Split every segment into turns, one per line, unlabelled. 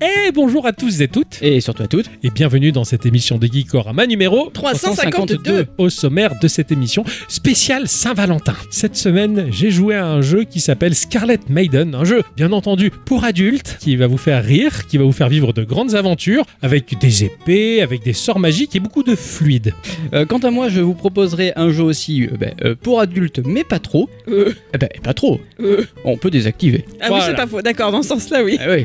Et bonjour à tous et toutes,
Et surtout à toutes.
et bienvenue dans cette émission de Geekorama numéro
352.
au sommaire de cette émission spéciale Saint-Valentin. Cette semaine, j'ai joué à un jeu qui s'appelle Scarlet Maiden, un jeu bien entendu pour adultes qui va vous faire rire, qui va vous faire vivre de grandes aventures avec des épées, avec des sorts magiques et beaucoup de fluide.
Euh, quant à moi, je vous proposerai un jeu aussi euh, ben, euh, pour adultes, mais pas trop.
Euh.
Eh ben, pas trop.
Euh.
On peut désactiver.
Ah oui,
Voilà.
c'est pas faux, d'accord, dans ce sens-là, oui.
Ah oui.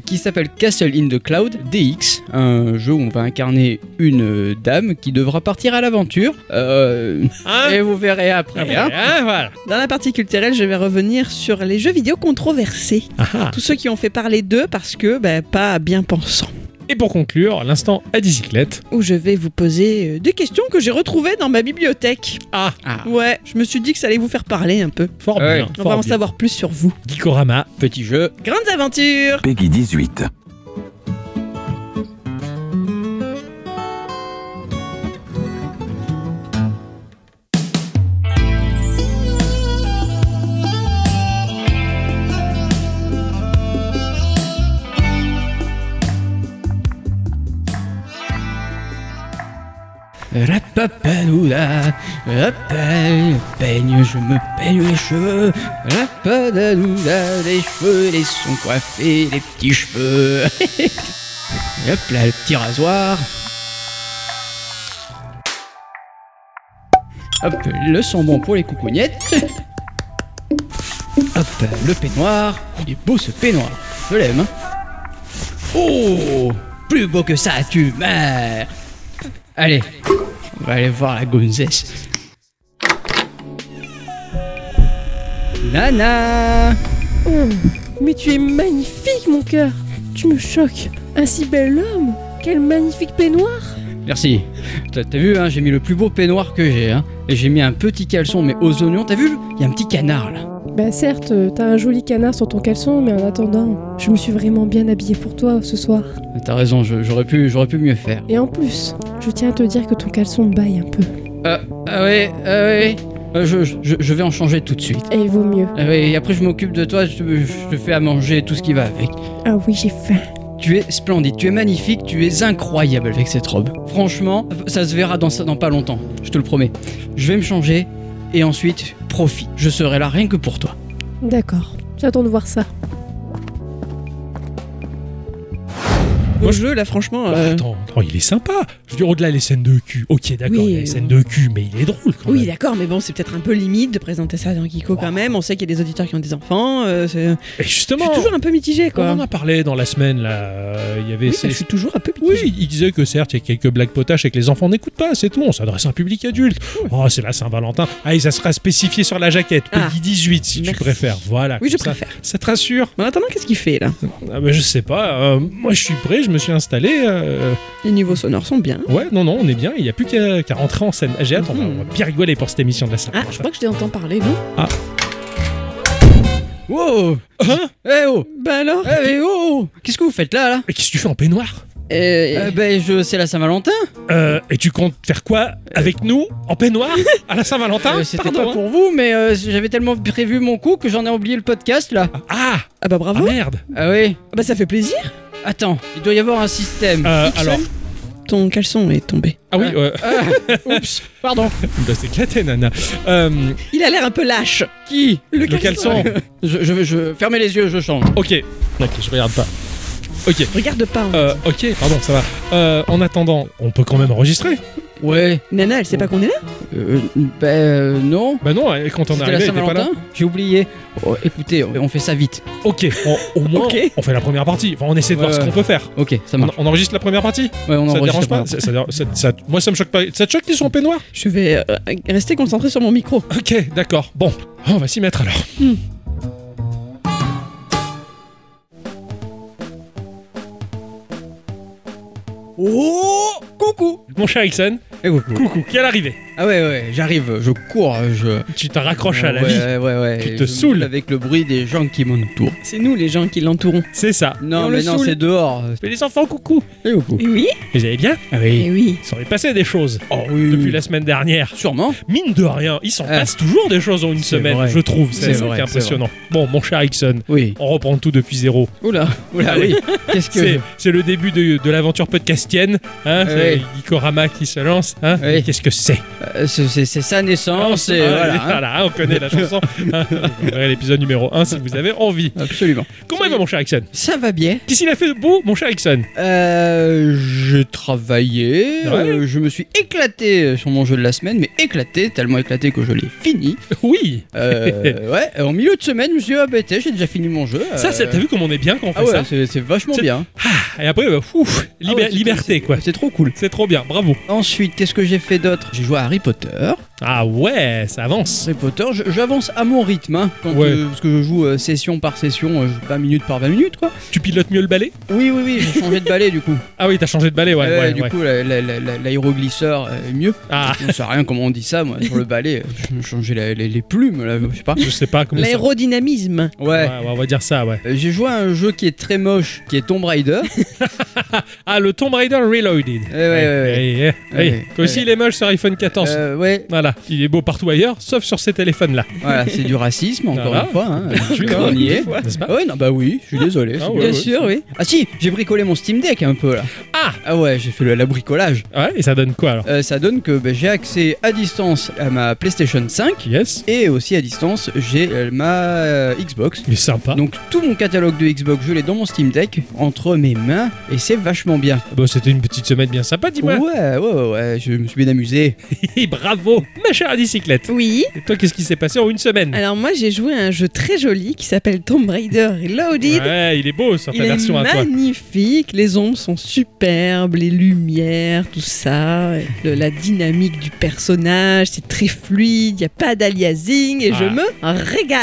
qui s'appelle Castle in the Cloud DX, un jeu où on va incarner une euh, dame qui devra partir à l'aventure. Euh,
Hein
Eh
et vous verrez après. hein.
Hein, voilà.
Dans la partie culturelle, je vais revenir sur les jeux vidéo controversés.
Ah, ah.
Tous ceux qui ont fait parler d'eux parce que, ben, pas bien pensants.
Et pour conclure, l'instant à bicyclette.
Où je vais vous poser euh, des questions que j'ai retrouvées dans ma bibliothèque.
Ah,
Ah.
Ouais, je me suis dit que ça allait vous faire parler un peu.
fort
Ouais.
bien.
On
fort
va en
bien.
savoir plus sur vous.
Geekorama.
Petit jeu.
Grandes aventures
Peggy 18.
Rapapanoula, rapel, peigne, je me peigne les cheveux. Rapapanoula, les cheveux, les sont coiffés, les petits cheveux. Hop là, le petit rasoir. Hop, le sambon pour les coucougnettes. Hop, le peignoir. Il est beau ce peignoir, je l'aime. hein. Oh, plus beau que ça, tu meurs. Allez, on va aller voir la gonzesse. Nana
Oh, mais tu es magnifique, mon cœur Tu me choques Un si bel homme Quel magnifique peignoir
Merci. T'as t'as vu, hein, j'ai mis le plus beau peignoir que j'ai. Hein. Et j'ai mis un petit caleçon, mais aux oignons, t'as vu Il y a un petit canard là.
Bah certes, euh, t'as un joli canard sur ton caleçon, mais en attendant, je me suis vraiment bien habillée pour toi ce soir.
Ah, T'as raison, je- j'aurais pu, j'aurais pu mieux faire.
Et en plus, je tiens à te dire que ton caleçon baille un peu.
Euh, ah ouais, ah ouais. Euh, je, je, je vais en changer tout de suite.
Et il vaut mieux.
Ah ouais, et après, je m'occupe de toi, je te, je te fais à manger, tout ce qui va avec.
Ah oui, j'ai faim.
Tu es splendide, tu es magnifique, tu es incroyable avec cette robe. Franchement, ça se verra dans, ça- dans pas longtemps, je te le promets. Je vais me changer et ensuite, profite. Je serai là rien que pour toi.
D'accord. J'attends de voir ça.
Au jeu, là, franchement...
Bah,
euh,
Attends, attends, il est sympa. Je veux dire, au-delà des scènes de cul. Ok, d'accord,
Oui,
il y a les
euh,
scènes de cul, mais il est drôle quand
Oui,
même.
d'accord, mais bon, c'est peut-être un peu limite de présenter ça dans Geeko quand même. On sait qu'il y a des auditeurs qui ont des enfants. euh, c'est-
Et
je
justement,
suis toujours un peu mitigé,
on
quoi.
en a parlé dans la semaine, là. euh, Il y avait.
Oui,
ces-
mais je suis toujours un peu
Oui,
mitigé.
il disait que certes, il y a quelques blagues potaches et que les enfants n'écoutent pas, c'est tout. On s'adresse à un public adulte. Oh, c'est la Saint-Valentin. Ah, et ça sera spécifié sur la jaquette.
Ah.
Peggy 18, si tu
Merci.
préfères. Voilà.
Oui, je
comme ça,
préfère.
Ça te rassure
Mais en attendant, qu'est-ce qu'il fait, là
ah, bah, Je sais pas. euh, moi, je suis prêt, je me suis installé. euh,
Les niveaux sonores sont bien.
Ouais, non, non, on est bien. Il n'y a plus qu'à qu'à rentrer en scène. Ah, J'ai hâte, on va-
Mhm.
on va bien rigoler pour cette émission de la
Ah,
Saint-Valentin.
crois que je t'ai entendu parler, non
Wow
Hein
Eh oh
Bah alors
Eh mais oh Qu'est-ce que vous faites là, là
Mais qu'est-ce que tu fais en peignoir
Euh,
Eh
ah
ben, je, c'est la Saint-Valentin
Euh, Et tu comptes faire quoi avec nous en peignoir à la Saint-Valentin
Euh, C'était
Pardon,
pas
hein.
pour vous, mais euh, j'avais tellement prévu mon coup que j'en ai oublié le podcast, là.
Ah,
Ah bah
ah
bravo
merde
Ah oui
Ah Bah ça fait plaisir
Attends, il doit y avoir un système.
Euh,
Ixon
Alors,
Ton caleçon est tombé.
ah oui,
Ah.
euh,
Ah, Oups, pardon.
il doit s'éclater, nana. Euh,
Il a l'air un peu lâche
Qui
Le,
le caleçon
je, je, je... Fermez les yeux, je change.
Ok, ok, je regarde pas. Ok,
Regarde pas hein.
euh, ok, pardon, ça va. Euh, en attendant, on peut quand même enregistrer
Ouais.
Nana, elle sait pas qu'on est là
Euh, ben euh, non.
Bah non, et quand on est
C'était la
arrivé, il était pas là.
Saint-Valentin J'ai oublié. Oh, écoutez, on on fait ça vite.
Ok, on- au moins,
Ok.
on fait la première partie. Enfin, on essaie de
Ouais,
voir ce
ouais.
qu'on peut faire.
Ok, ça
On,
marche.
on enregistre la première partie
Ouais, on
Ça te
enregistre
dérange pas
après.
Ça- ça- ça- ça- Moi, ça me choque pas. Ça te choque qu'ils sont en peignoir
Je vais euh, rester concentré sur mon micro.
Ok, d'accord. Bon, on va s'y mettre alors.
Oh Coucou
Mon cher Ixon,
Et coucou.
Oh, coucou, quelle arrivée
Eh Ah ouais, ouais, j'arrive, je cours, je.
Tu te raccroches à la
ouais,
vie.
Ouais, ouais, ouais.
Tu te
Je me
saoules.
mêle Avec le bruit des gens qui m'entourent.
C'est nous les gens qui l'entourons.
C'est ça.
Et
Non,
on
mais
le
non,
saoule.
c'est dehors.
Mais les enfants, coucou
Et au coup.
Eh
Et oui
Vous allez bien
Ah oui.
Et Eh oui.
Il s'en est passé des choses
Oh oui.
depuis la semaine dernière.
Sûrement.
Mine de rien, il s'en
Ah.
passe toujours des choses en une
C'est
semaine,
vrai.
je trouve. C'est
C'est
ça qui
vrai,
est
c'est
impressionnant. Bon, mon cher Ixon,
Oui.
on reprend tout depuis zéro.
Oula. Oula,
Allez.
oui. Qu'est-ce que.
Ah C'est c'est le début de, de l'aventure podcastienne. Hein, c'est
Oui.
Gikorama qui se lance. Hein.
Oui.
Mais Qu'est-ce que c'est
euh, C'est c'est- c'est sa naissance et
Ah,
voilà. hein.
voilà, hein, on connaît la chanson. Hein, vous verrez l'épisode numéro 1 si vous avez envie.
Absolument.
Comment il va, mon cher Ixon
Ça va bien.
Qu'est-ce qu'il a fait de beau, mon cher Ixon
Euh, j'ai travaillé.
Ouais.
euh, je me suis éclaté sur mon jeu de la semaine, mais éclaté, tellement éclaté que je l'ai fini.
Oui
Euh, ouais, en milieu de semaine, je me suis dit, ah bah, t'es, j'ai déjà fini mon jeu.
Ça,
euh,
c'est- t'as vu comme on est bien quand on fait
Ah ouais,
ça
c'est c'est vachement
C'est-
bien.
Et après, bah, ouf, libé-
Ah ouais, c'est-
liberté, quoi.
C'est trop cool.
C'est trop bien, bravo.
Ensuite, qu'est-ce que j'ai fait d'autre J'ai joué à Harry Potter.
Ah ouais, ça avance.
Harry Potter, je- j'avance à mon rythme, hein, quand,
Ouais.
euh, parce que je joue euh, session par session, euh, 20 minutes par 20 minutes, quoi.
Tu pilotes mieux le balai
Oui, oui, oui, j'ai changé de balai du coup.
Ah oui, t'as changé de balai, ouais.
Euh,
ouais,
du
ouais.
coup, la- la- la- la- l'aéroglisseur euh, est mieux.
Ah,
Je ne sais rien comment on dit ça, moi, sur le balai. Je me changeais la- les, les plumes, là, je sais pas.
je sais pas comment ça.
L'aérodynamisme.
Ouais.
Ouais, ouais, on va dire ça, ouais.
Euh, J'ai joué à un jeu qui est très moche, qui est Tomb Raider.
Ah, le Tomb Raider Reloaded.
ouais, ouais,
Eh, eh, eh.
Ouais,
Toi aussi,
ouais.
il est moche sur iPhone 14.
Euh, ouais,
Voilà, il est beau partout ailleurs, sauf sur ces téléphones-là.
voilà, c'est du racisme, encore
Voilà.
une fois. hein.
suis
on y est.
N'est-ce pas
Ah ouais, non, bah oui, je suis désolé.
Ah
c'est
ouais,
bien
ouais.
sûr, oui. Ah si, j'ai bricolé mon Steam Deck un peu là.
Ah
Ah ouais, j'ai fait le, la bricolage.
Ouais, et ça donne quoi alors
Euh, ça donne que bah, j'ai accès à distance à ma PlayStation 5
Yes
et aussi à distance j'ai euh, ma euh, Xbox.
Il est sympa.
Donc tout mon catalogue de Xbox, je l'ai dans mon Steam Deck entre mes mains et c'est vachement bien.
Bon, c'était une petite semaine bien sympa, dis-moi.
Ouais, ouais, ouais, ouais, je me suis bien amusé.
Et bravo, ma chère bicyclette.
Oui.
Et toi, qu'est-ce qui s'est passé en une semaine
Alors moi j'ai joué à un jeu très joli qui s'appelle Tomb Raider Reloaded.
Ouais, il est beau sur ta
Il est
version à toi.
magnifique, les ombres sont superbes, les lumières, tout ça, et le- la dynamique du personnage, c'est très fluide, il n'y a pas d'aliasing et je
Ah.
me régale.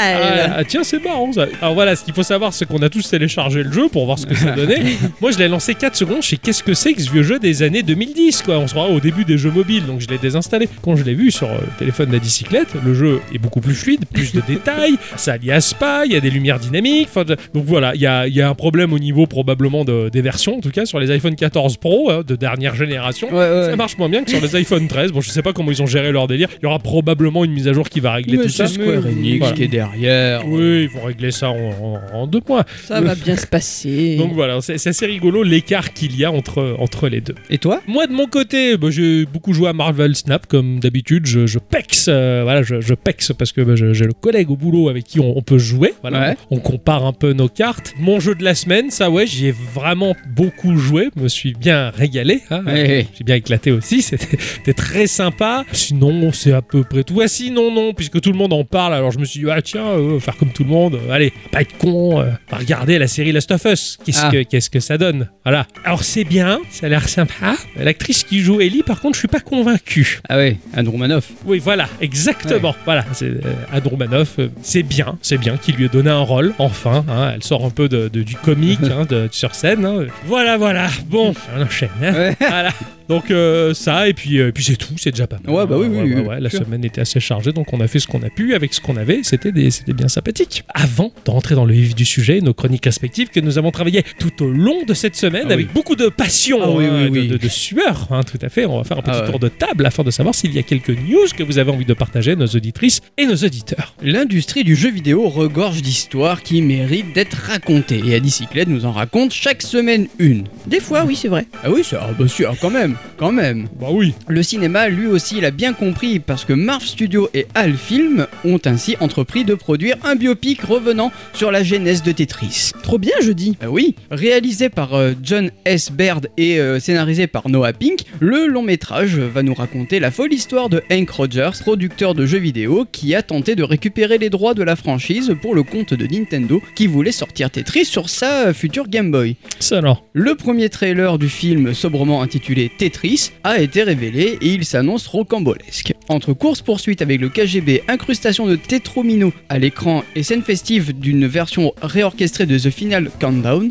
Ah, ah, tiens, c'est marrant ça. Alors voilà, ce qu'il faut savoir, c'est qu'on a tous téléchargé le jeu pour voir ce que ça donnait. Moi, je l'ai lancé 4 secondes. Je sais qu'est-ce que c'est que ce vieux jeu des années 2010, quoi. On se croirait au début des jeux mobiles, donc je l'ai désinstallé. Quand je l'ai vu sur euh, le téléphone de la bicyclette, le jeu est beaucoup plus fluide, plus de détails, ça alias pas, il y a des lumières dynamiques. enfin, de- Donc voilà, il y a, il y a un problème au niveau probablement de- des versions, en tout cas sur les iPhone 14 Pro hein, de dernière génération.
Ouais, ouais.
Ça marche moins bien que sur les iPhone 13. Bon, je sais pas comment ils ont géré leur délire. Il y aura probablement une mise à jour qui va régler
Mais
tout ça.
c'est Square Enix
Voilà.
qui est derrière.
Oui, ils vont régler ça en, en- en deux points.
Ça va bien se passer.
Donc voilà, c'est c'est assez rigolo l'écart qu'il y a entre, entre les deux.
Et toi
Moi de mon côté, bah, j'ai beaucoup joué à Marvel Snap comme d'habitude. Je, je pexe, euh, voilà, je, je pexe parce que bah, je- j'ai le collègue au boulot avec qui on, on peut jouer. Voilà,
Ouais.
on compare un peu nos cartes. Mon jeu de la semaine, ça ouais, j'y ai vraiment beaucoup joué. Me suis bien régalé. hein.
Ouais.
J'ai bien éclaté aussi, c'était c'était très sympa. Sinon, c'est à peu près tout. Ah si, non, non, puisque tout le monde en parle, alors je me suis dit, ah tiens, euh, faire comme tout le monde, euh, allez, pas être con, euh, on va regarder la série Last of Us. Qu'est-ce
Ah.
que qu'est-ce que ça donne Voilà. Alors c'est bien, ça a l'air sympa. L'actrice qui joue Ellie, par contre, je suis pas convaincu.
Ah ouais, Andromanoff.
Oui, voilà, exactement. Voilà, c'est euh, Anne Romanoff, euh, c'est bien, c'est bien qu'il lui ait donné un rôle, enfin. hein, elle sort un peu de, de- du comique hein, de, sur scène. hein. Voilà, voilà. Bon, on enchaîne. hein.
Ouais.
Voilà. Donc euh, ça et puis, euh, et puis c'est tout, c'est déjà pas mal. hein.
Ouais, bah oui, oui,
ouais,
oui,
ouais, La
sûr.
semaine était assez chargée, donc on a fait ce qu'on a pu avec ce qu'on avait. C'était des- c'était bien sympathique. Avant de rentrer dans le vif du sujet, nos chroniques respectives que nous avons travaillées tout au long de cette semaine
Ah
avec beaucoup de passion,
Ah oui,
hein, de-
oui, oui.
De, de sueur, hein, tout à fait. On va faire un petit
Ah ouais.
tour de table afin de savoir s'il y a quelques news que vous avez envie de partager, nos auditrices et nos auditeurs.
L'industrie du jeu vidéo regorge d'histoires qui méritent d'être racontées. Et Adicyclette nous en raconte chaque semaine une.
Des fois, oui, c'est vrai.
Ah oui, ça, ah bah sûr, quand même, quand même.
Bah oui.
Le cinéma, lui aussi, l'a bien compris parce que Marv Studio et HAL Film ont ainsi entrepris de produire un biopic revenant sur la genèse de Tetris.
Trop bien, je dis.
Ah oui, réalisé par euh, John S. Baird et euh, scénarisé par Noah Pink, le long métrage va nous raconter la folle histoire de Hank Rogers, producteur de jeux vidéo, qui a tenté de récupérer les droits de la franchise pour le compte de Nintendo, qui voulait sortir Tetris sur sa euh, future Game Boy.
Excellent.
Le premier trailer du film sobrement intitulé Tetris a été révélé et il s'annonce rocambolesque. Entre course-poursuite avec le KGB, incrustation de Tetromino à l'écran et scène festive d'une version réorchestrée de The Final Countdown,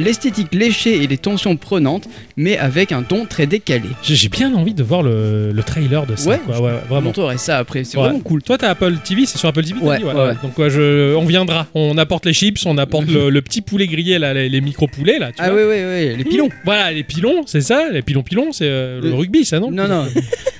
l'esthétique léchée et les tensions prenantes, mais avec un ton très décalé.
J'ai j'ai bien envie de voir le, le trailer de ça.
Ouais,
quoi. ouais, ouais,
On
vraiment.
montrerai ça après, c'est
Ouais.
vraiment cool.
Toi, t'as Apple TV, c'est sur Apple TV t'as
Ouais,
dit, ouais,
ouais, ouais.
Donc, ouais, je, on viendra. On apporte les chips, on apporte le, le petit poulet grillé, là, les, les micro-poulets, là. Tu
Ah
vois. Mmh.
ouais, ouais, ouais, les pilons.
Voilà, les pilons, c'est ça Les pilons-pilons, c'est euh, le
Euh,
rugby, ça, non
Non, non.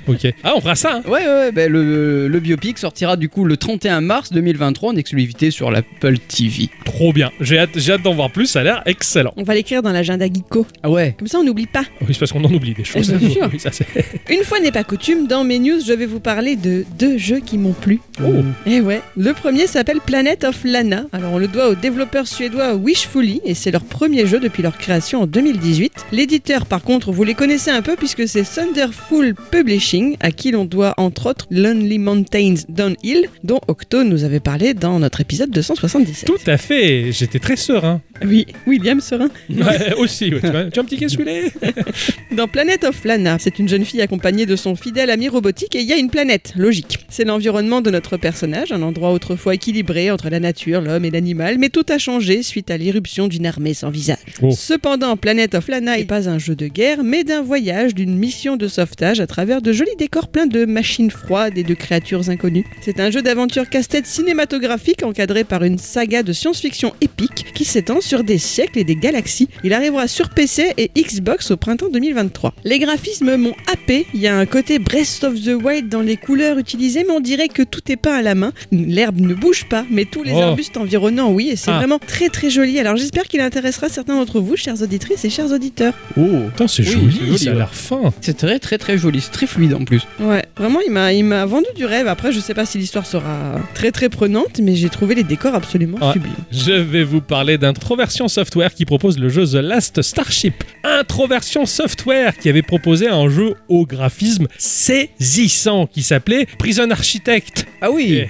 Ok. Ah, on fera ça, hein.
Ouais, ouais, ouais, ben, le, le biopic sortira du coup le 31 mars 2023 en exclusivité sur l'Apple TV.
Trop bien. J'ai hâte, j'ai hâte d'en voir plus, ça a l'air excellent.
On va l'écrire dans l'agenda Geeko.
Ah ouais
Comme ça, on n'oublie pas.
Oui, c'est parce qu'on en oublie des choses.
Eh bien sûr.
Oui, ça, c'est-
Une fois n'est pas coutume, dans mes news, je vais vous parler de deux jeux qui m'ont plu.
Oh.
Eh ouais, le premier s'appelle Planet of Lana. Alors on le doit au développeur suédois Wishfully et c'est leur premier jeu depuis leur création en 2018. L'éditeur par contre, vous les connaissez un peu puisque c'est Thunderful Publishing à qui l'on doit entre autres Lonely Mountains Downhill dont Octo nous avait parlé dans notre épisode 277.
Tout à fait. J'étais très serein.
Oui, William Serin.
Ouais, aussi. ouais. Tu, as, tu as un petit cassoulet
Dans Planet of Lana, c'est une jeune fille accompagnée de son fidèle ami robotique et il y a une planète, logique. C'est l'environnement de notre personnage, un endroit autrefois équilibré entre la nature, l'homme et l'animal, mais tout a changé suite à l'irruption d'une armée sans visage.
Oh.
Cependant, Planet of Lana n'est pas un jeu de guerre, mais d'un voyage, d'une mission de sauvetage à travers de jolis décors pleins de machines froides et de créatures inconnues. C'est un jeu d'aventure casse-tête cinématographique encadré par une saga de science-fiction épique qui s'étend sur des siècles et des galaxies. Il arrivera sur PC et Xbox au printemps 2023. Les graphismes m'ont happé, il y a un côté Breath of the Wild dans les couleurs utilisées, mais on dirait que tout est peint à la main. L'herbe ne bouge pas, mais tous les
Oh.
arbustes environnants, oui, et c'est
Ah.
vraiment très très joli. Alors j'espère qu'il intéressera certains d'entre vous, chères auditrices et chers auditeurs.
Oh
Putain, c'est
Oui,
joli,
c'est joli,
ça a
ouais.
l'air fin.
C'est très très très joli, c'est très fluide en plus.
Ouais, vraiment, il m'a, il m'a vendu du rêve. Après, je sais pas si l'histoire sera très très prenante, mais j'ai trouvé les décors absolument
Ouais.
sublimes.
Je vais vous parler d'Introversion Software qui propose le jeu The Last Starship. Introversion Software qui avait proposé un jeu au graphisme saisissant qui s'appelait Prison Architect.
Ah oui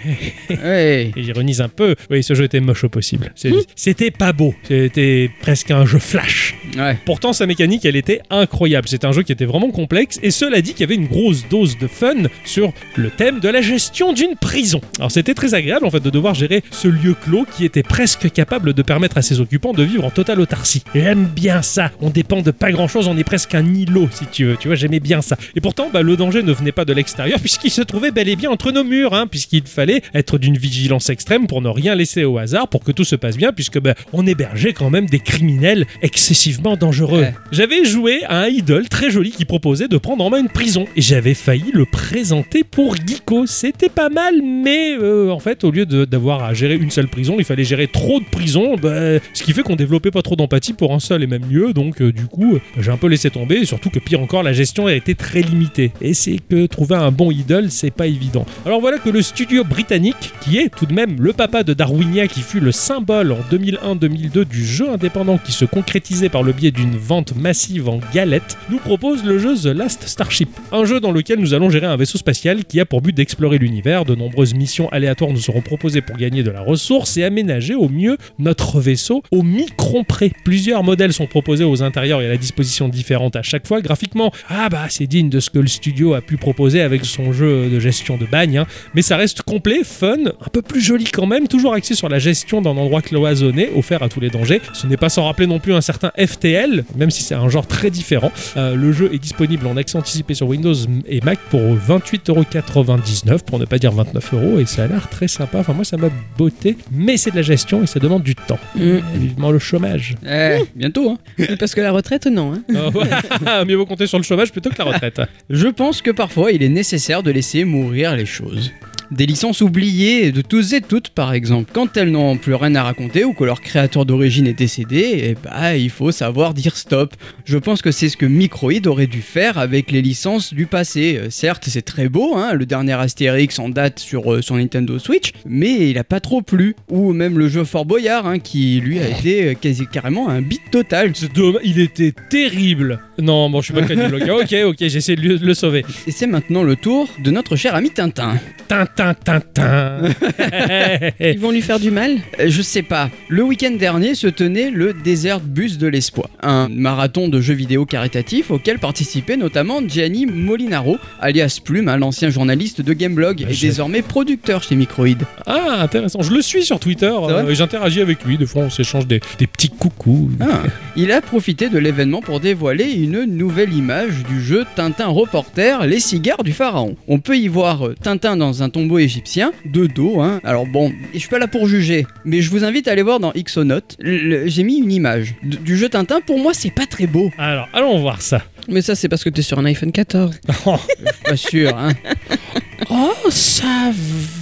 Et-
ouais.
et J'ironise un peu. Oui, ce jeu était moche au possible. C'est- C'était pas beau. C'était presque un jeu flash.
ouais.
Pourtant, sa mécanique, elle était incroyable. C'est un jeu qui était vraiment complexe et cela dit qu'il y avait une grosse dose de fun sur le thème de la gestion d'une prison. Alors, c'était très agréable en fait de devoir gérer ce lieu clos qui était presque capable de permettre à ses occupants de vivre en totale autarcie. J'aime bien ça. On dépend de pas grand chose, on est presque un îlot si tu veux. Tu vois, j'aimais bien ça. Et pourtant, bah, le danger ne venait pas de l'extérieur puisqu'il se trouvait bel et bien entre nos murs, hein, puisqu'il fallait être d'une vigilance extrême pour ne rien laisser au hasard pour que tout se passe bien, puisque bah, on hébergeait quand même des criminels excessivement dangereux.
Ouais.
J'avais joué à un idol très joli qui proposait de prendre en main une prison et j'avais failli le présenter pour Geeko. C'était pas mal, mais euh, en fait, au lieu de- d'avoir à gérer une seule prison, il fallait gérer trop de prisons, bah, ce qui fait qu'on développait pas trop d'empathie pour un seul et même lieu. Donc, euh, du coup, euh, j'ai un peu laissé tomber. Et surtout que pire encore, la gestion a été très limitée. Et c'est que trouver un bon idol, c'est pas évident. Alors voilà que le studio britannique, qui est tout de même le papa de Darwinia, qui fut le symbole en 2001-2002 du jeu indépendant qui se concrétisait par le biais d'une vente massive en galettes, nous propose le jeu The Last Starship, un jeu dans lequel nous allons gérer un vaisseau spatial qui a pour but d'explorer l'univers. De nombreuses missions aléatoires nous seront proposées pour gagner de la ressource et aménager au mieux notre vaisseau au micron près. Plusieurs modèles sont proposés aux intérieurs et à la disposition différente à chaque fois. Graphiquement, ah bah c'est digne de ce que le studio a pu proposer avec son jeu de gestion de bagne, hein. mais ça reste complet, fun, un peu plus joli quand même, toujours axé sur la gestion d'un endroit cloisonné, offert à tous les dangers. Ce n'est pas sans rappeler non plus un certain FTL, même si c'est un genre très différent. Euh, le jeu est disponible en accès anticipé sur Windows et Mac pour 28,99€ pour ne pas dire 29€ et ça a l'air très sympa. Enfin moi ça m'a beauté, mais c'est de la gestion et ça demande du temps. Vivement le chômage.
Eh, bientôt, hein.
Mm. Parce que la retraite, non. hein.
Oh, mieux vaut compter sur le chômage plutôt que la retraite.
Je pense que parfois il est nécessaire de laisser mourir les choses. Des licences oubliées de tous et toutes, par exemple. Quand elles n'ont plus rien à raconter ou que leur créateur d'origine est décédé, eh bah, il faut savoir dire stop. Je pense que c'est ce que Microïd aurait dû faire avec les licences du passé. Euh, certes, c'est très beau, hein, le dernier Astérix en date sur euh, son Nintendo Switch, mais il a pas trop plu. Ou même le jeu Fort Boyard, hein, qui lui a été euh, quasi carrément un beat total.
C'est dommage, il était terrible. Non, bon, je suis pas crédible. ok, ok, ok, j'ai essayé de le, de le sauver.
Et c'est maintenant le tour de notre cher ami Tintin.
Tintin, tin, tin, tin.
Ils vont lui faire du mal.
Euh, Je sais pas. Le week-end dernier se tenait le Desert Bus de l'Espoir, un marathon de jeux vidéo caritatif auquel participait notamment Gianni Molinaro, alias Plume, hein, l'ancien journaliste de Gameblog
Bah,
et
j'ai-
désormais producteur chez Microïd.
ah, intéressant. Je le suis sur Twitter
C'est vrai
euh, et j'interagis avec lui. Des fois, on s'échange des, des petits coucous.
Ah. Il a profité de l'événement pour dévoiler une nouvelle image du jeu Tintin Reporter, les cigares du pharaon. On peut y voir euh, Tintin dans un tombeau égyptien, de dos, hein. Alors bon, je suis pas là pour juger, mais je vous invite à aller voir dans Xonote. Le- J'ai mis une image d- du jeu Tintin, pour moi c'est pas très beau.
Alors, allons voir ça.
Mais ça, c'est parce que t'es sur un iPhone 14.
Oh,
Pas sûr, hein.
Oh, ça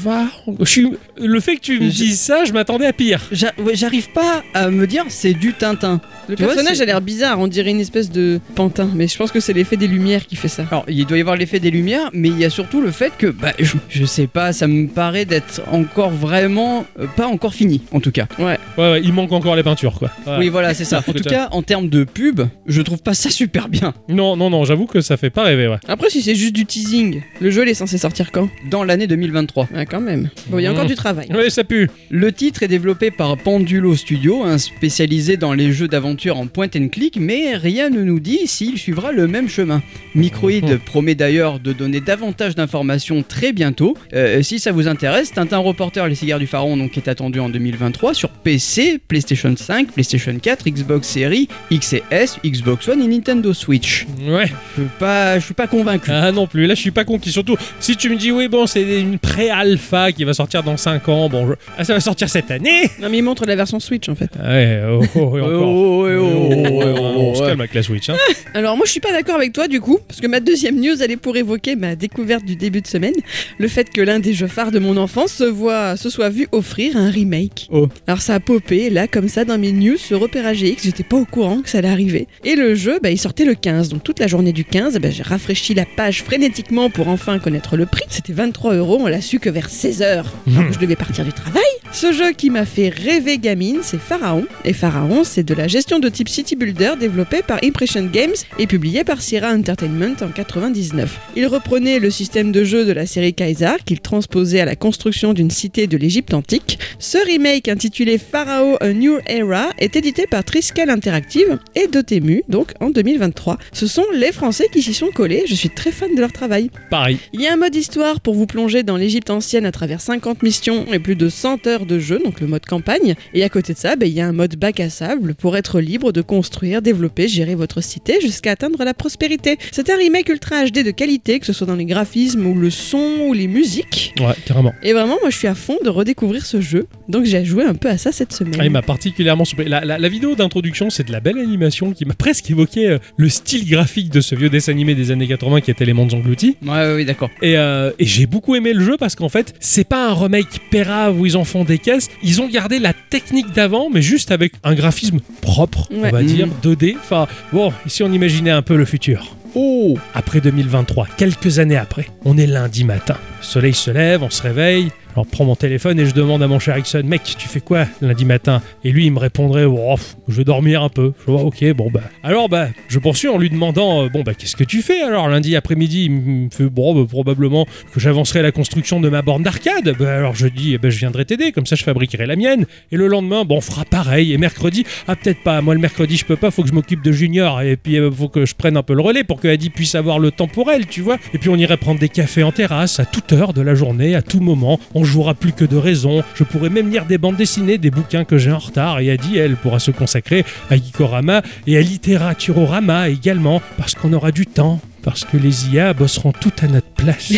va. Je suis- Le fait que tu me
Je-
dises ça, je m'attendais à pire.
J'a- ouais, J'arrive pas à me dire c'est du Tintin.
Le
Tu vois,
personnage
c'est-
a l'air bizarre, on dirait une espèce de pantin, mais je pense que c'est l'effet des lumières qui fait ça.
Alors, il doit y avoir l'effet des lumières, mais il y a surtout le fait que, bah, je, je sais pas, ça me paraît d'être encore vraiment euh, pas encore fini, en tout cas.
Ouais, ouais, il manque encore les peintures, quoi. Voilà.
Oui, voilà, c'est ça. En tout cas, en termes de pub, je trouve pas ça super bien.
Non, non, non, j'avoue que ça fait pas rêver, ouais.
Après, si c'est juste du teasing, le jeu il est censé sortir quand
Dans l'année 2023,
Ah, quand même. Bon, il y a
Mmh.
encore du travail.
Ouais, ça pue.
le titre est développé par Pendulo Studio, un spécialisé dans les jeux d'aventure en point and click, mais rien ne nous dit s'il suivra le même chemin. Microïd
Mhm.
promet d'ailleurs de donner davantage d'informations très bientôt. Euh, si ça vous intéresse, Tintin Reporter Les Cigares du Pharaon donc, est attendu en 2023 sur PC, PlayStation 5, PlayStation 4, Xbox Series, X et S, Xbox One et Nintendo Switch.
Ouais.
Je suis pas, je suis pas convaincu.
Ah non plus, là je suis pas conquis. Surtout si tu me dis oui bon c'est une pré-alpha qui va sortir dans 5 ans, bon je- ah, ça va sortir cette année.
Non, mais il montre la version Switch en fait.
Ah Ouais, oh, oh, et encore.
Oh, oh, oh, oh, oh, oh, oh,
on se
ouais.
calme avec la Switch. Hein.
Alors, moi, je suis pas d'accord avec toi du coup, parce que ma deuxième news, elle est pour évoquer ma découverte du début de semaine, le fait que l'un des jeux phares de mon enfance se, voit, se soit vu offrir un remake.
Oh.
Alors, ça a popé là, comme ça, dans mes news sur Opéra GX, j'étais pas au courant que ça allait arriver. Et le jeu, bah, il sortait le 15, donc toute la journée du 15, bah, j'ai rafraîchi la page frénétiquement pour enfin connaître le prix. C'était 23 euros, on l'a su que vers 16 heures. Alors que je devais partir du travail. Ce jeu qui m'a fait rêver gamine, c'est Pharaon. Et Pharaon, c'est de la gestion de type City Builder développé par Impression Games et publié par Sierra Entertainment en 99. Il reprenait le système de jeu de la série Kaiser qu'il transposait à la construction d'une cité de l'Égypte antique. Ce remake intitulé Pharaoh A New Era est édité par Triskel Interactive et Dotemu, donc en 2023. Ce sont les Français qui s'y sont collés, je suis très fan de leur travail.
Pareil.
Il y a un mode histoire pour vous plonger dans l'Égypte ancienne à travers 50 missions et plus de 100 heures de jeu, donc le mode campagne. Et à côté de ça, ben, il y a un mode bac à sable pour être libre de construire, développer, gérer votre cité jusqu'à atteindre la prospérité. C'est un remake ultra HD de qualité, que ce soit dans les graphismes ou le son ou les musiques.
Ouais, carrément.
Et vraiment, moi je suis à fond de redécouvrir ce jeu, donc j'ai joué un peu à ça cette semaine.
Ah, il m'a particulièrement surpris. La, la- la vidéo d'introduction, c'est de la belle animation qui m'a presque évoqué euh, le style graphique de ce vieux dessin animé des années 80 qui était Les Mondes Engloutis.
Ouais, ouais, ouais, d'accord.
Et, euh, et j'ai beaucoup aimé le jeu parce qu'en fait, c'est pas un remake pérave où ils en font des caisses. Ils ont gardé la technique d'avant, mais juste avec un graphisme propre, on
Ouais.
va
Mhm.
dire, 2D. Enfin, bon, et si on imaginait un peu le futur
Oh
Après 2023, quelques années après, on est lundi matin. Le soleil se lève, on se réveille. Alors, prends mon téléphone et je demande à mon cher Ixon, mec, tu fais quoi lundi matin Et lui, il me répondrait, oh, pff, je vais dormir un peu. Je vois, ok, bon, bah. Alors, bah, je poursuis en lui demandant, euh, bon, bah, qu'est-ce que tu fais alors lundi après-midi Il me fait, bon, bah, probablement que j'avancerai la construction de ma borne d'arcade. Bah, alors, je dis, eh ben, je viendrai t'aider, comme ça, je fabriquerai la mienne. Et le lendemain, bon, on fera pareil. Et mercredi, ah, peut-être pas. Moi, le mercredi, je peux pas, faut que je m'occupe de Junior. Et puis, il faut que je prenne un peu le relais pour que Adi puisse avoir le temps pour elle, tu vois. Et puis, on irait prendre des cafés en terrasse à toute heure de la journée, à tout moment. On jouera plus que de raison. Je pourrais même lire des bandes dessinées, des bouquins que j'ai en retard. Et Adi, elle, pourra se consacrer à Gikorama et à Littératurorama également, parce qu'on aura du temps. Parce que les IA bosseront tout à notre place.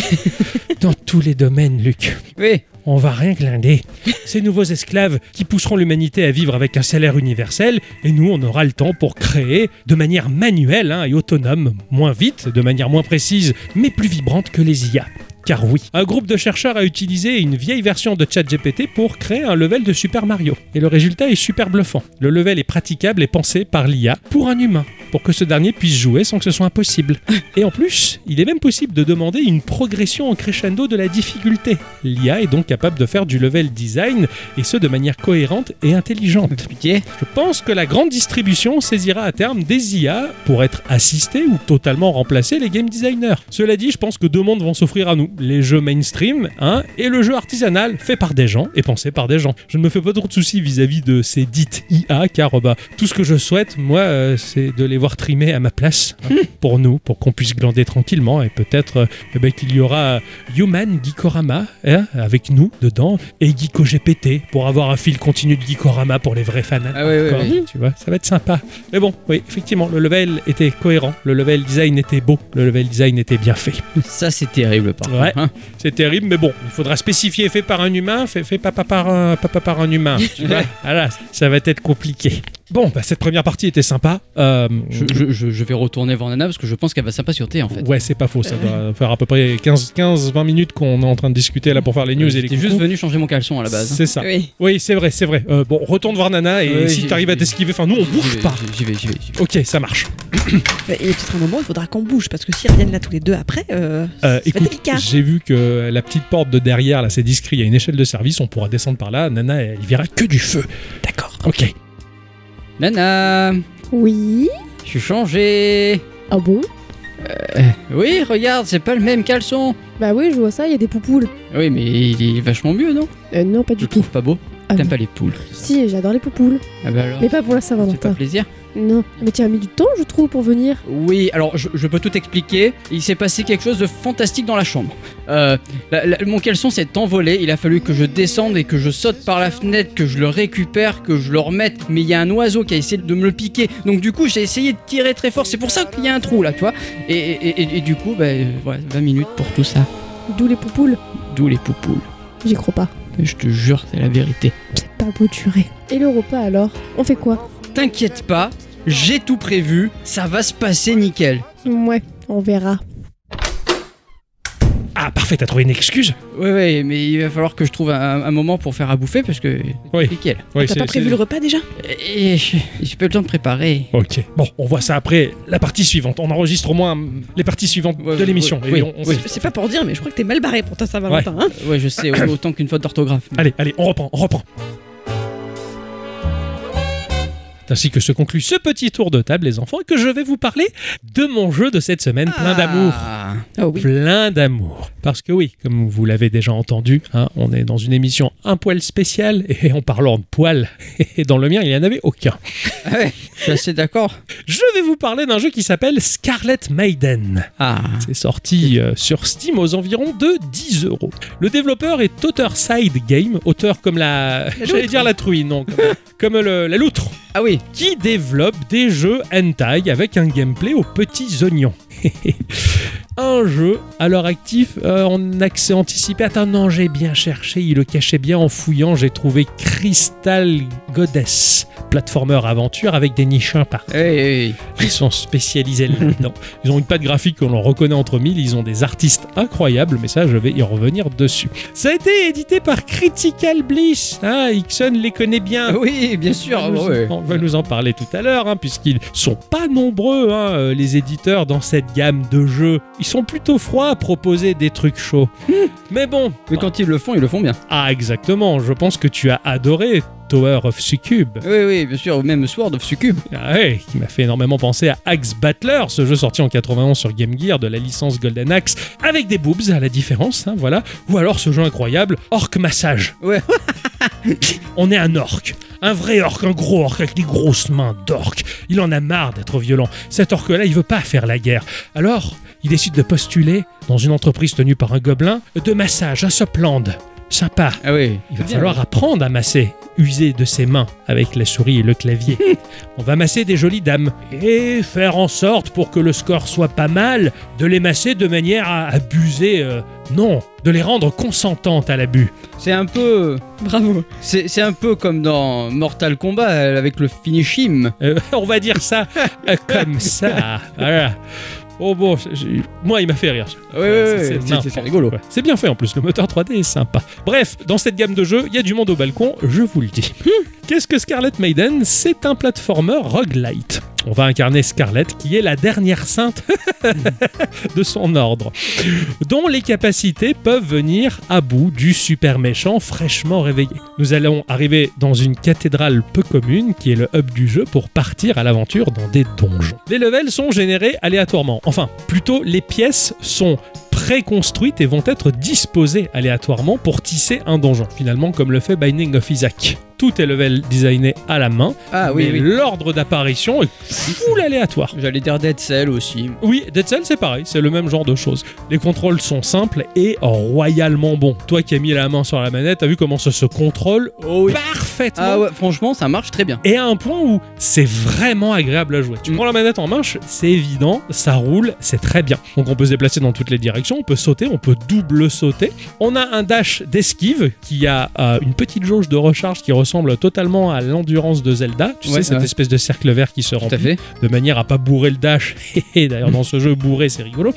Dans tous les domaines, Luc.
Oui
On va rien glinder. Ces nouveaux esclaves qui pousseront l'humanité à vivre avec un salaire universel, et nous, on aura le temps pour créer de manière manuelle hein, et autonome, moins vite, de manière moins précise, mais plus vibrante que les IA. Car oui, un groupe de chercheurs a utilisé une vieille version de ChatGPT pour créer un level de Super Mario. Et le résultat est super bluffant. Le level est praticable et pensé par l'IA pour un humain, pour que ce dernier puisse jouer sans que ce soit impossible. Et en plus, il est même possible de demander une progression en crescendo de la difficulté. L'IA est donc capable de faire du level design, et ce de manière cohérente et intelligente.
Pitié
Je pense que la grande distribution saisira à terme des IA pour être assistée ou totalement remplacer les game designers. Cela dit, je pense que deux mondes vont s'offrir à nous. les jeux mainstream hein, et le jeu artisanal fait par des gens et pensé par des gens. Je ne me fais pas trop de soucis vis-à-vis de ces dites IA car euh, bah, tout ce que je souhaite, moi, euh, c'est de les voir trimer à ma place hein, pour nous, pour qu'on puisse glander tranquillement et peut-être euh, eh ben, qu'il y aura Human Geekorama hein, avec nous dedans et Geeko GPT pour avoir un fil continu de Geekorama pour les vrais fans.
Ah ouais, ouais,
Encore,
ouais.
Tu vois, ça va être sympa. Mais bon, oui, effectivement, le level était cohérent, le level design était beau, le level design était bien fait.
Ça, c'est terrible, par
Ouais.
contre. hein.
C'est terrible, mais bon, il faudra spécifier fait par un humain, fait, fait pas, pas par un, pas- pas par un humain. tu vois. voilà, ça va être compliqué. Bon, bah, cette première partie était sympa. Euh,
Je, je- je- je vais retourner voir Nana parce que je pense qu'elle va s'impatienter en fait.
Ouais, c'est pas faux, ça doit faire à peu près 15-20 minutes qu'on est en train de discuter là pour faire les news et les
J'étais juste
coucous.
venu changer mon caleçon à la base.
C'est ça.
Oui.
Oui, c'est vrai, c'est vrai. Euh, bon, retourne voir Nana et
Ouais,
si
j'ai-
t'arrives à t'esquiver, enfin, nous on
J'y
bouge
vais,
pas.
J'y vais, j'y vais. j'y vais.
Ok, ça marche.
Mais il y a peut-être un moment, il faudra qu'on bouge parce que s'ils reviennent là tous les deux après, euh,
Euh,
c'est pas
écoute,
délicat.
j'ai vu que la petite porte de derrière, là, c'est discret. Il y a une échelle de service, on pourra descendre par là. Nana, elle verra que du feu.
D'accord.
Ok.
Nana,
Oui
je suis changé.
Ah bon
Oui, regarde, c'est pas le même caleçon.
Bah oui, je vois ça, il y a des poupoules.
Oui, mais il est vachement mieux, non
Euh, non, pas
Je
du
le
tout.
trouve pas beau.
Ah
T'aimes
non.
pas les poules
Si, j'adore les poupoules.
Ah bah alors.
Mais pas pour la
ça fait pas
Saint-Valentin.
plaisir.
Non, mais tu as mis du temps, je trouve, pour venir.
Oui, alors je, je peux tout expliquer. Il s'est passé quelque chose de fantastique dans la chambre. Euh, la- la- mon caleçon s'est envolé. Il a fallu que je descende et que je saute par la fenêtre, que je le récupère, que je le remette. Mais il y a un oiseau qui a essayé de me le piquer. Donc du coup, j'ai essayé de tirer très fort. C'est pour ça qu'il y a un trou là, tu vois. Et, et- et- et du coup, bah, euh, voilà, 20 minutes pour tout ça.
D'où les poupoules
D'où les poupoules.
J'y crois pas.
Mais Je te jure, c'est la vérité.
C'est pas bouturé. Et le repas alors On fait quoi
T'inquiète pas, j'ai tout prévu. Ça va se passer nickel.
Ouais, on verra.
Ah, parfait, t'as trouvé une excuse
Ouais, ouais, mais il va falloir que je trouve un, un moment pour faire à bouffer parce que.
Oui.
Nickel.
Oui,
Ah, T'as
c'est-
pas prévu
c'est-
le repas déjà
Et j'ai j'ai pas eu le temps de préparer.
Ok. Bon, on voit ça après la partie suivante. On enregistre au moins hum, les parties suivantes
Ouais,
de l'émission.
ouais,
Et
oui,
on- on
oui.
se-
C'est pas pour dire, mais je crois que t'es mal barré pour ta Saint-Valentin. hein.
Ouais, je sais, autant qu'une faute d'orthographe.
Allez, allez, on reprend, on reprend. C'est Ainsi que se conclut ce petit tour de table, les enfants, et que je vais vous parler de mon jeu de cette semaine, plein d'amour.
Ah.
Ah oui.
Plein d'amour. Parce que oui, comme vous l'avez déjà entendu, hein, on est dans une émission un poil spéciale, et en parlant de poil, dans le mien, il n'y en avait aucun.
Ah ouais, je suis assez d'accord.
Je vais vous parler d'un jeu qui s'appelle Scarlet Maiden.
Ah.
C'est sorti euh, sur Steam aux environs de 10 euros. Le développeur est Authorside Game, auteur comme la. J'allais dire la truie, non, comme, comme le- la loutre,
Ah oui,
qui développe des jeux hentai avec un gameplay aux petits oignons. Un jeu à leur actif euh, en accès anticipé. Attends, non, j'ai bien cherché, il le cachait bien en fouillant. J'ai trouvé Crystal Goddess, platformer aventure avec des nichins par
oui, oui, oui.
ils sont spécialisés là-dedans. Ils ont une patte graphique que l'on reconnaît entre mille. Ils ont des artistes incroyables, mais ça, je vais y revenir dessus. Ça a été édité par Critical Bliss. Ah, Ixon les connaît bien.
Oui, bien sûr.
On va nous-
ouais.
Ah, On va nous en parler tout à l'heure, hein, puisqu'ils sont pas nombreux, hein, euh, les éditeurs, dans cette gamme de jeux. Ils sont plutôt froids à proposer des trucs chauds. Mais bon,
Hmm. Mais quand ils le font, ils le font bien.
ah exactement, je pense que tu as adoré Tower of Succube.
Oui, oui, bien sûr. ou Même Sword of Succube.
Ah ouais, qui m'a fait énormément penser à Axe Battler, ce jeu sorti en 91 sur Game Gear de la licence Golden Axe, avec des boobs à la différence, hein, voilà. Ou alors ce jeu incroyable, Orc Massage.
Ouais.
On est un orc, un vrai orc, un gros orc avec des grosses mains d'orc. Il en a marre d'être violent. Cet orc-là, il veut pas faire la guerre. Alors, il décide de postuler dans une entreprise tenue par un gobelin de massage à Sopland. Sympa.
Ah oui.
Il va
Bien.
falloir apprendre à masser, user de ses mains avec la souris et le clavier. On va masser des jolies dames et faire en sorte pour que le score soit pas mal de les masser de manière à abuser. euh, non, de les rendre consentantes à l'abus.
C'est un peu.
Bravo.
C'est c'est un peu comme dans Mortal Kombat euh, avec le finish him.
Euh, on va dire ça euh, comme ça. Voilà. Oh bon, c'est- j'ai- moi il m'a fait rire.
Oui,
c'est-
oui, oui.
c'est
c'est- c'est- C'est rigolo.
Ouais. C'est bien fait en plus, le moteur 3D est sympa. Bref, dans cette gamme de jeux, il y a du monde au balcon, je vous le dis. Qu'est-ce que Scarlet Maiden C'est un platformer roguelite. On va incarner Scarlet, qui est la dernière sainte de son ordre, dont les capacités peuvent venir à bout du super méchant fraîchement réveillé. Nous allons arriver dans une cathédrale peu commune, qui est le hub du jeu, pour partir à l'aventure dans des donjons. Les levels sont générés aléatoirement. Enfin, plutôt, les pièces sont préconstruites et vont être disposées aléatoirement pour tisser un donjon, finalement comme le fait Binding of Isaac. Tout est level designé à la main,
Ah oui,
mais
oui.
l'ordre d'apparition est full aléatoire.
J'allais dire Dead Cell aussi.
Oui, Dead Cell, c'est pareil, c'est le même genre de choses. Les contrôles sont simples et royalement bons. Toi qui as mis la main sur la manette, t'as vu comment ça se contrôle
Oh oui.
parfaitement.
Ah ouais, franchement, ça marche très bien.
Et à un point où c'est vraiment agréable à jouer. Tu
Mm.
prends la manette en main, c'est évident, ça roule, c'est très bien. Donc on peut se déplacer dans toutes les directions, on peut sauter, on peut double sauter. On a un dash d'esquive qui a euh, une petite jauge de recharge qui ressemble totalement à l'endurance de Zelda. Tu
Ouais,
sais, cette
ouais.
espèce de cercle vert qui se
Tout à
remplit
fait.
de manière à pas bourrer le dash. Et D'ailleurs, dans ce jeu, bourrer, c'est rigolo.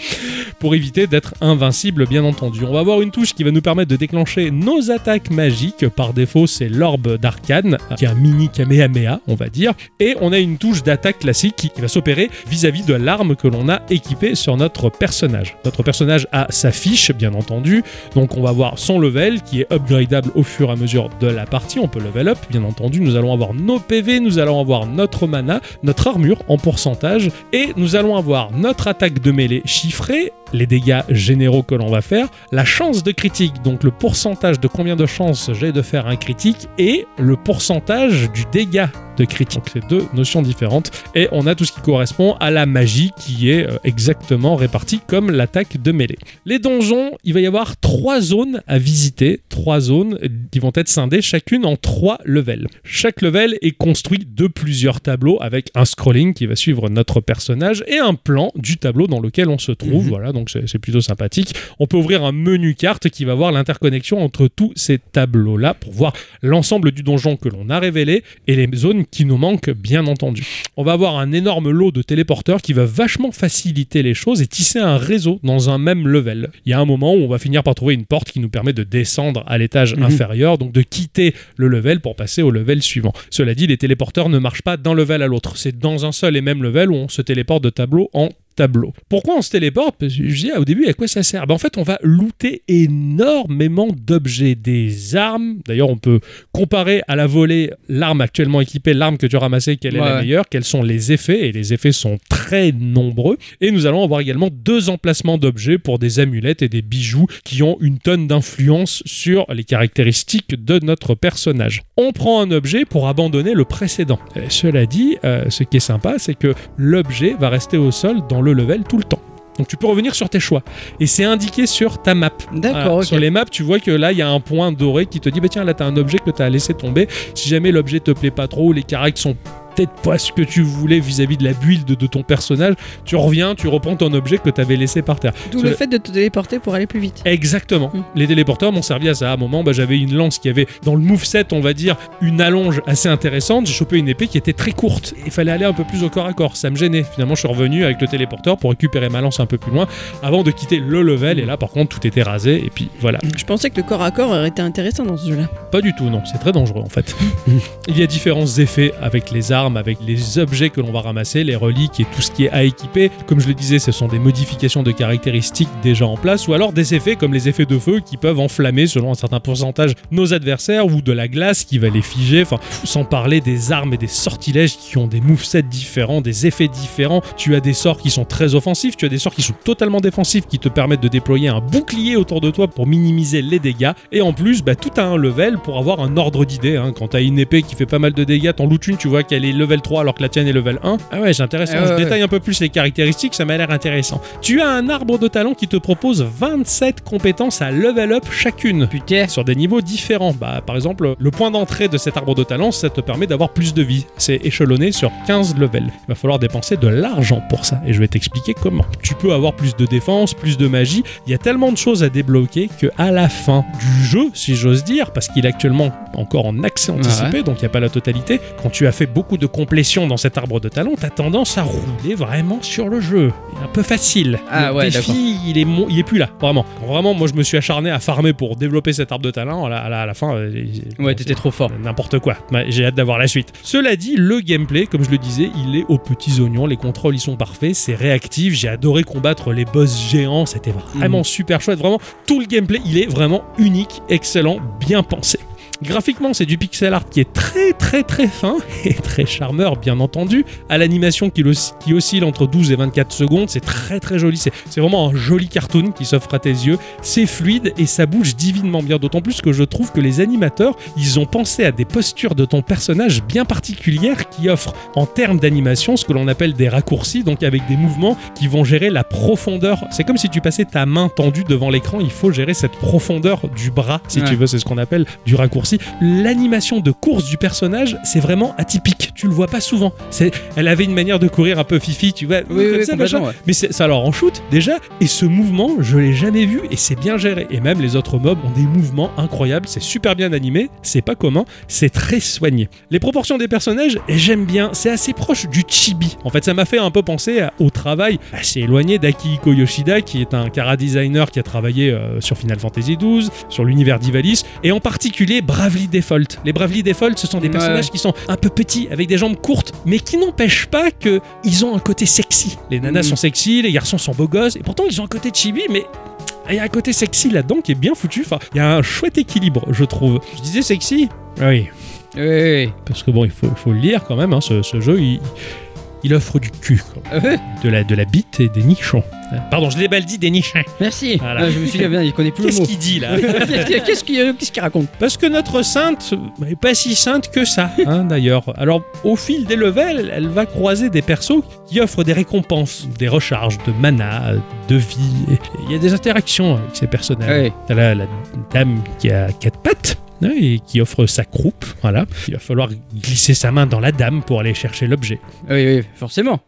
Pour éviter d'être invincible, bien entendu. On va avoir une touche qui va nous permettre de déclencher nos attaques magiques. Par défaut, c'est l'orbe d'arcane, qui est un mini Kamehameha, on va dire. Et on a une touche d'attaque classique qui qui va s'opérer vis-à-vis de l'arme que l'on a équipée sur notre personnage. Notre personnage a sa fiche, bien entendu. Donc on va avoir son level qui est upgradable au fur et à mesure de la partie. On peut level up, bien entendu. Nous allons avoir nos PV, nous allons avoir notre mana, notre armure en pourcentage, et nous allons avoir notre attaque de mêlée chiffrée, les dégâts généraux que l'on va faire, la chance de critique, donc le pourcentage de combien de chances j'ai de faire un critique, et le pourcentage du dégât de critique. Donc c'est deux notions différentes, et on a tout ce qui correspond à la magie qui est euh, exactement répartie comme l'attaque de mêlée. Les donjons, il va y avoir trois zones à visiter, trois zones qui vont être scindées chacune en trois levels. Chaque level est construit de plusieurs tableaux avec un scrolling qui va suivre notre personnage et un plan du tableau dans lequel on se trouve.
Mhm.
Voilà, donc c'est c'est plutôt sympathique. On peut ouvrir un menu carte qui va voir l'interconnexion entre tous ces tableaux-là pour voir l'ensemble du donjon que l'on a révélé et les zones qui nous manquent, bien entendu. On va avoir un énorme lot de téléporteurs qui va vachement faciliter les choses et tisser un réseau dans un même level. Il y a un moment où on va finir par trouver une porte qui nous permet de descendre à l'étage
Mhm.
inférieur, donc de quitter le level pour passer au level suivant. Cela dit, les téléporteurs ne marchent pas d'un level à l'autre. C'est dans un seul et même level où on se téléporte de tableau en tableau. Pourquoi on se téléporte Parce que je disais ah, au début à quoi ça sert Ben, En fait, on va looter énormément d'objets, des armes. D'ailleurs, on peut comparer à la volée l'arme actuellement équipée, l'arme que tu as ramassée, quelle est
Ouais,
la
ouais.
meilleure, quels sont les effets, et les effets sont très nombreux. Et nous allons avoir également deux emplacements d'objets pour des amulettes et des bijoux qui ont une tonne d'influence sur les caractéristiques de notre personnage. On prend un objet pour abandonner le précédent. Euh, cela dit, euh, ce qui est sympa, c'est que l'objet va rester au sol dans le level tout le temps. Donc tu peux revenir sur tes choix. Et c'est indiqué sur ta map. Voilà.
D'accord, ok.
Ah, Sur les maps, tu vois que là, il y a un point doré qui te dit bah tiens, là, t'as un objet que t'as laissé tomber. Si jamais l'objet te plaît pas trop, ou les caractères sont peut-être pas ce que tu voulais vis-à-vis de la build de ton personnage, tu reviens, tu reprends ton objet que t'avais laissé par terre.
D'où
Sur
le
le-
fait de te téléporter pour aller plus vite.
Exactement.
Mm.
Les téléporteurs m'ont servi à ça. À un moment, bah, j'avais une lance qui avait, dans le moveset, on va dire, une allonge assez intéressante. J'ai chopé une épée qui était très courte. Il fallait aller un peu plus au corps à corps. Ça me gênait. Finalement, je suis revenu avec le téléporteur pour récupérer ma lance un peu plus loin avant de quitter le level. Et là, par contre, tout était rasé. Et puis voilà.
Je pensais que le corps à corps aurait été intéressant dans ce jeu-là.
Pas du tout, non, c'est très dangereux en fait. Il y a différents effets avec les armes, avec les objets que l'on va ramasser, les reliques et tout ce qui est à équiper. Comme je le disais, ce sont des modifications de caractéristiques déjà en place, ou alors des effets comme les effets de feu qui peuvent enflammer selon un certain pourcentage nos adversaires, ou de la glace qui va les figer, enfin, sans parler des armes et des sortilèges qui ont des movesets différents, des effets différents. Tu as des sorts qui sont très offensifs, tu as des sorts qui sont totalement défensifs, qui te permettent de déployer un bouclier autour de toi pour minimiser les dégâts. Et en plus, bah, tout a un level pour avoir un ordre d'idée. hein. Quand t'as une épée qui fait pas mal de dégâts, t'en loot une, tu vois qu'elle est level 3 alors que la tienne est level 1. Ah ouais, c'est intéressant.
Ah ouais,
Je
ouais.
détaille un peu plus les caractéristiques, ça m'a l'air intéressant. Tu as un arbre de talent qui te propose 27 compétences à level up chacune
Putain.
sur des niveaux différents. Bah, par exemple, le point d'entrée de cet arbre de talent, ça te permet d'avoir plus de vie. C'est échelonné sur 15 levels. Il va falloir dépenser de l'argent pour ça. Et je vais t'expliquer comment. Tu peux avoir plus de défense, plus de magie. Il y a tellement de choses à débloquer que à la fin du jeu, si j'ose dire, parce qu'il est actuellement encore en accès anticipé, donc il n'y a pas la totalité, quand tu as fait beaucoup de complétion dans cet arbre de talent, t'as tendance à rouler vraiment sur le jeu. Il est un peu facile.
Ah
Le
ouais,
défi
d'accord.
il- il est, mon- il est plus là, vraiment. Vraiment, moi, je me suis acharné à farmer pour développer cet arbre de talent. À la, à la- à la fin, euh, j'ai-
Ouais, t'étais trop fort.
n'importe quoi. Bah, J'ai hâte d'avoir la suite. Cela dit, le gameplay, comme je le disais, il est aux petits oignons. Les contrôles, ils sont parfaits. C'est réactif. J'ai adoré combattre les boss géants. C'était vraiment super chouette. Vraiment, tout le gameplay, il est vraiment unique, excellent, bien pensé. Graphiquement, c'est du pixel art qui est très très très fin et très charmeur, bien entendu. À l'animation qui, le- qui oscille entre 12 et 24 secondes, c'est très très joli. C'est c'est vraiment un joli cartoon qui s'offre à tes yeux. C'est fluide et ça bouge divinement bien. D'autant plus que je trouve que les animateurs, ils ont pensé à des postures de ton personnage bien particulières qui offrent en termes d'animation ce que l'on appelle des raccourcis, donc avec des mouvements qui vont gérer la profondeur. C'est comme si tu passais ta main tendue devant l'écran, il faut gérer cette profondeur du bras, si
Ouais.
tu veux, c'est ce qu'on appelle du raccourci. L'animation de course du personnage, c'est vraiment atypique. Tu le vois pas souvent. C'est, elle avait une manière de courir un peu fifi, tu vois,
Oui,
comme
oui,
ça, machin.
complètement, ouais.
Mais c'est- ça leur en shoot déjà, et ce mouvement, je l'ai jamais vu, et c'est bien géré. Et même les autres mobs ont des mouvements incroyables, c'est super bien animé, c'est pas commun, c'est très soigné. Les proportions des personnages, j'aime bien, c'est assez proche du chibi. En fait, ça m'a fait un peu penser à- au travail assez éloigné d'Akihiko Yoshida, qui est un chara designer qui a travaillé euh, sur Final Fantasy XII, sur l'univers d'Ivalice, et en particulier Bravely Default. Les Bravely Default, ce sont des
Ouais.
personnages qui sont un peu petits, avec des jambes courtes, mais qui n'empêchent pas que ils ont un côté sexy. Les nanas
Mhm.
sont sexy, les garçons sont beaux gosses, et pourtant ils ont un côté chibi, mais il y a un côté sexy là-dedans qui est bien foutu. Enfin, il y a un chouette équilibre, je trouve. Je disais sexy Ah Oui,
Oui,
parce que bon, il faut, faut le lire quand même, hein, ce, ce jeu, il, il offre du cul, quoi.
oui, oui.
de la, de la bite et des nichons. Pardon, je l'ai mal dit, des nichons.
Merci.
Voilà.
Ah, je me suis dit, ah, bien, il connaît plus le
Qu'est-ce
mot.
qu'il dit là
Qu'est-ce qu'il- Qu'est-ce qu'il qu'est-ce qu'il raconte
Parce que notre sainte n'est pas si sainte que ça, hein, d'ailleurs. Alors, au fil des levels, elle va croiser des persos qui offrent des récompenses, des recharges de mana, de vie. Et Il y a des interactions avec ces personnages.
Ouais.
T'as la, la dame qui a quatre pattes. hein, Et qui offre sa croupe, voilà. Il va falloir glisser sa main dans la dame pour aller chercher l'objet.
Ah Oui, oui, forcément.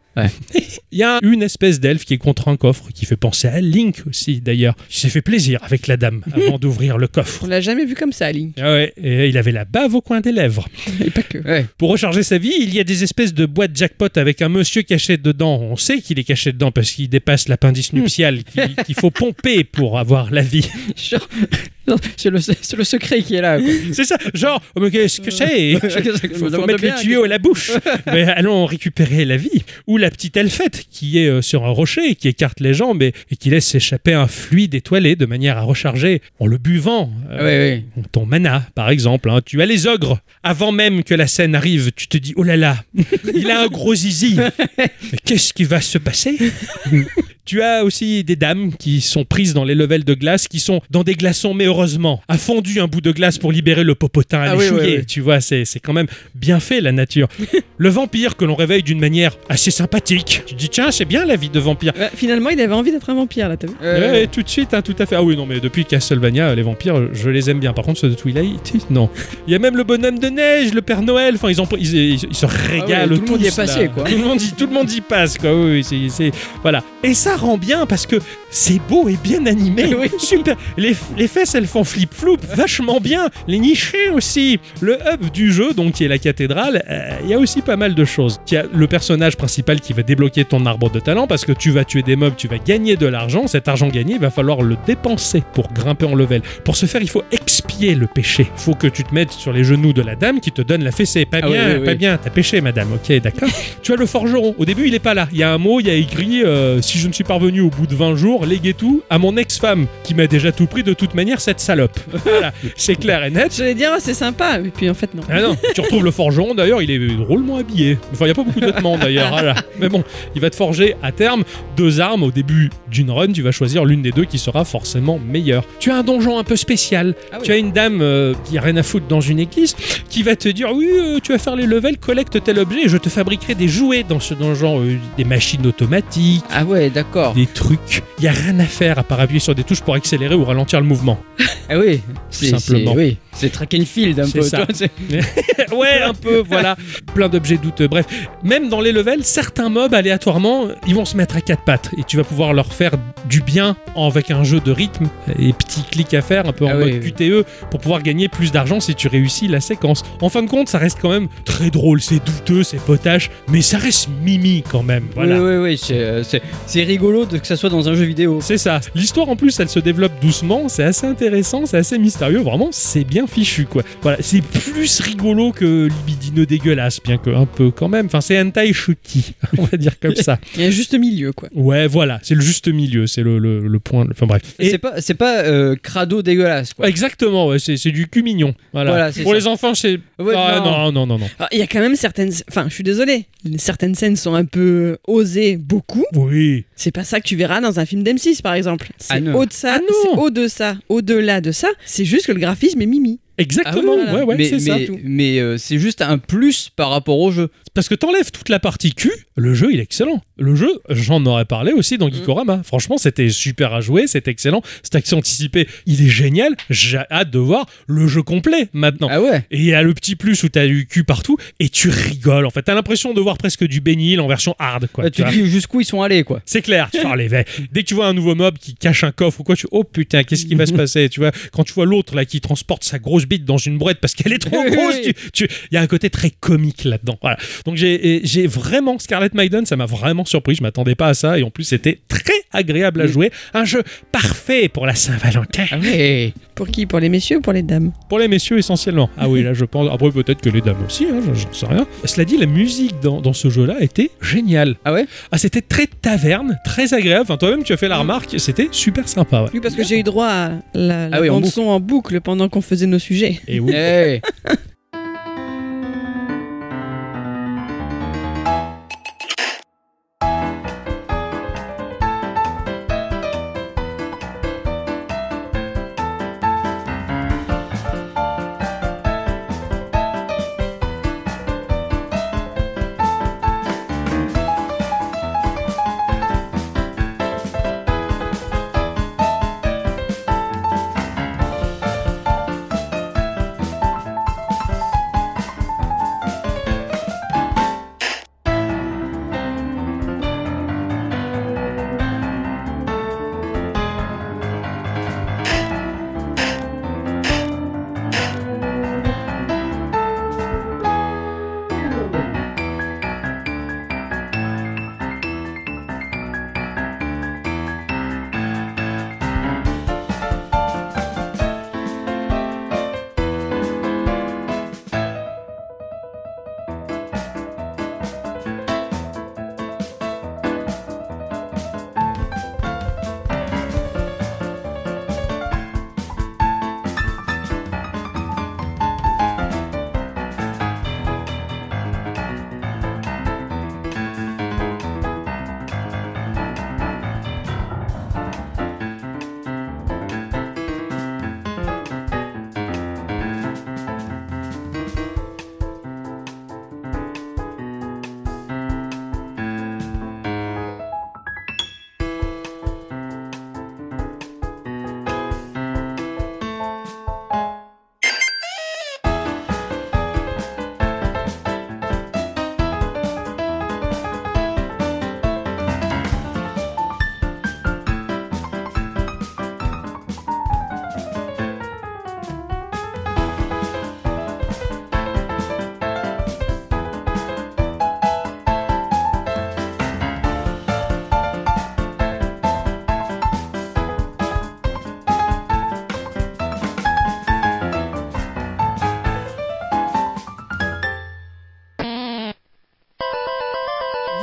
Il y a une espèce d'elfe qui est contre un coffre, qui fait penser à Link aussi d'ailleurs. Il s'est fait plaisir avec la dame avant d'ouvrir le
On
coffre.
l'a jamais vu comme ça, Link.
Ah ouais, et il avait la bave au coin des lèvres.
Et pas que.
Ouais.
Pour recharger sa vie, il y a des espèces de boîtes jackpot avec un monsieur caché dedans. On sait qu'il est caché dedans parce qu'il dépasse
Hmm.
l'appendice nuptial qu'il qu'il faut pomper pour avoir la vie.
Genre- C'est le, c'est le secret qui est là. quoi.
C'est ça, genre, oh, mais qu'est-ce que c'est
Euh, Je me
faut, faut
demande
mettre
bien,
le tuyau à la bouche. mais allons récupérer la vie. Ou la petite elfette qui est euh, sur un rocher, et qui écarte les jambes et, et qui laisse s'échapper un fluide étoilé de manière à recharger en le buvant.
Ah,
euh,
Ouais,
Ton mana, par exemple. hein. Tu as les ogres. Avant même que la scène arrive, tu te dis Oh là là, il a un gros zizi. Mais qu'est-ce qui va se passer Tu as aussi des dames qui sont prises dans les levels de glace, qui sont dans des glaçons, mais heureusement, a fondu un bout de glace pour libérer le popotin à
Ah oui,
l'échouiller.
oui, oui.
Tu vois, c'est c'est quand même bien fait, la nature. le vampire que l'on réveille d'une manière assez sympathique. Tu te dis Tiens, c'est bien la vie de vampire.
Ouais, Bah, finalement, il avait envie d'être un vampire, là, t'as vu
ouais. Euh,
Ah Ouais, tout de suite, hein, tout à fait. Ah oui, non, mais depuis Castlevania, euh, les vampires, je les aime bien. Par contre, ceux de Twilight, non. Il y a même le bonhomme de neige, le Père Noël. Enfin, ils, ont, ils, ils- ils se régalent
Ah tout le monde y est
tous, là.
passé, quoi.
Tout le monde y, tout le monde y passe, quoi. Oui, oui, c'est- c'est- voilà. Et ça rend bien parce que c'est beau et bien animé.
Oui.
Super. Les, les fesses, elles font flip flop vachement bien. Les nichés aussi. Le hub du jeu, donc qui est la cathédrale, euh, il y a aussi pas mal de choses. Il y a le personnage principal qui va débloquer ton arbre de talent parce que tu vas tuer des mobs, tu vas gagner de l'argent. Cet argent gagné, il va falloir le dépenser pour grimper en level. Pour ce faire, il faut expier le péché. Il faut que tu te mettes sur les genoux de la dame qui te donne la fessée. Pas
Ah
bien,
oui, oui,
pas
oui.
bien, t'as péché, madame. Ok, d'accord. tu as le forgeron. Au début, il est pas là. Il y a un mot, il y a écrit euh, si je ne suis parvenu au bout de 20 jours, léguez tout à mon ex-femme qui m'a déjà tout pris de toute manière cette salope. voilà, c'est clair et net.
J'allais dire, Ah, c'est sympa, et puis en fait, non.
Ah non, tu retrouves le forgeron d'ailleurs, il est drôlement habillé. Enfin, il n'y a pas beaucoup de vêtements d'ailleurs. voilà. Mais bon, il va te forger à terme deux armes. Au début d'une run, tu vas choisir l'une des deux qui sera forcément meilleure. Tu as un donjon un peu spécial.
Ah oui.
Tu as une dame euh, qui a rien à foutre dans une église qui va te dire Oui, euh, tu vas faire les levels, collecte tel objet et je te fabriquerai des jouets dans ce donjon, euh, des machines automatiques.
Ah ouais, d'accord.
Des trucs. Il n'y a rien à faire à part appuyer sur des touches pour accélérer ou ralentir le mouvement.
Ah oui, c'est
simplement.
c'est- oui, c'est track and field un
C'est
peu.
ça.
tu vois, c'est-
ouais, un peu, voilà. Plein d'objets douteux. Bref, même dans les levels, certains mobs, aléatoirement, ils vont se mettre à quatre pattes. Et tu vas pouvoir leur faire du bien avec un jeu de rythme et petits clics à faire, un peu en
Ah
mode
oui, oui.
QTE, pour pouvoir gagner plus d'argent si tu réussis la séquence. En fin de compte, ça reste quand même très drôle. C'est douteux, c'est potache, mais ça reste mimi quand même. Voilà.
Oui, oui, oui, c'est, euh, c'est c'est rigolo de que ça soit dans un jeu vidéo.
C'est ça. L'histoire en plus, elle se développe doucement, c'est assez intéressant, c'est assez mystérieux, vraiment, c'est bien bien fichu, quoi. Voilà, c'est plus rigolo que libidineux dégueulasse, bien que un peu quand même. Enfin, c'est hentai chuki, on va dire comme ça.
Il y a juste milieu, quoi.
Ouais, voilà, c'est le juste milieu, c'est le, le- le point. Enfin bref.
Et
Et-
c'est pas, c'est pas euh, crado dégueulasse. Quoi.
Exactement, ouais, c'est c'est du cul mignon. Voilà.
Voilà, c'est
Pour
ça.
les enfants, c'est.
Ouais,
ah,
non.
non, non, non, non.
Alors, Il y a quand même certaines. Enfin, je suis désolée. Certaines scènes sont un peu osées beaucoup.
Oui.
C'est pas ça que tu verras dans un film d'M6, par exemple.
Ah
C'est
non.
au de ça,
Ah non.
c'est au de ça, au-delà de ça. C'est juste que le graphisme est mimi.
Exactement,
Ah oui, voilà.
ouais, ouais,
mais
c'est ça.
mais, mais, euh, c'est juste un plus par rapport au jeu.
Parce que t'enlèves toute la partie cul, le jeu il est excellent. Le jeu, j'en aurais parlé aussi dans Gikorama. Franchement, c'était super à jouer, c'était excellent. Cette action anticipée, il est génial. J'ai hâte de voir le jeu complet maintenant.
Ah ouais
Et il y a le petit plus où t'as du cul partout et tu rigoles en fait. T'as l'impression de voir presque du Benny Hill en version hard quoi.
Bah,
tu
Tu
vois.
dis jusqu'où ils sont allés quoi.
C'est clair, tu parles les veilles. Dès que tu vois un nouveau mob qui cache un coffre ou quoi, tu oh putain, qu'est-ce qui va se passer Tu vois, quand tu vois l'autre là qui transporte sa grosse bite dans une brouette parce qu'elle est trop
Oui,
grosse,
oui.
tu- tu- il y a un côté très comique là-dedans. Voilà. Donc j'ai et j'ai vraiment Scarlett Maiden, ça m'a vraiment surpris, je m'attendais pas à ça et en plus c'était très agréable à jouer, un jeu parfait pour la Saint-Valentin.
Ah ouais
Pour qui Pour les messieurs ou pour les dames
Pour les messieurs essentiellement. Ah oui, là je pense. Après peut-être que les dames aussi, hein, j'en- j'en sais rien. Cela dit, la musique dans, dans ce jeu-là était géniale.
Ah ouais
Ah c'était très taverne, très agréable. Enfin toi-même tu as fait la remarque, c'était super sympa. Ouais.
Oui, parce que j'ai eu droit à la, la
Ah oui, en
bande
boucle.
son en boucle pendant qu'on faisait nos sujets.
Et oui.
Eh.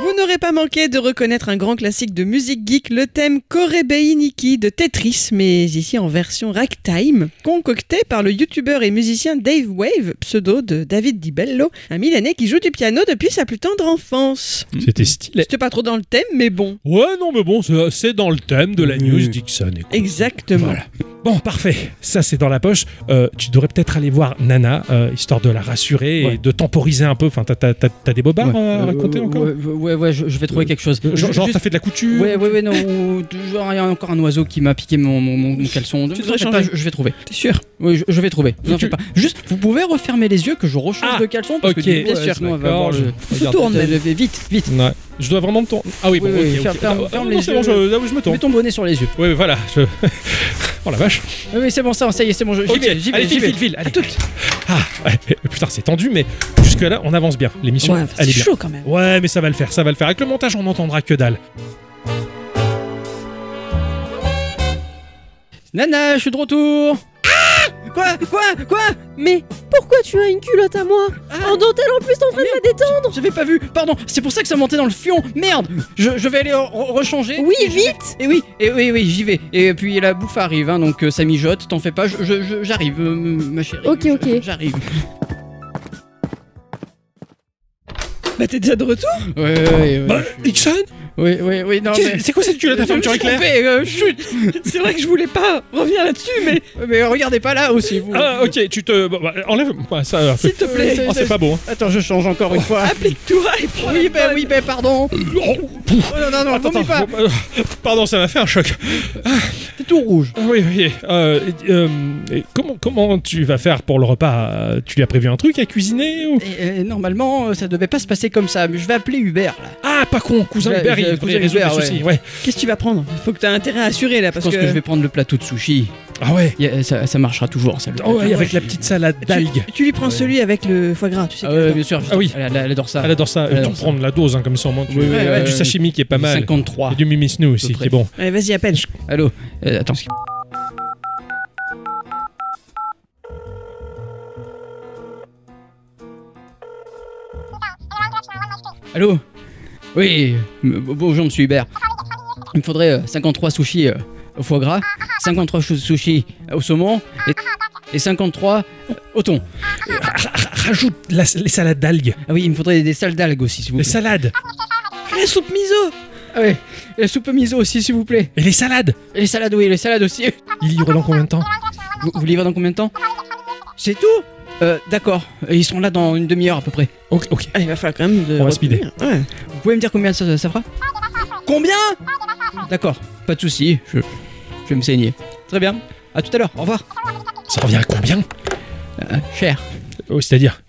Vous n'aurez pas manqué de reconnaître un grand classique de musique geek, le thème Korebei Nikki de Tetris, mais ici en version ragtime, concocté par le youtubeur et musicien Dave Wave, pseudo de David Di Bello, un Milanais qui joue du piano depuis sa plus tendre enfance.
C'était stylé.
C'était pas trop dans le thème, mais bon.
Ouais, non, mais bon, c'est c'est dans le thème de la
Oui.
news Dixon. écoute.
Exactement.
Voilà. Bon, parfait. Ça, c'est dans la poche. Euh, tu devrais peut-être aller voir Nana, euh, histoire de la rassurer et
Ouais.
de temporiser un peu. Enfin, t'as- t'as t'as- t'as des bobards
Ouais.
euh, à raconter
Euh,
encore Euh,
ouais, Ouais, ouais, je, je vais trouver quelque chose.
Genre, genre,
Juste-
t'as fait de la couture
Ouais, ouais, ouais, non, ou- genre, il y a encore un oiseau qui m'a piqué mon, mon, mon- mon caleçon.
Tu
Vous en
devrais
faites
changer.
pas, je, je vais trouver.
T'es sûr
Oui, je, je vais trouver. Vous en
Tu-
faites pas. Juste, vous pouvez refermer les yeux que je rechange
Ah,
de caleçon parce
ok,
que du coup,
bien
euh,
sûr.
sinon, on va
D'accord,
voir le.
je-
Regarde,
tourne,
euh,
même.
Vite, vite.
Ouais. Je dois vraiment me tourner. Ah oui, bon,
Oui,
ok,
oui,
ok.
ferme- ferme-
Ah,
ferme
non,
les
c'est bon,
yeux.
je, là où je me tourne.
Mets ton bonnet sur les yeux.
Ouais, voilà. je- oh la vache.
Oui, oui, c'est bon, ça, ça y est, c'est bon. je- J'y
Ok,
vais, j'y vais,
allez,
j'y
file,
vais.
file, file. Allez. Ah, ouais. putain, c'est tendu, mais jusque-là, on avance bien. L'émission,
Ouais,
elle
c'est
est bien.
chaud quand même.
Ouais, mais ça va le faire, ça va le faire. Avec le montage, on n'entendra que dalle.
Nana, je suis de retour. Ah
Quoi Quoi Quoi
Mais pourquoi tu as une culotte à moi
Ah,
En dentelle en plus, t'es en train de la détendre
J'avais pas vu, pardon, c'est pour ça que ça montait dans le fion. Merde
Je, je vais aller re- re- rechanger.
Oui,
Et je vais-
vite
Et oui, et oui, oui, j'y vais. Et puis la bouffe arrive, hein, donc euh, ça mijote. T'en fais pas, je- je- je- j'arrive, euh, ma chérie.
Ok,
Je-
ok.
J'arrive.
Bah t'es déjà de retour
Ouais, ouais, ouais.
Bah, Ixon
Oui, oui, oui, non,
qu'est-
mais.
C'est quoi cette culotte à
Je me
fermeture
suis
éclair
trompé, euh, chut.
C'est vrai que je voulais pas revenir là-dessus, mais
Mais regardez pas là aussi, vous.
Ah, ok, tu te. bon, bah, enlève. moi ça. alors,
s'il te
Euh,
plaît,
c'est-
Oh, c'est pas beau. hein.
Attends, je change encore une fois.
applique-toi et prends
Oui,
la
bah
bonne.
oui, bah pardon.
Oh, pouf.
Oh, non, non, non,
Attends,
vomis pas.
attends, bon, euh, pardon, ça m'a fait un choc.
C'est tout rouge.
Ah Oui, oui. euh, et, euh, et comment, comment tu vas faire pour le repas Euh, Tu lui as prévu un truc à cuisiner ou...
Et, euh, normalement, euh, ça devait pas se passer comme ça, mais je vais appeler Hubert là.
Ah, pas con, cousin
J'ai-
Hubert,
j'ai-
il
cousin
pourrait résoudre
Hubert,
les soucis. Ouais.
Qu'est-ce que tu vas prendre Faut que t'as intérêt à assurer là,
Je
parce
pense que... je vais prendre le plateau de sushi.
Ah ouais.
Y a- ça, ça marchera toujours, ça. le
Oh, ouais,
plateau.
avec la petite salade d'algues.
Tu, tu lui prends
Ouais.
celui avec le foie gras, tu sais.
Ah
que
ouais,
j'adore.
bien sûr.
Ah oui.
Elle, elle- elle adore ça.
Elle adore ça.
Elle
Elle
adore
t'en
ça.
prendre la dose, hein, comme ça, au moins. Tu...
Oui, oui,
Ouais,
ouais,
du
ouais.
sashimi qui est pas mal.
53.
Et du mimisnu aussi,
peu
qui
près.
est bon.
Allez, vas-y, appelle.
Allô Euh, Attends. Allô Oui, m- bonjour monsieur Hubert. Il me faudrait euh, 53 sushis euh, au foie gras, 53 chou- sushis euh, au saumon et, et 53 au thon.
Rajoute la- les salades d'algues.
Ah oui, il me faudrait des salles d'algues aussi, s'il vous
Les
plaît.
salades.
Ah, La soupe miso
Ah oui, et la soupe miso aussi, s'il vous plaît.
Et les salades.
Et les salades, oui, les salades aussi.
Il y aura dans combien de temps
Vous, vous livrez dans combien de temps C'est tout euh, D'accord, Euh, ils sont là dans une demi-heure à peu près.
Ok, ok.
Ah, Il va falloir quand même de.
On va
retenir. Ouais.
Vous pouvez me dire combien ça, ça fera Combien D'accord, pas de souci. Je, je vais me saigner. Très bien, à tout à l'heure, au revoir.
Ça revient à combien
Euh, cher,
Oh, C'est-à-dire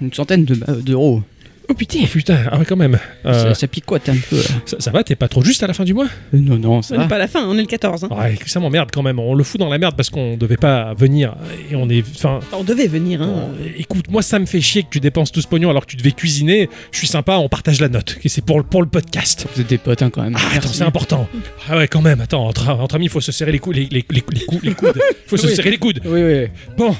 une centaine de- euh, d'euros.
Oh putain, putain, ah ouais, quand même. Euh,
Ça, ça picote un peu. Euh,
ça, ça va, t'es pas trop juste à la fin du mois
non, non, ça
On n'est
va.
pas à la fin, on est le 14. hein.
Ah. Ouais, ça m'emmerde quand même. On le fout dans la merde parce qu'on devait pas venir et on est. Enfin,
On devait venir, hein.
bon,
Ah.
écoute, moi ça me fait chier que tu dépenses tout ce pognon alors que tu devais cuisiner. Je suis sympa, on partage la note. Et c'est pour, le- pour le podcast.
Vous êtes des potes hein, quand même.
Ah, attends,
Merci.
c'est important. Ah ouais, quand même. Attends, entre, entre amis, faut se serrer les coudes, les, les, les, les cou- les coudes. Faut se
Oui.
serrer les coudes.
Oui, oui.
Bon,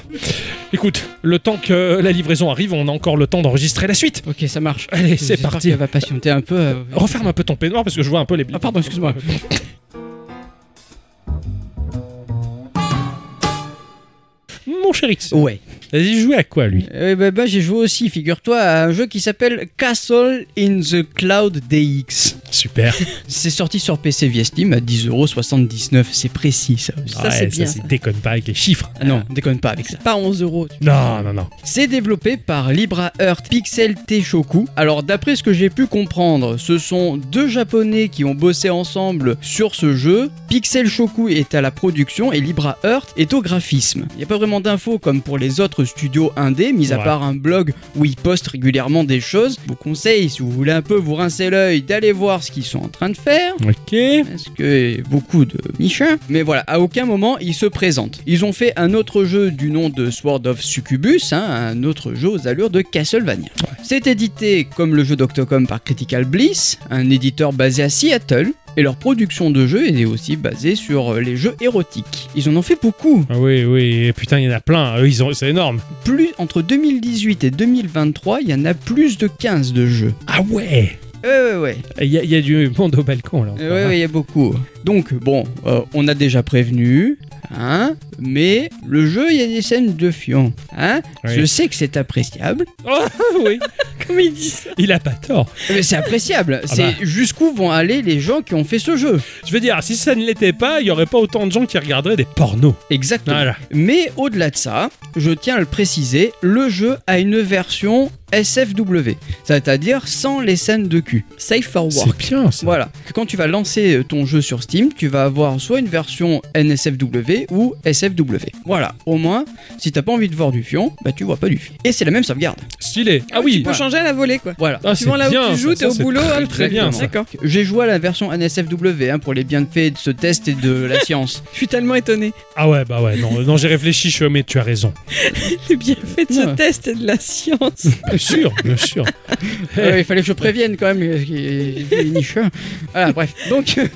écoute, le temps que la livraison arrive, on a encore le temps d'enregistrer la suite.
Ok, ça marche.
Allez, c'est
J'espère
parti. Oh,
qu'elle va patienter un peu. euh.
Referme un peu ton peignoir parce que je vois un peu les.
Ah, pardon, excuse-moi.
Mon chéri,
Ouais.
vas-y, jouer à quoi lui
Eh ben, ben, j'ai joué aussi, figure-toi, à un jeu qui s'appelle Castle in the Cloud DX.
Super.
C'est sorti sur PC via Steam à 10,79€, c'est précis ça aussi.
Ça, c'est bien,
Ça, c'est
ça.
déconne pas avec les chiffres.
Ah non, déconne pas avec ça.
C'est pas 11 euros.
Non, non, non.
C'est développé par Libra Earth Pixel Teishoku. Alors d'après ce que j'ai pu comprendre, ce sont deux japonais qui ont bossé ensemble sur ce jeu. Pixel Shoku est à la production et Libra Earth est au graphisme. Il n'y a pas vraiment d'infos comme pour les autres studios indés, mis à
Ouais.
part un blog où ils postent régulièrement des choses. Je vous conseille, si vous voulez un peu vous rincer l'œil, d'aller voir ce qu'ils sont en train de faire
Ok.
parce que beaucoup de Michin. Mais voilà, à aucun moment ils se présentent. Ils ont fait un autre jeu du nom de Sword of Succubus, hein, un autre jeu aux allures de Castlevania. C'est édité comme le jeu d'Octocom par Critical Bliss, un éditeur basé à Seattle. Et leur production de jeux est aussi basée sur euh, les jeux érotiques. Ils en ont fait beaucoup.
Ah oui, oui, et putain, il y en a plein. Eux, ils ont, c'est énorme.
Plus entre 2018 et 2023, il y en a plus de 15 de jeux.
Ah ouais.
Ouais, ouais, ouais.
Il y, a- il y a du monde au balcon là. encore,
Euh, ouais,
hein.
ouais, il y a beaucoup. Donc, bon, euh, on a déjà prévenu, hein, mais le jeu, il y a des scènes de fion, hein.
Oui.
Je sais que c'est appréciable,
Oh, oui.
Comme il dit ça.
Il a pas tort.
mais c'est appréciable. c'est
bah.
jusqu'où vont aller les gens qui ont fait ce jeu.
Je veux dire, si ça ne l'était pas, il y aurait pas autant de gens qui regarderaient des pornos.
Exactement.
Voilà.
Mais au-delà de ça, je tiens à le préciser, le jeu a une version SFW, c'est-à-dire sans les scènes de cul.
Safe for work.
C'est bien ça.
Voilà, que quand tu vas lancer euh, ton jeu sur Steam, tu vas avoir soit une version NSFW ou SFW. Voilà, au moins, si t'as pas envie de voir du fion, bah tu vois pas du fion. Et c'est la même sauvegarde.
Stylé. Ah
Tu
oui.
peux changer à la volée, quoi.
Voilà.
Ah,
Suivant
c'est
là où
bien,
tu
ça,
joues, t'es
ça,
au
c'est
boulot,
Très,
hop,
très bien. ça.
D'accord.
J'ai joué à la version NSFW hein, pour les bienfaits de ce test et de la science.
Je suis tellement étonnée.
Ah ouais, bah ouais. Non, non, j'ai réfléchi. Je suis mais tu as raison.
T'es bien fait de
Ah.
Ouais.
ce test et de la science.
Bien sûr, bien sûr.
Euh, il fallait que je prévienne quand même. euh, qu'il y ait des nicheurs. voilà, bref. Donc,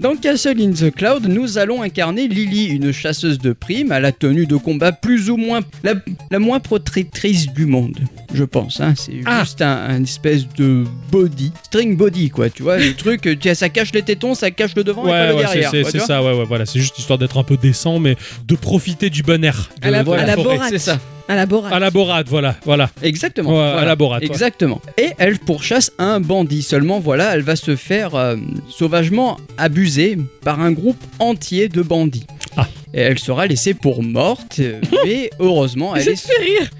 Dans Castle in the Cloud, nous allons incarner Lily, une chasseuse de primes à la tenue de combat plus ou moins la, la moins protectrice du monde, je pense. hein. C'est
Ah.
juste un, un espèce de body, string body quoi, tu vois, le truc, tu vois, ça cache les tétons, ça cache le devant et pas
Ouais,
le
ouais, c'est-
derrière.
c'est
quoi, tu
c'est
vois.
ça, ouais, ouais, voilà. C'est juste histoire d'être un peu décent, mais de profiter du bon air. de-
À la,
voilà,
à la
forêt.
Borat, c'est ça.
À la Borat.
À la borade, voilà, voilà.
Exactement.
Ouais,
voilà.
À la borade. ouais.
Exactement. Et elle pourchasse un bandit. Seulement, voilà, elle va se faire euh, sauvagement abuser par un groupe entier de bandits.
Ah.
Et elle sera laissée pour morte, euh, mais heureusement, elle
Ça
est
te fait rire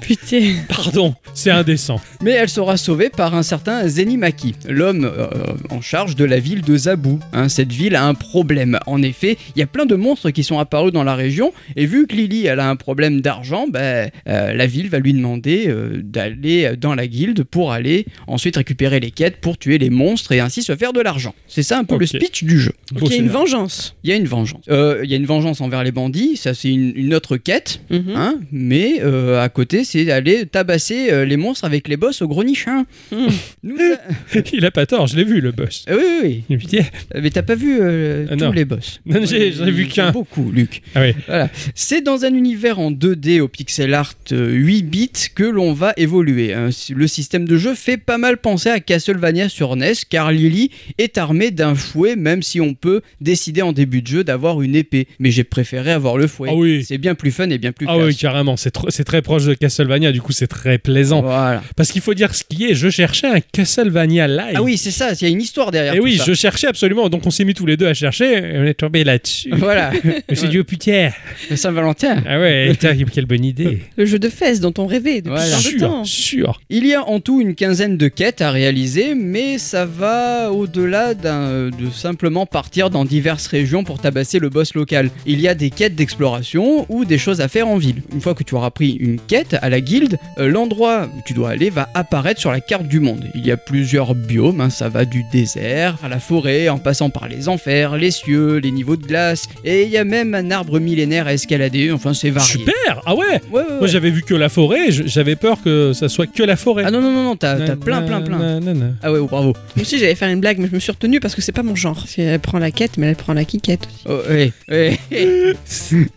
Putain.
Pardon, c'est indécent.
Mais elle sera sauvée par un certain Zenimaki, l'homme euh, en charge de la ville de Zabu. Hein, cette ville a un problème. En effet, il y a plein de monstres qui sont apparus dans la région, et vu que Lily elle a un problème d'argent, ben, euh, la ville va lui demander euh, d'aller dans la guilde pour aller ensuite récupérer les quêtes pour tuer les monstres et ainsi se faire de l'argent. C'est ça un peu le
Ok.
speech du jeu.
Il y a une vengeance.
Il y a une vengeance. Euh, Il y a une vengeance envers les bandits, ça c'est une- une autre quête.
Mm-hmm.
Mhm.
Hein, mais euh, à côté, c'est aller tabasser euh, les monstres avec les boss au gros nichin.
Mm.
Nous, a-
Il a pas tort, je l'ai vu le boss.
Euh, oui, oui,
Putain.
oui. Mais t'as pas vu euh,
Ah,
tous
non.
les boss.
Non, j'ai- j'en ai vu
Il y en a
qu'un.
Beaucoup, Luc.
Ah oui.
Voilà. C'est dans un univers en 2D au pixel art euh, 8 bits que l'on va évoluer. hein. Le système de jeu fait pas mal penser à Castlevania sur NES car Lily est armée d'un fouet même si on peut décider en début de jeu d'avoir une épée. Mais j'ai préféré avoir le fouet.
Ah oui.
C'est bien plus fun et bien plus
Ah
classe.
oui, carrément, c'est tr- c'est très proche de Castlevania, du coup c'est très plaisant.
Voilà.
Parce qu'il faut dire ce qui est, je cherchais un Castlevania live.
Ah oui, c'est ça, il y a une histoire derrière.
Et
tout
Eh oui,
ça.
je cherchais absolument, donc on s'est mis tous les deux à chercher, et on est tombé là-dessus.
Voilà,
Et J'ai dit, oh putain,
le Saint-Valentin.
ah ouais, putain, quelle bonne idée. Ah,
Le jeu de fesses dont on rêvait depuis
Voilà.
tant de temps.
Euh, Sûr, sûr.
Il y a en tout une quinzaine de quêtes à réaliser, mais ça va au-delà d'un- euh, de simplement partir dans diverses régions pour tabasser le boss local. Il y a des quêtes d'exploration ou des choses à faire en ville. Une fois que tu auras pris une quête à la guilde, euh, l'endroit où tu dois aller va apparaître sur la carte du monde. Il y a plusieurs biomes, hein, ça va du désert à la forêt, en passant par les enfers, les cieux, les niveaux de glace, et il y a même un arbre millénaire à escalader, enfin c'est varié.
Super, ah ouais.
Ouais, ouais, ouais.
Moi j'avais vu que la forêt, je- j'avais peur que ça soit que la forêt.
Ah non, non, non, non, t'as t'as plein, plein, plein.
Nanana.
Ah ouais, oh, bravo.
Moi aussi, j'allais faire une blague, mais je me suis retenue parce que c'est pas mon genre. Si elle prend la quête, mais elle prend la quiquette.
Oh, ouais, ouais.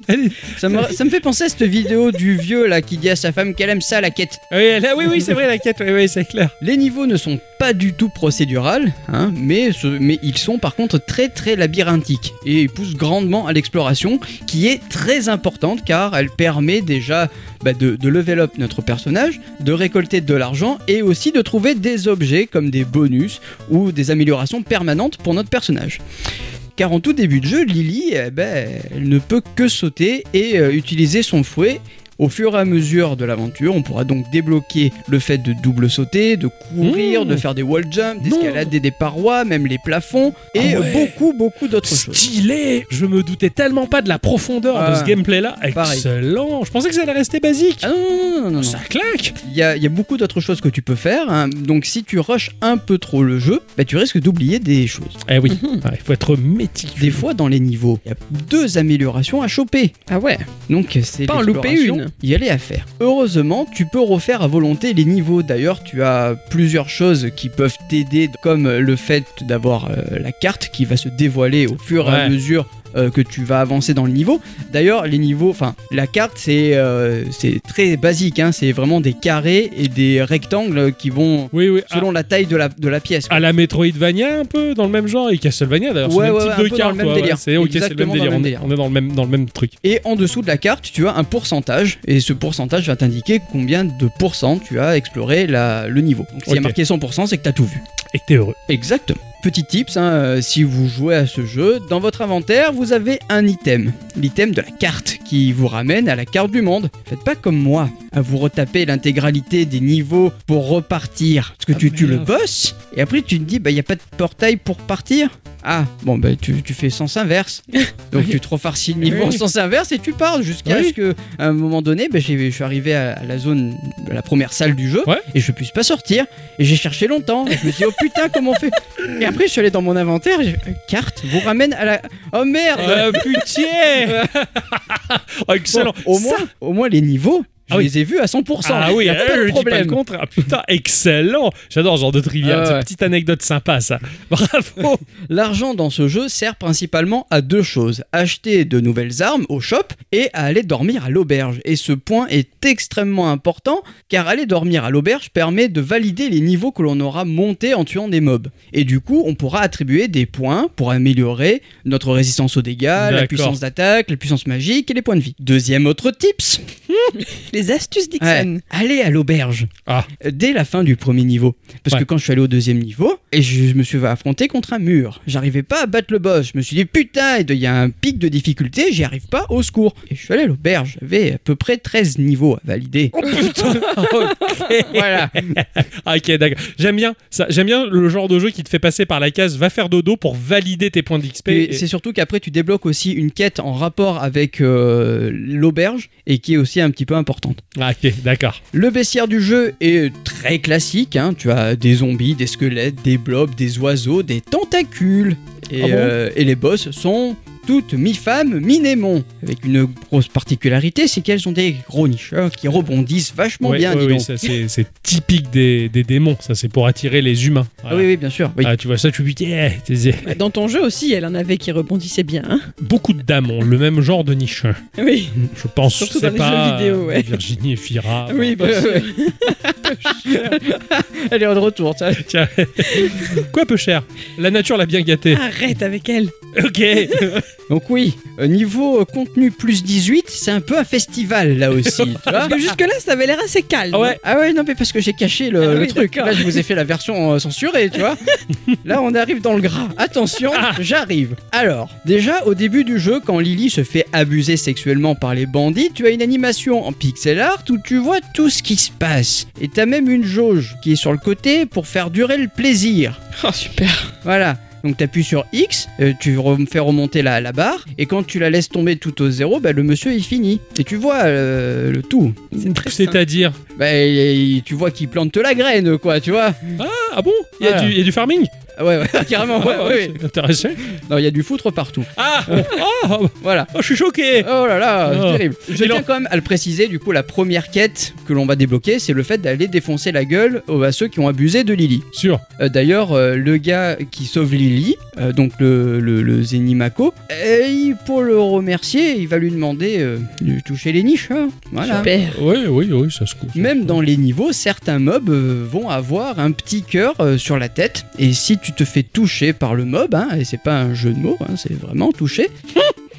Allez.
ça, me, ça me fait penser à cette vidéo du vieux là qui dit à sa femme qu'elle aime ça la quête.
Ah Oui, là, oui, oui, c'est vrai, la quête, oui, oui, c'est clair.
Les niveaux ne sont pas du tout procédurales, hein, mais, ce- mais ils sont par contre très très labyrinthiques et poussent grandement à l'exploration qui est très importante car elle permet déjà bah, de, de level up notre personnage, de récolter de l'argent et aussi de trouver des objets comme des bonus ou des améliorations permanentes pour notre personnage. Car en tout début de jeu, Lily eh ben, elle ne peut que sauter et euh, utiliser son fouet. Au fur et à mesure de l'aventure, on pourra donc débloquer le fait de double sauter, de courir,
Mmh.
de faire des wall jumps, d'escalader des parois, même les plafonds, et
Ah ouais.
beaucoup, beaucoup d'autres choses.
Stylé Je me doutais tellement pas de la profondeur de
Ouais.
ce gameplay-là.
Ah. Pareil.
Excellent Je pensais que ça allait rester basique.
Ah non, non, non, non, non, non.
Ça claque
Il y, a- il y a beaucoup d'autres choses que tu peux faire, hein. donc si tu rushes un peu trop le jeu, bah, tu risques d'oublier des choses.
Eh oui, il faut être méticuleux.
Des fois, dans les niveaux, il y a deux améliorations à choper.
Ah ouais
Donc c'est
Pas en louper
l'exploration,
une.
Y aller à faire. Heureusement, tu peux refaire à volonté les niveaux. D'ailleurs, tu as plusieurs choses qui peuvent t'aider, comme le fait d'avoir euh, la carte qui va se dévoiler au fur et à
Ouais.
mesure. euh, que tu vas avancer dans le niveau. D'ailleurs, les niveaux, enfin, la carte, c'est euh, c'est très basique. hein. c'est vraiment des carrés et des rectangles qui vont
Oui,
Ah.
oui.
selon la taille de la, de la pièce.
À, à la Metroidvania un peu, dans le même genre, et Castlevania d'ailleurs,
Ouais,
c'est le
ouais,
même type
ouais, un
de
peu dans
carte.
le même
quoi,
délire.
ouais, c'est ok, c'est le
Exactement
même
dans
délire.
le
on
même
est-
délire.
On est dans le même, dans le même truc.
Et en dessous de la carte, tu as un pourcentage. Et ce pourcentage va t'indiquer combien de pourcents tu as exploré la- le niveau. Donc, s'il y a
Ok.
marqué 100%, c'est que tu as tout vu.
Et que t'es heureux.
Exactement. Petit tips, hein, euh, si vous jouez à ce jeu, dans votre inventaire, vous avez un item. L'item de la carte qui vous ramène à la carte du monde. Faites pas comme moi, à vous retaper l'intégralité des niveaux pour repartir. Parce que tu
Ah,
tues le
merde.
boss, et après tu te dis, bah y a pas de portail pour partir. Ah, bon bah tu, tu fais sens inverse. Donc tu te refarcis le niveau en
Oui.
sens inverse et tu pars jusqu'à
Oui.
ce que, à un moment donné, bah, j'ai- je suis arrivé à, à la zone, à la première salle du jeu,
Ouais.
et je puisse pas sortir. Et j'ai cherché longtemps. Et je me suis dit, oh putain, comment on fait Et après, je suis allé dans mon inventaire. J'ai fait, euh, carte vous ramène à la. Oh merde
Ah, putain Oh, Excellent
Bon, au, moins, au moins, les niveaux, Je
Ah oui.
les ai vus à 100%.
Ah oui,
y a
hein,
pas de
je dis pas le
problème.
contraire. Putain, excellent. J'adore ce genre de trivia.
Ah ouais.
C'est une petite anecdote sympa, ça. Bravo.
L'argent dans ce jeu sert principalement à deux choses acheter de nouvelles armes au shop et à aller dormir à l'auberge. Et ce point est extrêmement important car aller dormir à l'auberge permet de valider les niveaux que l'on aura montés en tuant des mobs. Et du coup, on pourra attribuer des points pour améliorer notre résistance aux dégâts, la
D'accord.
puissance d'attaque, la puissance magique et les points de vie. Deuxième autre tips
Les astuces Dixon.
Ouais, aller à l'auberge Euh,
Ah.
dès la fin du premier niveau. Parce
Ouais.
que quand je suis allé au deuxième niveau, et je me suis affronté contre un mur. J'arrivais pas à battre le boss. Je me suis dit putain, il y a un pic de difficulté, j'y arrive pas, au secours. Et je suis allé à l'auberge. J'avais à peu près 13 niveaux à valider.
Oh,
voilà.
Ah, ok, d'accord. J'aime bien ça. J'aime bien le genre de jeu qui te fait passer par la case va faire dodo pour valider tes points d'XP.
Et c'est surtout qu'après tu débloques aussi une quête en rapport avec euh, l'auberge et qui est aussi un petit peu importante.
Ah, ok, d'accord.
Le bestiaire du jeu est très classique, hein. tu as des zombies, des squelettes, des blobs, des oiseaux, des tentacules. Et,
Ah bon
euh, et les boss sont toutes mi-femmes, mi-némon. Avec une grosse particularité, c'est qu'elles ont des gros nicheurs qui rebondissent vachement
Ouais,
bien,
ouais,
dis
oui,
donc.
ça, c'est c'est typique des, des démons. Ça, c'est pour attirer les humains.
Ah oui, oui, bien sûr. oui.
Ah, tu vois ça, tu dis yeah, t'es- t'es-
Dans ton jeu aussi, elle en avait qui rebondissaient bien. hein.
beaucoup de dames ont le même genre de niche.
oui,
Je pense,
Surtout
je sais
dans les
pas,
jeux vidéo,
euh,
ouais.
Virginie et Fira.
oui,
bah,
bien sûr.
Elle est de retour, ça.
tiens. Quoi peu cher La nature l'a bien gâté.
Arrête avec elle.
Ah.
Ok.
Donc oui, euh, niveau euh, contenu plus 18, c'est un peu un festival là aussi. tu vois.
Parce que jusque-là, ça avait l'air assez calme.
Ah ouais.
Ah ouais, non, mais parce que j'ai caché le,
Ah
le
oui,
truc.
d'accord.
Là, je vous ai fait la version euh, censurée, tu vois. Là, on arrive dans le gras. Attention, j'arrive. Alors, déjà, au début du jeu, quand Lily se fait abuser sexuellement par les bandits, tu as une animation en pixel art où tu vois tout ce qui se passe. Et t'as même une jauge qui est sur le côté pour faire durer le plaisir.
Oh, super.
Voilà. Donc t'appuies sur X, euh, tu re- fais remonter la, la barre, et quand tu la laisses tomber tout au zéro, bah, le monsieur il finit. Et tu vois euh, le tout.
C'est très simple.
C'est-à-dire
Bah, il- il- tu vois qu'il plante la graine, quoi, tu vois.
Ah bon Il y, a
Voilà.
du- il y a du farming
Ah Ouais, ouais, carrément, ouais, ouais, ouais.
C'est intéressant.
Non, il y a du foutre partout.
Ah oh,
Voilà.
oh, Je suis choqué
Oh là là,
Oh.
c'est terrible. Je
Dis
tiens
donc.
quand même à le préciser, du coup, la première quête que l'on va débloquer, c'est le fait d'aller défoncer la gueule aux- à ceux qui ont abusé de Lily.
Sûr.
Euh, D'ailleurs, euh, le gars qui sauve Lily, euh, donc le, le, le Zenimako, euh, il- pour le remercier, il va lui demander euh, de toucher les niches. hein. Voilà.
Super.
Oui, oui, oui, ça se coupe.
Même dans les niveaux, certains mobs euh, vont avoir un petit cœur euh, sur la tête. Et si tu te fais toucher par le mob, hein, et c'est pas un jeu de mots, hein, c'est vraiment toucher,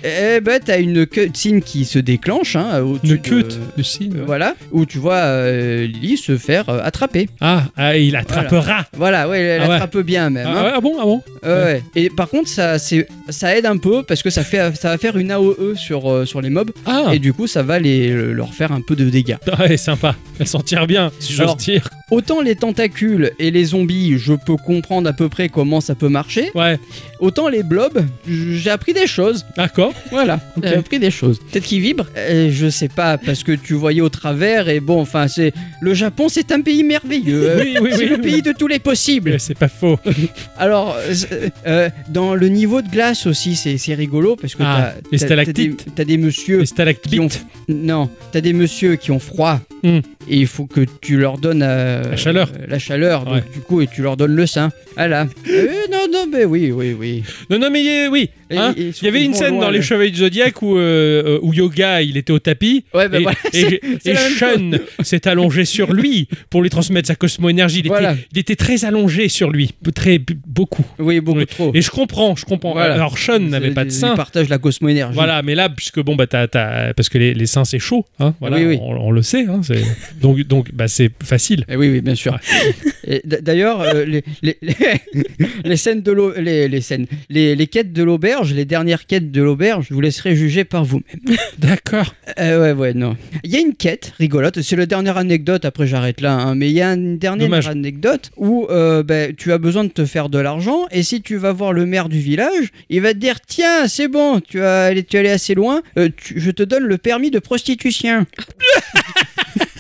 eh ben t'as une cutscene qui se déclenche. Hein, au-dessus
Une
de-
queue de signe.
euh, Voilà, où tu vois euh, Lily se faire euh, attraper.
Ah, ah, il attrapera
Voilà, ouais, elle
Ah ouais.
attrape bien même. hein.
ah, ouais, ah bon, ah bon
Ouais, ouais. Et par contre, ça, c'est- ça aide un peu parce que ça, fait, ça va faire une AOE sur, euh, sur les mobs
Ah
et du coup, ça va les, leur faire un peu de dégâts.
Ouais, sympa. Elle s'en tire bien, si j'ose
Alors-
dire.
Autant les tentacules et les zombies, je peux comprendre à peu près comment ça peut marcher.
Ouais,
Autant les blobs, j- j'ai appris des choses.
d'accord.
Voilà,
Ok.
j'ai appris des choses.
Peut-être qu'il vibre.
Euh, je sais pas parce que tu voyais au travers et bon, enfin, c'est le Japon, c'est un pays merveilleux. Euh,
Oui, oui,
c'est
oui,
le
oui.
pays de tous les possibles.
Ouais, C'est pas faux.
Alors, euh, euh, dans le niveau de glace aussi, c'est c'est rigolo parce que
Ah, les
t'as- t'as- t'as des,
stalactites.
t'as des messieurs
Les
qui ont-
stalactites.
non, t'as des messieurs qui ont froid
Hmm.
et il faut que tu leur donnes euh,
La chaleur.
euh, la chaleur, donc
Ouais.
du coup, et tu leur donnes le sein. Ah là. Euh, non, non, mais oui, oui, oui.
Non, non, mais euh, oui.
Et-
hein,
et
il y avait
ils
une
vont
scène
loin,
dans
là.
Les Chevaliers du Zodiac où, euh, euh, où Yoga, il était au tapis.
Ouais, bah
et,
voilà,
et-
c'est-
et
c'est la même
Sean s'est allongé sur lui pour lui transmettre sa cosmo-énergie. Il, était-
Voilà.
il était très allongé sur lui, très beaucoup.
Oui, beaucoup
Oui.
trop.
Et je comprends, je comprends.
Voilà.
Alors Sean n'avait pas de
Ils
sein.
partagent la cosmo-énergie.
Voilà, mais là, puisque bon, bah, t'as- t'as- parce que les, les seins c'est chaud, hein, voilà,
Oui, oui.
On, on le sait, hein, c'est- donc donc bah c'est facile.
Eh oui, oui, bien sûr. Et d- D'ailleurs, euh, les, les- les- les scènes de l'au- les, les scènes, les, les quêtes de l'auberge, les dernières quêtes de l'auberge, je vous laisserai juger par vous-même.
D'accord.
Euh, ouais, ouais, non. Il y a une quête rigolote. C'est la dernière anecdote. Après, j'arrête là. hein, mais il y a une dernière
Dommage.
anecdote où euh, ben, tu as besoin de te faire de l'argent et si tu vas voir le maire du village, il va te dire tiens, c'est bon, tu as allé, tu es allé assez loin. euh, tu- je te donne le permis de prostitution.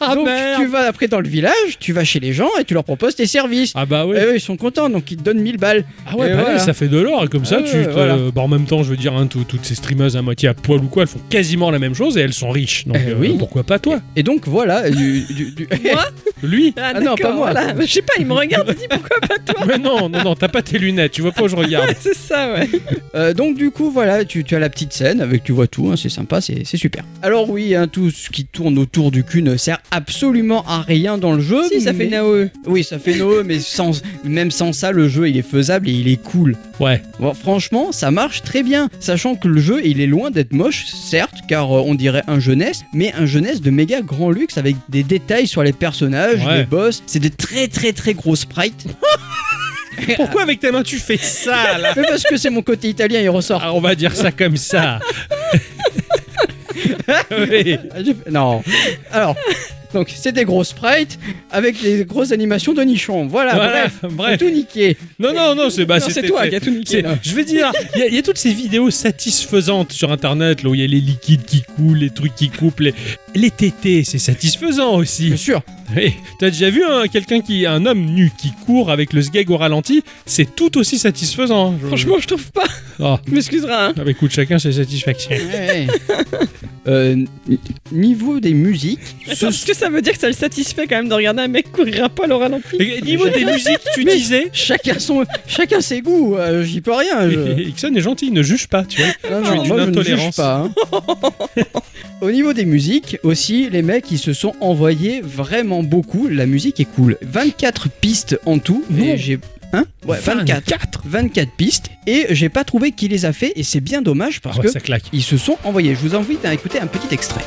Ah
donc
merde
tu vas après dans le village, tu vas chez les gens et tu leur proposes tes services.
Ah bah ouais.
Et eux, ils sont contents, donc ils te donnent 1000 balles.
Ah ouais,
Et
bah
voilà.
oui, ça fait de l'or. Et comme ça,
Ah
tu
ouais,
te-
voilà.
bah, en même temps, je veux dire, hein, tout- toutes ces streameuses à moitié à poil ou quoi, elles font quasiment la même chose et elles sont riches. Donc euh,
Eh oui.
pourquoi pas toi
Et donc voilà. du- du- du-
Moi
Lui
Ah,
Ah non,
d'accord,
pas moi.
voilà. Je sais pas, il me regarde, il dit pourquoi pas toi
Mais non, non, non, t'as pas tes lunettes, tu vois pas où je regarde.
C'est ça, ouais.
Euh, donc du coup voilà, tu, tu as la petite scène avec tu vois tout, hein, c'est sympa, c'est c'est super. Alors oui, hein, tout ce qui tourne autour du cul ne sert absolument à rien dans le jeu.
Si, ça fait
mais-
une AOE.
Oui, ça fait Noé, mais sans, même sans ça, le jeu il est faisable et il est cool.
Ouais.
Bon, franchement, ça marche très bien, sachant que le jeu il est loin d'être moche, certes, car euh, on dirait un jeunesse, mais un jeunesse de méga grand luxe avec des détails sur les personnages,
Ouais.
les boss. C'est des très très très gros sprites.
Pourquoi avec tes mains tu fais ça Ah là
Mais parce que c'est mon côté italien, il ressort.
Ah, On va dire ça comme ça. Oui.
Ah, j'ai fait- Non. Alors, donc c'est des gros sprites avec des grosses animations de nichons. Voilà,
Voilà,
bref.
bref.
c'est Tout niqué.
Non, non, non, c'est bah,
Non, c'est
c'était-
toi qui as tout niqué.
c'est-
là.
Je veux dire, il y a- il y, a toutes ces vidéos satisfaisantes sur internet là, où il y a les liquides qui coulent, les trucs qui coupent, les, les tétés, c'est satisfaisant aussi.
Bien sûr.
Oui. T'as déjà vu un- quelqu'un qui, un homme nu qui court avec le sgeg au ralenti C'est tout aussi satisfaisant. hein. Je-
Franchement, je trouve pas.
Ah.
Tu m'excuseras. hein.
Ah bah écoute, chacun ses satisfactions.
Ouais. Euh, n- niveau des musiques, ce-
Est-ce que ça veut dire que ça le satisfait quand même de regarder un mec courir à poil au ralenti
Et niveau des musiques, tu
Mais-
disais
chacun son, chacun ses goûts. euh, J'y peux rien. je-
Ixon est gentil, il ne juge pas, tu vois.
Non,
suis
non,
d'une
moi, je ne
intolérance.
juge pas. hein. Au niveau des musiques aussi, les mecs ils se sont envoyés vraiment beaucoup. La musique est cool. 24 pistes en tout.
Non.
Et j'ai hein ouais 24.
4
24 pistes et j'ai pas trouvé qui les a fait et c'est bien dommage parce
Ah ouais,
que
ça claque.
ils se sont envoyés. Je vous invite à écouter un petit extrait.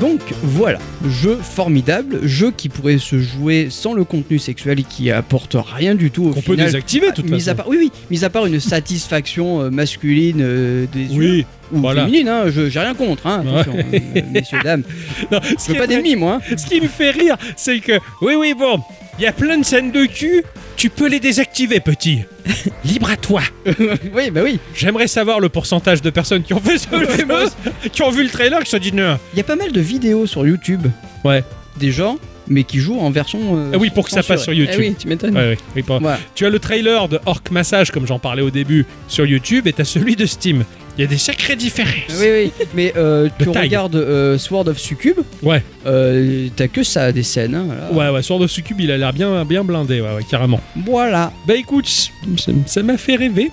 Donc voilà, jeu formidable, jeu qui pourrait se jouer sans le contenu sexuel et qui apporte rien du tout au
Qu'on peut
final.
désactiver, de toute
mis à
façon.
part, oui, oui, mis à part une satisfaction euh, masculine euh, des yeux
Oui,
ou
voilà.
féminine, hein, je- j'ai rien contre, hein, attention, euh, messieurs, dames.
Non, ce,
Je
qui
veux pas
est-
d'ennemis, moi. hein.
ce qui me fait rire, c'est que, oui, oui, bon, il y a plein de scènes de cul, tu peux les désactiver, petit. Libre à toi.
oui, bah oui.
J'aimerais savoir le pourcentage de personnes qui ont fait ce jeu, qui ont vu le trailer, qui se sont dit non.
Il y a pas mal de vidéos sur YouTube.
Ouais.
Des gens, mais qui jouent en version. euh,
Ah oui, pour que ça
censurée.
passe sur YouTube.
Ah oui, tu m'étonnes.
Ouais, ouais, oui, pas-
Voilà.
Tu as le trailer de Orc Massage, comme j'en parlais au début, sur YouTube, et t'as celui de Steam. Il y a des sacrées différences.
Ah Oui, oui, mais euh,
De
tu
taille.
regardes euh, Sword of Succube.
Ouais.
Euh, T'as que ça des scènes. hein, voilà.
Ouais, ouais, Sword of Succube, il a l'air bien, bien blindé, ouais, ouais, carrément.
Voilà.
Bah écoute, ça- ça m'a fait rêver.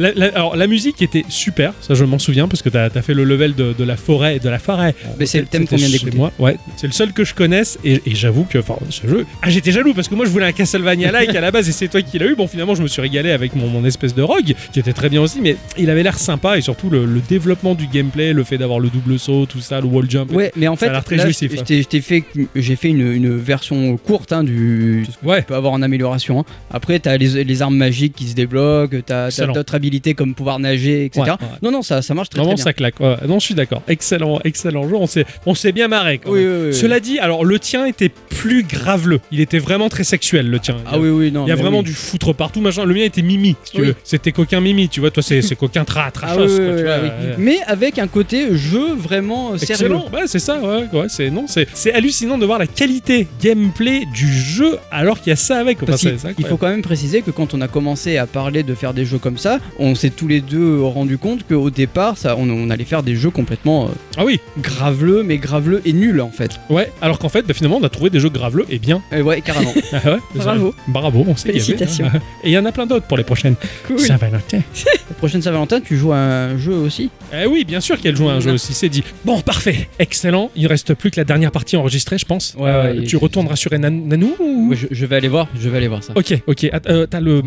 La- la- alors, la musique était super, ça je m'en souviens, parce que t'as as fait le level de, de la forêt, de la forêt.
Mais c'est le thème qu'on
C'était
vient
chez
d'écouter.
moi, ouais. C'est le seul que je connaisse, et, et j'avoue que, enfin, ce jeu... Ah, j'étais jaloux, parce que moi je voulais un Castlevania-like à la base, et c'est toi qui l'as eu. Bon, finalement, je me suis régalé avec mon, mon espèce de rogue, qui était très bien aussi, mais il avait l'air sympa, et surtout le, le développement du gameplay, le fait d'avoir le double saut, tout ça, le wall jump.
Ouais, mais en
Ça
fait,
a l'air très
là,
jouissif,
je-
hein.
je t'ai- je t'ai fait, j'ai fait une, une version courte hein, du.
Ouais,
Tu peux avoir en amélioration. hein. Après, t'as les, les armes magiques qui se débloquent, t'as t'as
Excellent.
d'autres habilités comme pouvoir nager, etc.
ouais, ouais.
Non, non, ça, ça marche très,
Vraiment,
très bien.
ça claque. Ouais, non, je suis d'accord. Excellent, excellent jeu. On s'est, on s'est bien marré. Quand
Oui,
même.
oui, oui, oui.
Cela dit, alors le tien était plus graveleux. Il était vraiment très sexuel, le tien.
Ah oui, oui, non.
Il y a
mais
vraiment
oui.
du foutre partout, machin. Le mien était mimi, si tu
Oui.
veux. C'était coquin mimi, tu vois. Toi, c'est, c'est coquin tratra autre
Ah
chose.
oui,
quoi,
oui,
tu
oui,
vois,
oui.
ouais.
Mais avec un côté jeu vraiment euh, sérieux.
Excellent, ouais, c'est ça, ouais, ouais, c'est non, c'est c'est hallucinant de voir la qualité gameplay du jeu alors qu'il y a ça avec. Enfin,
Parce qu'il-
c'est- c'est
il
incroyable.
faut quand même préciser que quand on a commencé à parler de faire des jeux comme ça, on s'est tous les deux rendu compte qu'au départ, ça, on, on allait faire des jeux complètement euh,
Ah oui,
graveleux, mais graveleux et nuls en fait.
ouais. Alors qu'en fait, bah, finalement, on a trouvé des jeux graveleux et bien.
Et ouais, carrément.
Ah ouais,
Bravo.
bravo, on s'est gavé.
Félicitations.
hein. Et il y en a plein d'autres pour les prochaines.
Cool.
Saint-Valentin.
La prochaine Saint-Valentin, tu joues à un jeu aussi
Eh oui, bien sûr qu'elle joue à un jeu aussi, c'est dit. Bon, parfait, excellent. Il ne reste plus que la dernière partie enregistrée, je pense. Euh,
Ouais, ouais,
tu
il-
retournes rassurer Nan- Nanou ou...
Ouais, je, je vais aller voir, je vais aller voir ça.
Ok, ok. Att- euh, t'as le.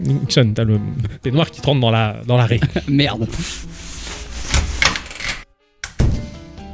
Nixon, t'as le peignoir qui te rentre dans la dans l'arrêt.
Merde.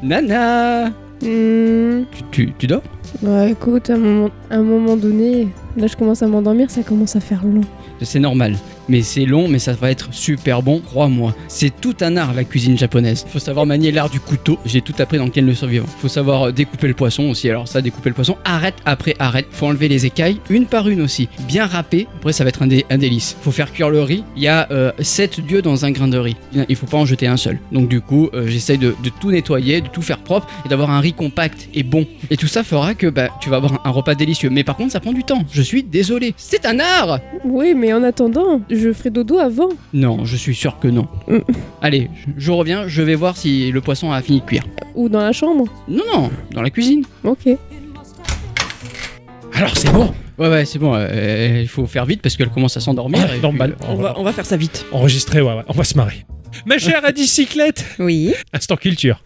Nana
Hmm,
tu, tu, tu dors
Bah écoute, à un, moment, à un moment donné, là je commence à m'endormir, ça commence à faire long.
C'est normal. Mais c'est long, mais ça va être super bon, crois-moi. C'est tout un art la cuisine japonaise. Faut savoir manier l'art du couteau. J'ai tout appris dans Ken le survivant. Faut savoir euh, découper le poisson aussi. Alors ça, découper le poisson, arrête après arrête. Faut enlever les écailles, une par une aussi. Bien râpé. Après, ça va être un, dé- un délice. Faut faire cuire le riz. Il y a 7 dieux dans un grain de riz. Il- Il faut pas en jeter un seul. Donc du coup, euh, j'essaye de, de tout nettoyer, de tout faire propre et d'avoir un riz compact et bon. Et tout ça fera que bah, tu vas avoir un- un repas délicieux. Mais par contre, ça prend du temps. Je suis désolé. C'est un art
Oui, mais en attendant, je ferai dodo avant.
non, je suis sûr que non.
Mm.
Allez, je, je reviens, je vais voir si le poisson a fini de cuire.
Ou dans la chambre.
Non, non, dans la cuisine.
Ok.
Alors c'est bon.
Ouais, ouais, c'est bon, euh, euh, il faut faire vite parce qu'elle commence à s'endormir. et puis-
Ah, normal.
On va, on va faire ça vite.
enregistrer. Ouais, ouais, on va se marrer. Ma chère à bicyclette.
Oui.
Instant culture.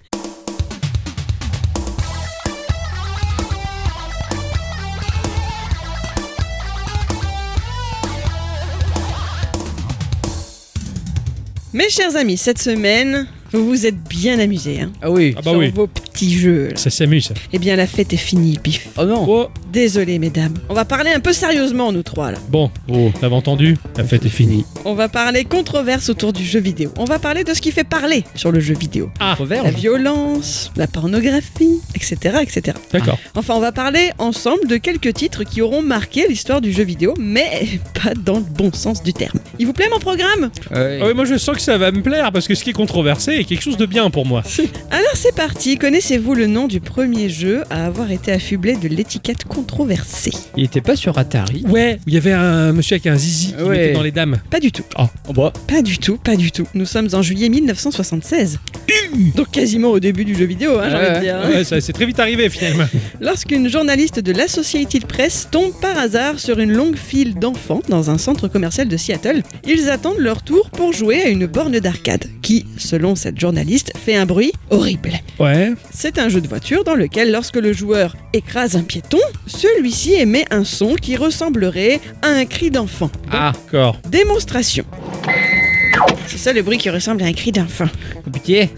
Mes chers amis, cette semaine, vous vous êtes bien amusés hein,
Ah oui.
Ah bah
sur
oui.
vos petits jeux. là.
Ça s'amuse. ça.
Eh bien, la fête est finie, pif.
Oh non.
Oh,
Désolé, mesdames. On va parler un peu sérieusement, nous trois, là.
bon, oh, t'avais entendu La fête est finie.
On va parler controverse autour du jeu vidéo. On va parler de ce qui fait parler sur le jeu vidéo.
Ah,
La
Proverbe.
violence, la pornographie, etc., etc.
D'accord.
Enfin, on va parler ensemble de quelques titres qui auront marqué l'histoire du jeu vidéo, mais pas dans le bon sens du terme. Il vous plaît mon programme
euh,
Ah oui, moi je sens que ça va me plaire parce que ce qui est controversé est quelque chose de bien pour moi.
Alors c'est parti, connaissez-vous le nom du premier jeu à avoir été affublé de l'étiquette controversée
Il était pas sur Atari.
Ouais, il y avait un monsieur avec un zizi qui
Ouais.
mettait dans les dames.
Pas du tout,
Oh bah.
pas du tout, pas du tout. Nous sommes en juillet 1976. Donc quasiment au début du jeu vidéo, hein, j'ai
Ouais,
envie de dire. hein.
Ah Ouais, ça c'est très vite arrivé finalement.
Lorsqu'une journaliste de l'Associated Press tombe par hasard sur une longue file d'enfants dans un centre commercial de Seattle, ils attendent leur tour pour jouer à une borne d'arcade, qui, selon cette journaliste, fait un bruit horrible.
Ouais.
C'est un jeu de voiture dans lequel, lorsque le joueur écrase un piéton, celui-ci émet un son qui ressemblerait à un cri d'enfant.
Ah,
D'accord.
Démonstration. C'est ça le bruit qui ressemble à un cri d'enfant.
pitié.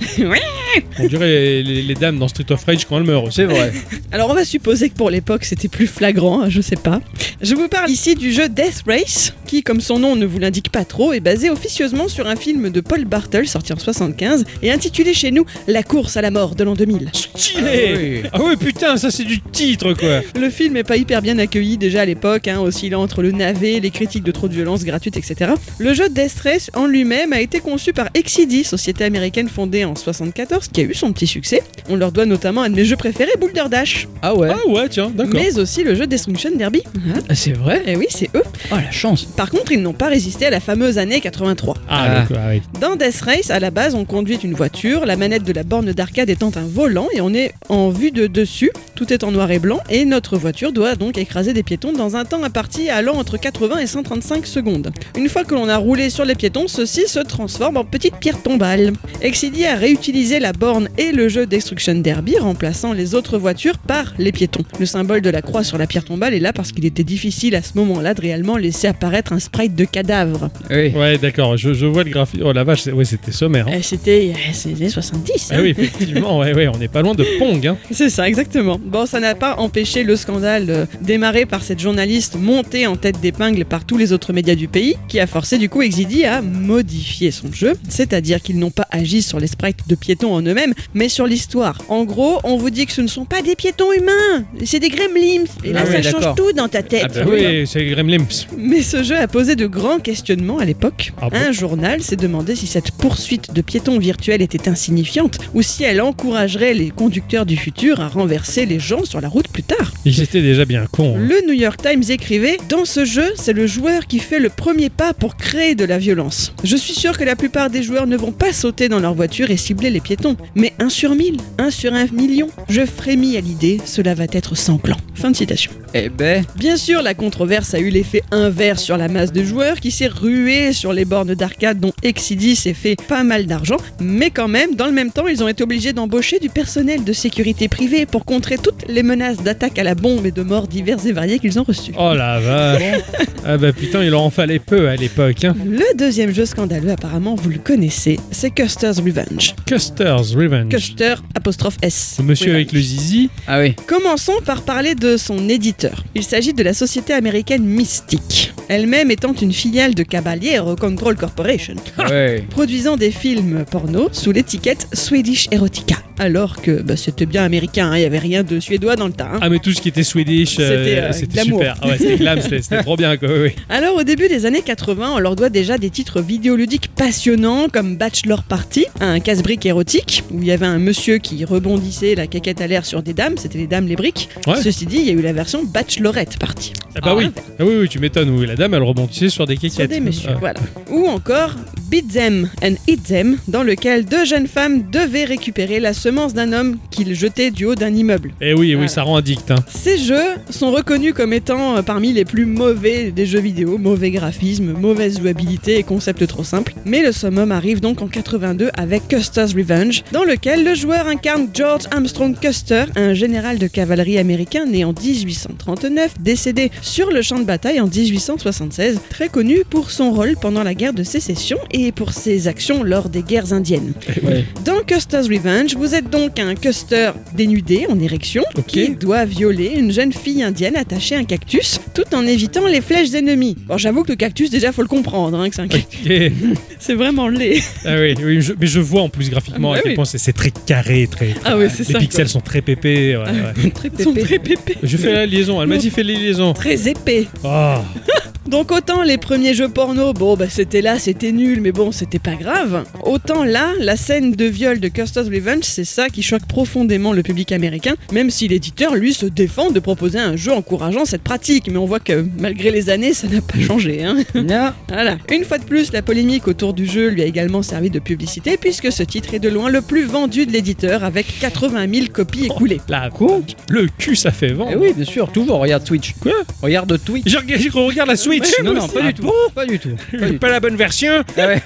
On dirait les, les- les dames dans Street of Rage quand elles meurent.
C'est vrai.
Alors on va supposer que pour l'époque c'était plus flagrant, hein, je sais pas. Je vous parle ici du jeu Death Race, qui comme son nom ne vous l'indique pas trop, est basé officieusement sur un film de Paul Bartel sorti en 75 et intitulé chez nous La course à la mort de l'an 2000.
Stylé
Ah oui.
Ah ouais, putain, ça c'est du titre quoi.
Le film est pas hyper bien accueilli déjà à l'époque, hein, oscillant entre le navet, les critiques de trop de violence gratuite, etc. Le jeu Death Race en lui-même a été conçu par Exidi, société américaine fondée en 74 qui a eu son petit succès. On leur doit notamment un de mes jeux préférés, Boulder Dash,
Ah ouais.
Ah ouais, tiens, d'accord.
mais aussi le jeu Destruction Derby.
Ah, c'est vrai.
Et oui, c'est eux.
Oh la chance.
Par contre, ils n'ont pas résisté à la fameuse année 83.
Ah, donc, ah oui.
Dans Death Race, à la base, on conduit une voiture, la manette de la borne d'arcade étant un volant et on est en vue de dessus, tout est en noir et blanc et notre voiture doit donc écraser des piétons dans un temps imparti allant entre 80 et 135 secondes. Une fois que l'on a roulé sur les piétons, ceux-ci se transforment en petites pierres tombales. Exidi a réutilisé la borne et le jeu Destruction Derby, remplaçant les autres voitures par les piétons. Le symbole de la croix sur la pierre tombale est là parce qu'il était difficile à ce moment-là de réellement laisser apparaître un sprite de cadavre.
Oui.
Ouais, d'accord, je, je vois le graphique. Oh la vache, c'est- ouais, c'était sommaire. hein.
Euh, C'était euh, c'est les années
Eh
70. hein.
Ah oui, effectivement, ouais, ouais, on n'est pas loin de Pong. Hein.
C'est ça, exactement. Bon, ça n'a pas empêché le scandale euh, démarré par cette journaliste montée en tête d'épingle par tous les autres médias du pays, qui a forcé du coup Exidi à modifier son jeu, c'est-à-dire qu'ils n'ont pas agi sur les sprites de piétons en eux-mêmes, mais sur l'histoire. En gros, on vous dit que ce ne sont pas des piétons humains, c'est des gremlins. Et là,
Ah ben oui,
ça change
d'accord.
tout dans ta tête.
Ah bah oui, c'est Gremlins.
Mais ce jeu a posé de grands questionnements à l'époque.
Ah bon
Un journal s'est demandé si cette poursuite de piétons virtuels était insignifiante ou si elle encouragerait les conducteurs du futur à renverser les gens sur la route plus tard.
Ils étaient déjà bien cons. hein.
Le New York Times écrivait Dans ce jeu, c'est le joueur qui fait le premier pas pour créer de la violence. Je suis sûr que la plupart des joueurs ne vont pas sauter dans leur voiture et cibler les piétons, mais un sur mille, un sur un million, je frémis à l'idée, cela va être sanglant. Fin de citation.
Eh ben,
Bien sûr, la controverse a eu l'effet inverse sur la masse de joueurs qui s'est ruée sur les bornes d'arcade dont Exidis s'est fait pas mal d'argent, mais quand même, dans le même temps, ils ont été obligés d'embaucher du personnel de sécurité privée pour contrer toutes les menaces d'attaques à la bombe et de morts diverses et variées qu'ils ont reçues.
Oh la vache Ah bah putain, il en fallait peu à l'époque. Hein.
Le deuxième jeu scandaleux, apparemment, vous le connaissez, c'est Custer's Revenge.
Custer's Revenge.
Custer apostrophe S.
Ce monsieur avec le zizi.
ah oui.
Commençons par parler de son éditeur. Il s'agit de la société américaine Mystic, elle-même étant une filiale de Caballero Control Corporation.
Ouais.
produisant des films porno sous l'étiquette Swedish Erotica. Alors que bah, c'était bien américain, hein, il y n'y avait rien de suédois dans le tas. hein.
Ah mais tout ce qui était swedish, euh,
C'était, euh,
c'était
glamour.
super. Ah ouais, c'était glam, c'était c'était trop bien quoi. oui, oui.
Alors au début des années 80, on leur doit déjà des titres vidéoludiques passionnants comme Bachelor Party, un casse-brique érotique, où il y avait un monsieur qui rebondissait la caquette à l'air sur des dames, c'était les dames les briques.
Ouais.
Ceci dit, il y a eu la version Bachelorette Party.
Ah bah
Ah,
oui. Ah oui, oui, tu m'étonnes. Oui, la dame, elle rebondissait sur des
Sur
kékettes.
des messieurs,
Ah.
voilà. Ou encore Beat Them and Eat Them, dans lequel deux jeunes femmes devaient récupérer la semence d'un homme qu'ils jetaient du haut d'un immeuble.
Eh oui, oui,
Voilà.
ça rend addict. Hein.
Ces jeux sont reconnus comme étant euh, parmi les plus mauvais des jeux vidéo, mauvais graphisme, mauvaise jouabilité et concept trop simple. Mais le summum arrive donc en 82 avec Custer's Revenge, dans lequel le joueur incarne George Armstrong Custer, un général de cavalerie américain né en 1839, décédé sur le champ de bataille en 1876, très connu pour son rôle pendant la guerre de sécession et pour ses actions lors des guerres indiennes.
Ouais.
Dans Custer's Revenge, vous êtes donc un Custer dénudé en érection
Ok.
qui doit violer une jeune fille indienne attachée à un cactus tout en évitant les flèches ennemies. Bon, j'avoue que le cactus, déjà, faut le comprendre, hein, que c'est un cactus.
Ok.
C'est vraiment laid.
Ah oui, oui, je- mais je vois en plus graphiquement
Ah bah
à quel
oui.
point c'est- c'est très carré, très. très-
Ah ouais, c'est
les
ça,
pixels sont très pépés. ouais, ouais.
Très
Ils sont très pépés.
Je fais la liaison. Elle m'a dit fais les liaisons.
Très épais.
Ah.
Donc autant les premiers jeux porno, bon bah c'était là, c'était nul, mais bon c'était pas grave. Autant là, la scène de viol de Custer's Revenge, c'est ça qui choque profondément le public américain, même si l'éditeur lui se défend de proposer un jeu encourageant cette pratique, mais on voit que malgré les années, ça n'a pas changé. Hein.
Non.
Voilà. Une fois de plus, la polémique autour du jeu lui a également servi de publicité, puisque ce titre est de loin le plus vendu de l'éditeur, avec 80 000 copies écoulées.
La
Quoi
le cul, ça fait vent.
Eh oui, bien sûr, toujours. Regarde Twitch.
Quoi
Regarde Twitch.
Je reg- je regarde la Switch.
Ouais, non, non, pas
Ah
du tout.
bon
pas du tout. Pas du tout.
Pas la bonne version.
Ah ouais.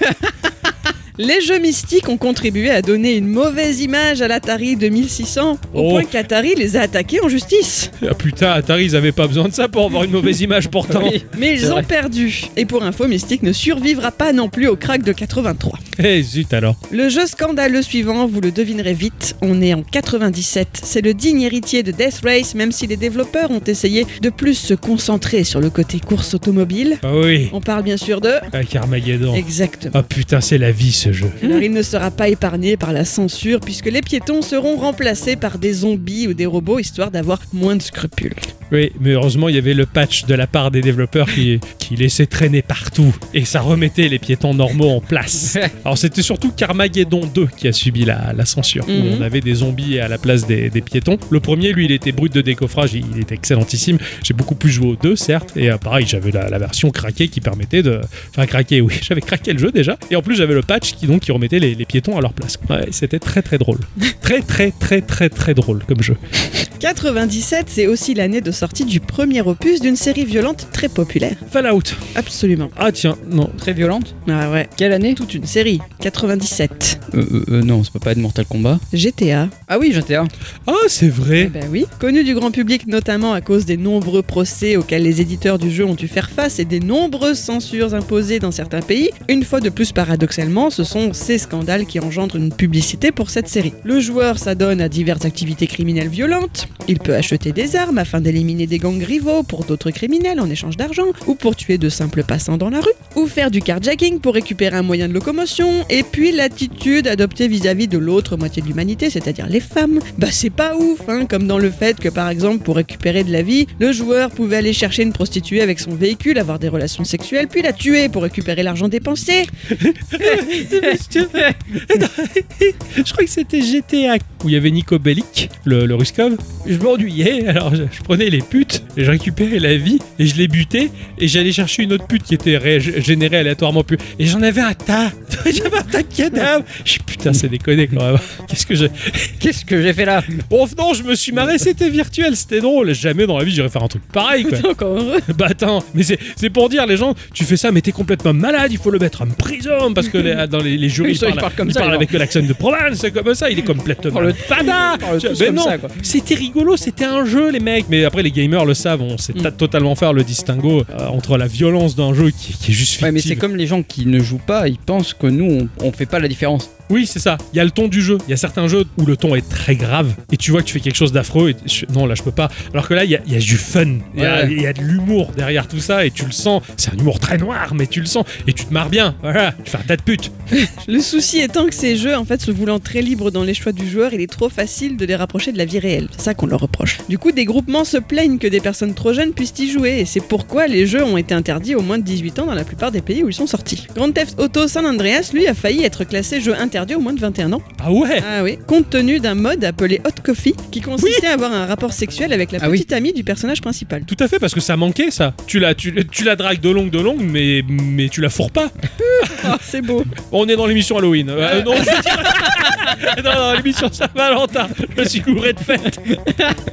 Les jeux mystiques ont contribué à donner une mauvaise image à l'Atari 2600, au
Oh.
point qu'Atari les a attaqués en justice.
Ah putain, Atari, ils avaient pas besoin de ça pour avoir une mauvaise image pourtant.
Oui.
Mais ils
C'est
ont
vrai.
perdu. Et pour info, Mystique ne survivra pas non plus au crack de 83.
Eh zut alors.
Le jeu scandaleux suivant, vous le devinerez vite, on est en 97. C'est le digne héritier de Death Race, même si les développeurs ont essayé de plus se concentrer sur le côté course automobile.
Ah oui,
On parle bien sûr de...
avec Armageddon.
Exactement.
Ah putain, c'est la vie ce jeu.
Alors il ne sera pas épargné par la censure puisque les piétons seront remplacés par des zombies ou des robots histoire d'avoir moins de scrupules.
Oui, mais heureusement, il y avait le patch de la part des développeurs qui, qui laissait traîner partout et ça remettait les piétons normaux en place. Alors, c'était surtout Carmageddon 2 qui a subi la, la censure, où
Mhm.
on avait des zombies à la place des, des piétons. Le premier, lui, il était brut de décoffrage, il, il était excellentissime. J'ai beaucoup plus joué aux deux, certes, et euh, pareil, j'avais la, la version craquée qui permettait de. Enfin, craquée, oui, j'avais craqué le jeu déjà, et en plus, j'avais le patch qui, donc, qui remettait les, les piétons à leur place. Ouais, c'était très très drôle. Très très très très très drôle comme jeu.
97, c'est aussi l'année de sortie du premier opus d'une série violente très populaire.
Fallout.
Absolument.
Ah tiens, non,
Très violente.
Ah ouais.
Quelle année
Toute une série. 97.
euh, euh, euh, Non, ça peut pas être Mortal Kombat.
GTA.
Ah oui, j'étais un.
Ah, c'est vrai.
Ben oui. Connu du grand public notamment à cause des nombreux procès auxquels les éditeurs du jeu ont dû faire face et des nombreuses censures imposées dans certains pays, une fois de plus paradoxalement, ce sont ces scandales qui engendrent une publicité pour cette série. Le joueur s'adonne à diverses activités criminelles violentes, il peut acheter des armes afin d'éliminer éliminer des gangs rivaux pour d'autres criminels en échange d'argent, ou pour tuer de simples passants dans la rue, ou faire du carjacking pour récupérer un moyen de locomotion, et puis l'attitude adoptée vis-à-vis de l'autre moitié de l'humanité, c'est-à-dire les femmes. Bah c'est pas ouf, hein, comme dans le fait que par exemple pour récupérer de la vie, le joueur pouvait aller chercher une prostituée avec son véhicule, avoir des relations sexuelles, puis la tuer pour récupérer l'argent dépensé.
Je crois que c'était GTA où il y avait Nico Bellic, le, le Ruskov. Je m'ennuyais, alors je, je prenais les putes, et je récupérais la vie et je les butais et j'allais chercher une autre pute qui était ré- générée aléatoirement plus. Et j'en avais un tas. J'avais un tas de cadavres. Je suis putain, c'est déconné quand même. Qu'est-ce que j'ai
Qu'est-ce que j'ai fait là
Bon, non, je me suis marré, c'était virtuel, c'était drôle. Jamais dans la vie j'irais faire un truc pareil. Quoi.
Encore heureux.
Bah attends, mais c'est c'est pour dire, les gens, tu fais ça, mais t'es complètement malade, il faut le mettre en prison, parce que les- dans les, les jurys,
Ils sont- ils
parlent-
parlent comme ça,
parlent
les
avec l'accent de Provence, comme ça, il est complètement
Parle-
fada.
parle tous
Mais
comme
non,
ça, quoi.
c'était rigolo, c'était un jeu, les mecs. Mais après, les gamers le savent, on
Mm.
sait ta- totalement faire le distinguo euh, entre la violence d'un jeu qui, qui est juste
Ouais, mais c'est
fictive.
comme les gens qui ne jouent pas, ils pensent que nous, on, on fait pas la différence.
Oui, c'est ça. Il y a le ton du jeu. Il y a certains jeux où le ton est très grave et tu vois que tu fais quelque chose d'affreux et tu- non, là je peux pas. Alors que là, il y a, il y a du fun. Il y, a-
Ouais.
il y a de l'humour derrière tout ça et tu le sens. C'est un humour très noir, mais tu le sens et tu te marres bien. Voilà, tu fais un tas de putes.
Le souci étant que ces jeux, en fait, se voulant très libres dans les choix du joueur, il est trop facile de les rapprocher de la vie réelle. C'est ça qu'on leur reproche. Du coup, des groupements se plaignent que des personnes trop jeunes puissent y jouer, et c'est pourquoi les jeux ont été interdits aux moins de 18 ans dans la plupart des pays où ils sont sortis. Grand Theft Auto San Andreas, lui, a failli être classé jeu interdit aux moins de 21 ans.
Ah ouais
Ah oui. Compte tenu d'un mode appelé Hot Coffee, qui consistait à avoir un rapport sexuel avec la
Ah oui.
petite amie du personnage principal.
Tout à fait, parce que ça manquait ça. Tu la, tu, tu la dragues de longue, de longue, mais, mais tu la fourres pas.
Ah, c'est beau.
On est dans l'émission Halloween. Euh, euh, non, je veux dire- non, non, l'émission Saint-Valentin. Je me suis gouré de fête.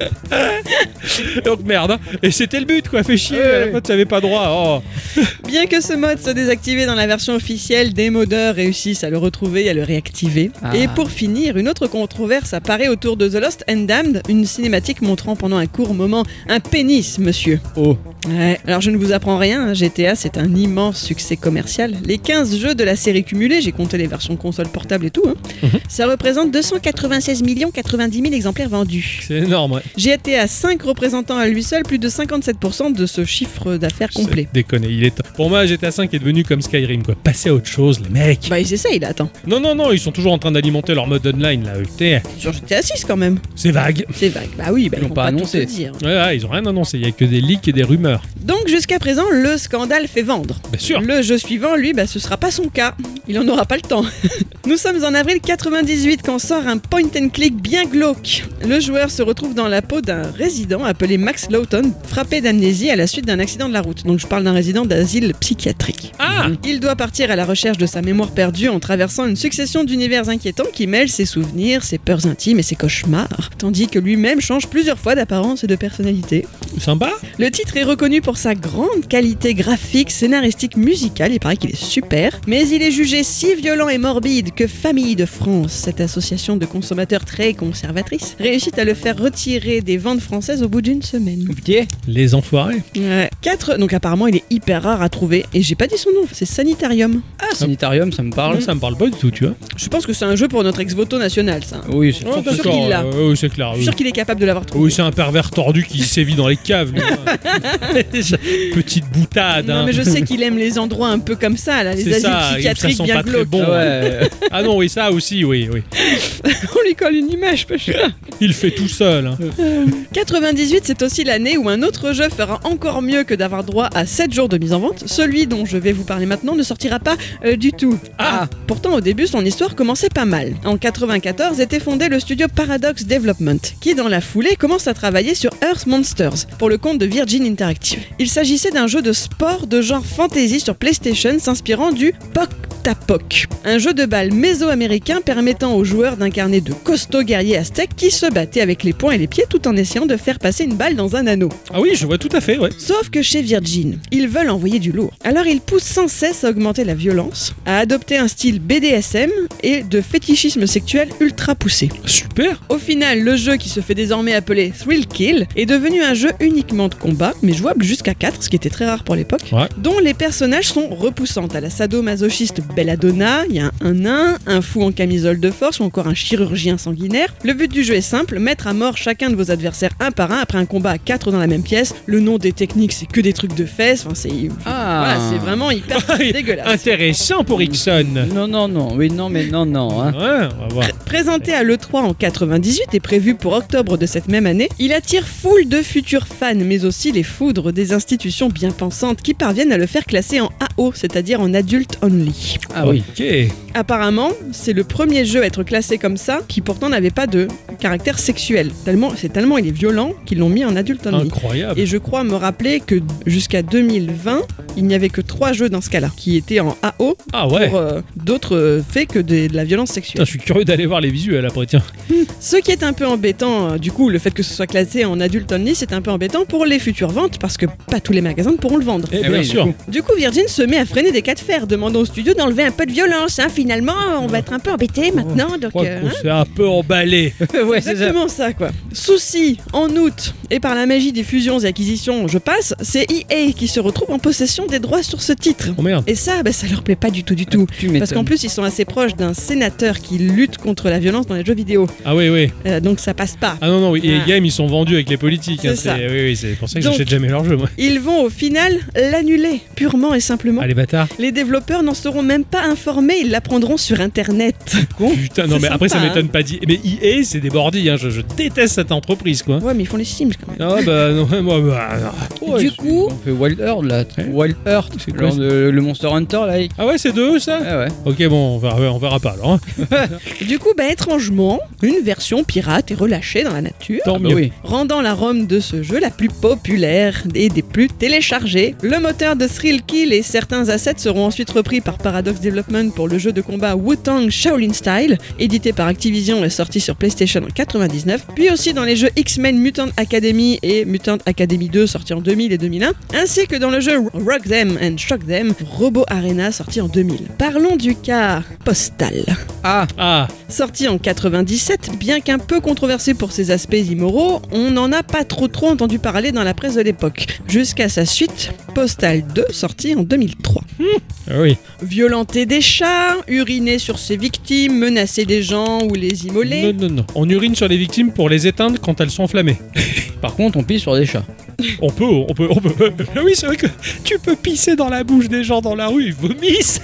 Donc merde. hein. Et c'était le but, quoi. Fais chier.
Ouais,
la
ouais.
pote, t'avais pas droit. Oh.
Bien que ce mode soit désactivé dans la version officielle, des modeurs réussissent à le retrouver et à le réactiver.
Ah.
Et pour finir, une autre controverse apparaît autour de The Lost and Damned, une cinématique montrant pendant un court moment un pénis, monsieur.
Oh.
Ouais. Alors je ne vous apprends rien, hein, GTA c'est un immense succès commercial. Les 15 jeux de la série cumulés, j'ai compté les versions console portable et tout, hein,
Mhm.
ça représente 296 millions 90 000 exemplaires vendus.
C'est énorme. ouais.
GTA 5 représentant à lui seul plus de 57% de ce chiffre d'affaires complet.
C'est déconné. Il est. temps. Pour moi, GTA V est devenu comme Skyrim, quoi. Passer à autre chose, les mecs.
Bah ils essayent là, attends.
Non, non, non. Ils sont toujours en train d'alimenter leur mode online, là. ET.
Sur GTA 6 quand même.
C'est vague.
C'est vague. Bah oui, bah,
Ils l'ont
vont
pas
tout
annoncé.
te dire.
Ouais, ouais, ils ont rien annoncé. Il y a que des leaks et des rumeurs.
Donc jusqu'à présent, le scandale fait vendre.
Bien sûr.
Le jeu suivant, lui, bah, ce sera pas son cas. Il en aura pas le temps. Nous sommes en avril 98 quand sort un point and click bien glauque. Le joueur se retrouve dans la peau d'un résident appelé Max Lawton, frappé d'amnésie à la suite d'un accident de la route. Donc je parle d'un résident d'asile psychiatrique.
Ah.
Il doit partir à la recherche de sa mémoire perdue en traversant une succession d'univers inquiétants qui mêlent ses souvenirs, ses peurs intimes et ses cauchemars, tandis que lui-même change plusieurs fois d'apparence et de personnalité.
Sympa.
Le titre est reconnu pour sa grande qualité graphique, scénaristique, musicale, il paraît qu'il est super, mais il est jugé si violent et morbide que Famille de France, cette association de consommateurs très conservatrice, réussit à le faire retirer des ventes françaises au bout d'une semaine.
Compliqué
Les
Mm.
enfoirés.
4, donc apparemment il est hyper rare à trouver, et j'ai pas dit son nom, c'est Sanitarium.
Ah, Sanitarium, ça me
Par là,
parle.
ça me parle pas du tout, tu vois.
Je pense que c'est un jeu pour notre ex-voto national, ça.
Oui, c'est
Ouais,
sûr
d'accord,
qu'il l'a.
euh, ouais, c'est clair.
Je
oui.
suis sûr qu'il est capable de l'avoir trouvé.
Oui, c'est un pervers tordu qui sévit dans les caves. lui. Petite boutade.
non,
hein.
mais je sais qu'il aime les endroits un peu comme ça, là, les
C'est
asiles
ça, ça
psychiatriques
sent
bien
pas très
glauques.
bon.
Ouais.
Ah non, oui, ça aussi, oui, oui.
On lui colle une image, pas cher.
Il fait tout seul. hein.
98, c'est aussi l'année où un autre jeu fera encore mieux que d'avoir droit à 7 jours de mise en vente. Celui dont je vais vous parler maintenant ne sortira pas euh, du tout.
Ah.
Pourtant, au début, son histoire commençait pas mal. En 94, était fondé le studio Paradox Development, qui, dans la foulée, commence à travailler sur Earth Monsters, pour le compte de Virgin Interactive. Il s'agissait d'un jeu de sport de genre fantasy sur PlayStation, s'inspirant du Poc Tapoc, un jeu de balle méso-américain permettant aux joueurs d'incarner de costauds guerriers aztèques qui se battaient avec les poings et les pieds tout en essayant de faire passer une balle dans un anneau.
Ah oui, je vois tout à fait, ouais.
Sauf que chez Virgin, ils veulent envoyer du lourd. Alors ils poussent sans cesse à augmenter la violence, à adopter un style BDSM et de fétichisme sexuel ultra poussé.
Super.
Au final, le jeu qui se fait désormais appeler Thrill Kill est devenu un jeu uniquement de combat, mais jouable jusqu'à 4, ce qui était très rare pour l'époque,
Ouais.
dont les personnages sont repoussants à la sadomasochiste belladonna, il y a un nain, un fou en camisole de force ou encore un chirurgien sanguinaire. Le but du jeu est simple, mettre à mort chacun de vos adversaires un par un après un combat à quatre dans la même pièce. Le nom des techniques, c'est que des trucs de fesses, enfin c'est...
Ah
Voilà, c'est vraiment hyper
Ah,
dégueulasse.
Intéressant pour Ixon.
Non, non, non, oui, non, mais non,
Ah.
non.
Ouais,
Hein.
on va voir.
Présenté à l'E3 en 98 et prévu pour octobre de cette même année, il attire foule de futurs fans, mais aussi les foudres des institutions bien pensantes qui parviennent à le faire classer en AO, c'est-à-dire en Adult Only.
Ah oui.
Ok.
Apparemment, c'est le premier jeu à être classé comme ça, qui pourtant n'avait pas de caractère sexuel. Tellement, c'est tellement il est violent qu'ils l'ont mis en Adult Only.
Incroyable.
Et je crois me rappeler que jusqu'à 2020, il n'y avait que trois jeux dans ce cas-là, qui étaient en AO
Ah ouais.
pour euh, d'autres euh, faits que des- de la violence sexuelle.
Putain, je suis curieux d'aller voir les visuels après, tiens.
Eh Ce qui est un peu embêtant, euh, du coup, le fait que ce soit classé en adulte only, c'est un peu embêtant pour les futures ventes parce que pas tous les magasins ne pourront le vendre.
Eh
Eh
bien
oui,
sûr.
du
Du coup, Virgin se met à freiner des cas de fer, demandant au studio d'enlever un peu de violence. hein. Finalement, on va être un peu embêté maintenant,
Je
donc.
crois
euh,
qu'on
hein.
s'est un peu emballé.
ouais,
C'est
c'est ça.
exactement ça. quoi. Souci, en août, et par la magie des fusions et acquisitions, je passe, c'est EA qui se retrouve en possession des droits sur ce titre.
Oh merde.
Et ça, bah, ça leur plaît pas du tout, du tout.
Tu m'étonnes.
Parce qu'en plus, ils sont assez proches d'un sénateur qui lutte contre la violence dans les jeux vidéo.
Ah oui, oui.
Euh, donc ça passe pas.
Ah non, non, oui. Et les
Ah.
games, ils sont vendus avec les politiques. hein,
C'est ça.
c'est- Oui, oui, c'est pour ça que
Donc-
j'achète jamais leurs jeux, moi.
Ils vont au final l'annuler, purement et simplement.
Ah les bâtards.
Les développeurs n'en seront même pas informés, ils l'apprendront sur Internet.
Putain, non,
c'est
mais après, ça
sympa,
m'étonne pas. dit. Mais EA, c'est des bordis. Hein. Je, je déteste cette entreprise, quoi.
Ouais, mais ils font les Sims quand même.
Ah bah non, moi, bah, non. Oh,
du
je-
coup. On fait Wild Earth là.
Ouais.
Wild Earth.
C'est quoi
Genre de- le Monster Hunter là. il-
Ah ouais, c'est de eux, ça
Ah ouais.
Ok, bon, on verra, on verra pas alors. hein.
Du coup, bah, étrangement, une version pirate est relâchée dans la nature,
Tant
Ah bah
mieux.
oui.
rendant la ROM de ce jeu la plus populaire et des plus téléchargées. Le moteur de Thrill Kill et certains assets seront ensuite repris par Paradox Development pour le jeu de combat Wutang Shaolin Style, édité par Activision et sorti sur PlayStation en 99, puis aussi dans les jeux X-Men Mutant Academy et Mutant Academy 2 sorti en 2000 et 2001, ainsi que dans le jeu Rock Them and Shock Them Robo Arena sorti en 2000. Parlons du cas Postal.
Ah,
Ah,
Sorti en 97, bien qu'un peu controversé pour ses aspects immoraux, on n'en a pas trop trop entendu parler dans la presse de l'époque, jusqu'à sa suite, Postal 2, sorti en 2003.
ah oui.
Violenter des chats, uriner sur ses victimes, menacer des gens ou les
Non,
immoler.
non, non. On urine sur les victimes pour les éteindre quand elles sont enflammées.
par contre, on pisse sur des chats.
On peut, on peut, on peut. Ah Oui, c'est vrai que tu peux pisser dans la bouche des gens dans la rue, ils vomissent.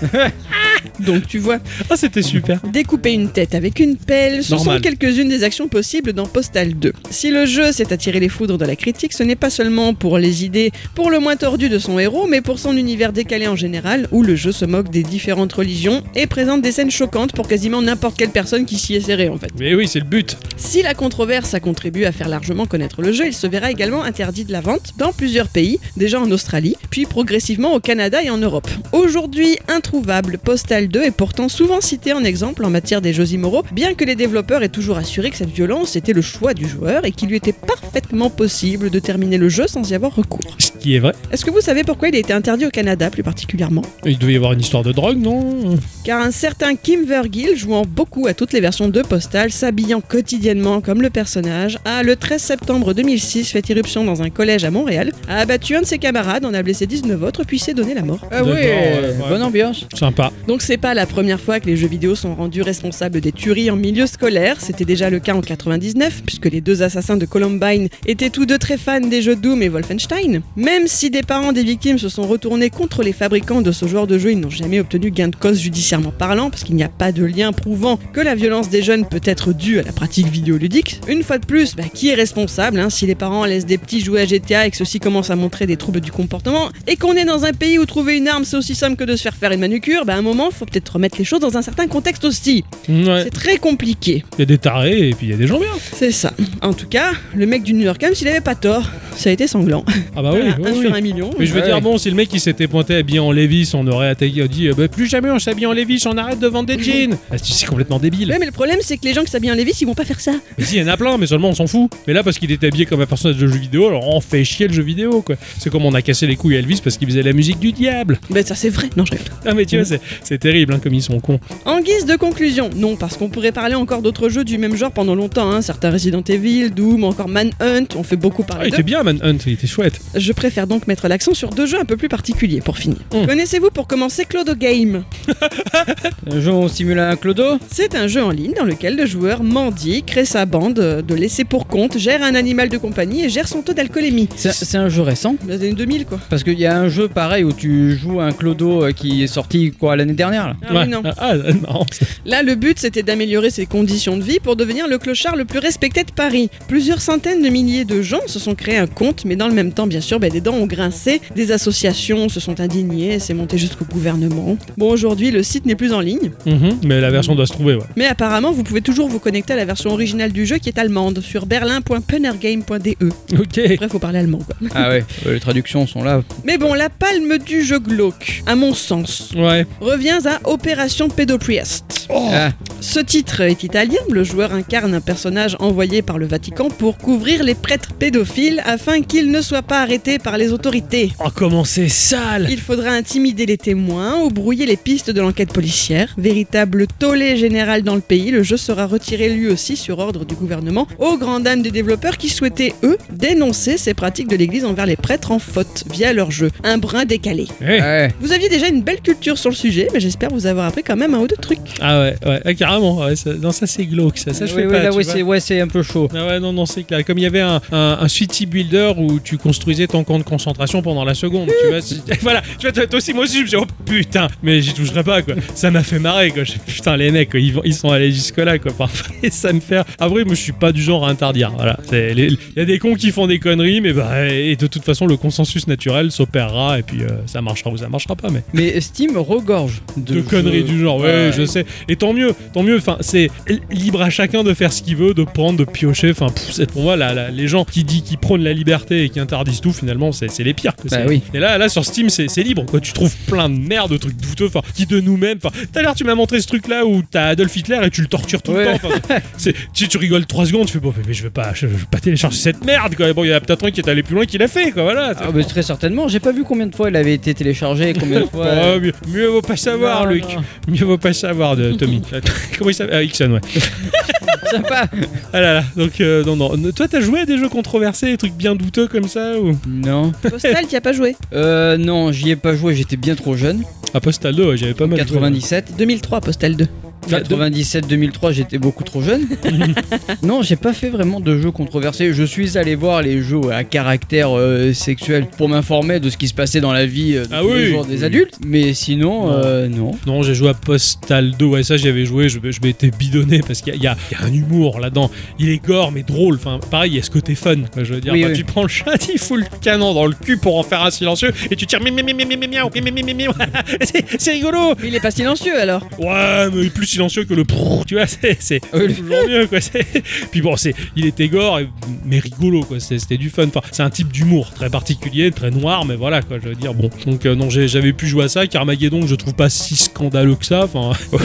Donc tu vois,
Ah, c'était super.
découper une tête avec une pelle, ce
Normal.
sont quelques-unes des actions possibles dans Postal 2. Si le jeu s'est attiré les foudres de la critique, ce n'est pas seulement pour les idées pour le moins tordues de son héros, mais pour son univers décalé en général, où le jeu se moque des différentes religions et présente des scènes choquantes pour quasiment n'importe quelle personne qui s'y est serrée en fait.
Mais oui, c'est le but.
Si la controverse a contribué à faire largement connaître le jeu, il se verra également interdit de la vente dans plusieurs pays, déjà en Australie, puis progressivement au Canada et en Europe. Aujourd'hui introuvable, Postal 2 est pourtant souvent cité en exemple en matière des jeux immoraux, bien que les développeurs aient toujours assuré que cette violence était le choix du joueur et qu'il lui était parfaitement possible de terminer le jeu sans y avoir recours.
Ce qui est vrai.
Est-ce que vous savez pourquoi il a été interdit au Canada plus particulièrement
Il devait y avoir une histoire de drogue, non
car un certain Kim Vergil, jouant beaucoup à toutes les versions de Postal, s'habillant quotidiennement comme le personnage, a le 13 septembre 2006 fait irruption dans un collège à Montréal, a abattu un de ses camarades, en a blessé 19 autres, puis s'est donné la mort.
Ah
D'accord,
oui,
ouais, ouais.
bonne ambiance.
Sympa.
Donc c'est pas la première fois que les jeux vidéo sont rendus responsables des tueries en milieu scolaire, c'était déjà le cas en 99 puisque les deux assassins de Columbine étaient tous deux très fans des jeux Doom et Wolfenstein. Même si des parents des victimes se sont retournés contre les fabricants de ce genre de jeu, ils n'ont jamais obtenu gain de cause judiciairement parlant parce qu'il n'y a pas de lien prouvant que la violence des jeunes peut être due à la pratique vidéoludique. Une fois de plus, bah, qui est responsable hein, si les parents laissent des petits jouer à GTA et que ceux-ci commencent à montrer des troubles du comportement et qu'on est dans un pays où trouver une arme c'est aussi simple que de se faire faire une manucure, bah à un moment faut peut-être remettre les choses dans un certain contexte aussi.
Ouais.
C'est très compliqué.
Il y a des tarés et puis il y a des gens bien.
C'est ça. En tout cas, le mec du New York Times, il avait pas tort. Ça a été sanglant.
Ah bah oui,
Voilà,
oui,
un
oui.
sur un million.
Mais je veux
Ouais.
dire, bon, si le mec il s'était pointé habillé en Levis, on aurait attaqué- dit euh, bah, plus jamais on s'habille en Levis, on arrête de vendre des jeans. Ah, c'est c'est complètement débile.
Ouais, mais le problème, c'est que les gens qui s'habillent en Levis, ils vont pas faire ça.
Mais si, il y en a plein, mais seulement on s'en fout. Mais là, parce qu'il était habillé comme un personnage de jeu vidéo, alors on fait chier le jeu vidéo, quoi. C'est comme on a cassé les couilles à Elvis parce qu'il faisait la musique du diable.
Bah, ça, c'est vrai. Non, je rigole.
Ah, mais tu vois, c'est- c'est terrible, hein, comme ils sont cons.
En guise de conclusion, non, parce qu'on pourrait parler encore d'autres jeux du même genre pendant longtemps. hein. Certains Resident Evil, Doom, encore Manhunt, on fait beaucoup
Ah, il
parler d'eux.
était bien, Manhunt, il était chouette.
Je préfère donc mettre l'accent sur deux jeux un peu plus particuliers pour finir.
Hmm.
Connaissez-vous pour commencer Clodo Game
Un jour, on simule un clodo
C'est un jeu en ligne dans lequel le joueur mendie, crée sa bande euh, de laissés pour compte, gère un animal de compagnie et gère son taux d'alcoolémie.
C'est- C'est un jeu récent
Dans les années 2000 quoi.
Parce qu'il y a un jeu pareil où tu joues un clodo euh, qui est sorti quoi l'année dernière là.
Ah oui,
Ouais.
non.
Ah, ah, non.
Là, le but, c'était d'améliorer ses conditions de vie pour devenir le clochard le plus respecté de Paris. Plusieurs centaines de milliers de gens se sont créés un compte, mais dans le même temps, bien sûr, ben, des dents ont grincé, des associations se sont indignées, c'est monté jusqu'au gouvernement. Bon, aujourd'hui, le site n'est plus en ligne,
Mhm, mais la version doit se trouver, ouais.
mais apparemment, vous pouvez toujours vous connecter à la version originale du jeu qui est allemande, sur berlin.pennergame.de.
Ok.
e. Bref, faut parler allemand, quoi.
Ah ouais, euh, les traductions sont là.
Mais bon, la palme du jeu glauque, à mon sens,
Ouais.
revient à Opération Pédopriest.
Ah,
Ce titre est italien, le joueur incarne un personnage envoyé par le Vatican pour couvrir les prêtres pédophiles afin qu'ils ne soient pas arrêtés par les autorités.
Oh, comment c'est sale
Il faudra intimider les témoins ou brouiller les pistes de l'enquête policière. Véritable tollé général dans le pays, le jeu sera retiré lui aussi sur ordre du gouvernement aux grandes dames des développeurs qui souhaitaient, eux, dénoncer ces pratiques de l'Église envers les prêtres en faute via leur jeu. Un brin décalé.
Eh.
ouais.
Vous aviez déjà une belle culture sur le sujet, mais j'espère vous avoir appris quand même un ou deux trucs.
Ah ouais, ouais, ah, carrément. ouais, ça- non, ça c'est glauque, ça, ça je
Ouais,
fais
ouais,
pas.
là,
tu
ouais,
vois.
c'est ouais, c'est un peu chaud.
Ah ouais, non, non, c'est clair. Comme il y avait un, un, un city builder où tu construisais ton camp de concentration pendant la seconde, tu vois. c'est- Voilà, tu vois, toi, toi aussi, moi aussi, je me suis dit, oh putain, mais j'y toucherai pas, quoi. Ça m'a fait marrer, quoi. J'ai- Putain, les mecs, quoi, ils, vont- ils sont allés jusque-là, quoi. Parfait, ça me fait. Après, moi, je suis pas du genre à interdire, voilà. C'est- les- Il y a des cons qui font des conneries, mais bah, et de toute façon, le consensus naturel s'opérera, et puis euh, ça marchera ou ça marchera pas, mais
Mais Steam regorge de,
de, conneries
jeux.
du genre. Ouais,
Ouais.
je sais. Et tant mieux, tant mieux. Enfin, c'est libre à chacun de faire ce qu'il veut, de prendre, de piocher. Enfin, pff, c'est pour moi là, là, les gens qui disent qui prônent la liberté et qui interdisent tout, finalement, c'est c'est les pires. que
Bah
c'est.
oui.
Et là, là sur Steam, c'est c'est libre. Quoi, tu trouves plein de merde, de trucs douteux. Enfin, qui de nous-mêmes. Enfin, tout à l'heure, tu m'as montré ce truc-là où t'as Adolf Hitler et tu le tortures tout
Ouais.
le temps. Enfin, c'est- tu, tu rigoles 3 secondes, tu fais bon, mais je veux pas, je, veux pas télécharger cette merde. Quoi. Bon, il y en a peut-être un qui est allé plus loin, qui l'a fait. Quoi, voilà.
Ah, bah, très certainement, j'ai pas vu combien de fois il avait été téléchargé, combien de fois. euh,
Oh, mieux, mieux vaut pas savoir,
Ah, Non,
Luc.
non.
Mieux vaut pas savoir de Tommy. Comment il s'appelle Ah, Ixon, ouais.
Sympa.
Ah là là, donc euh, non, non. Toi, t'as joué à des jeux controversés, des trucs bien douteux comme ça ou...
Non.
Postal, qui a pas joué
Euh, non, j'y ai pas joué, j'étais bien trop jeune.
Ah, Postal 2, ouais, j'avais pas mal. joué.
97.
2003, Postal 2.
97-2003, j'étais beaucoup trop jeune. non, j'ai pas fait vraiment de jeux controversés. Je suis allé voir les jeux à caractère euh, sexuel pour m'informer de ce qui se passait dans la vie euh, de
Ah
tous les
oui.
jours des adultes. Mais sinon, euh, non.
Non, j'ai joué à Postal 2, ouais, ça j'y avais joué, je, je m'étais bidonné parce qu'il y, a- il y a il y a un humour là-dedans. Il est gore, mais drôle. Enfin, pareil, il y a ce côté fun. quoi, Je veux dire,
Oui,
quand
oui.
tu prends le chat, il fout le canon dans le cul pour en faire un silencieux et tu tires. mi- mi- mi- mi- mi- mi- miaou, mi- mi- mi- mi- miaou. C'est c'est rigolo.
Mais il est pas silencieux alors.
Ouais, mais plus silencieux que le prrr, tu vois, c'est c'est
Ah oui.
toujours mieux quoi. c'est- Puis bon, c'est il était gore et- mais rigolo quoi, c'est- c'était du fun. Enfin, c'est un type d'humour très particulier, très noir, mais voilà quoi, je veux dire bon. Donc euh, non, j'ai- j'avais pu jouer à ça, Carmageddon, que je trouve pas si scandaleux que ça, enfin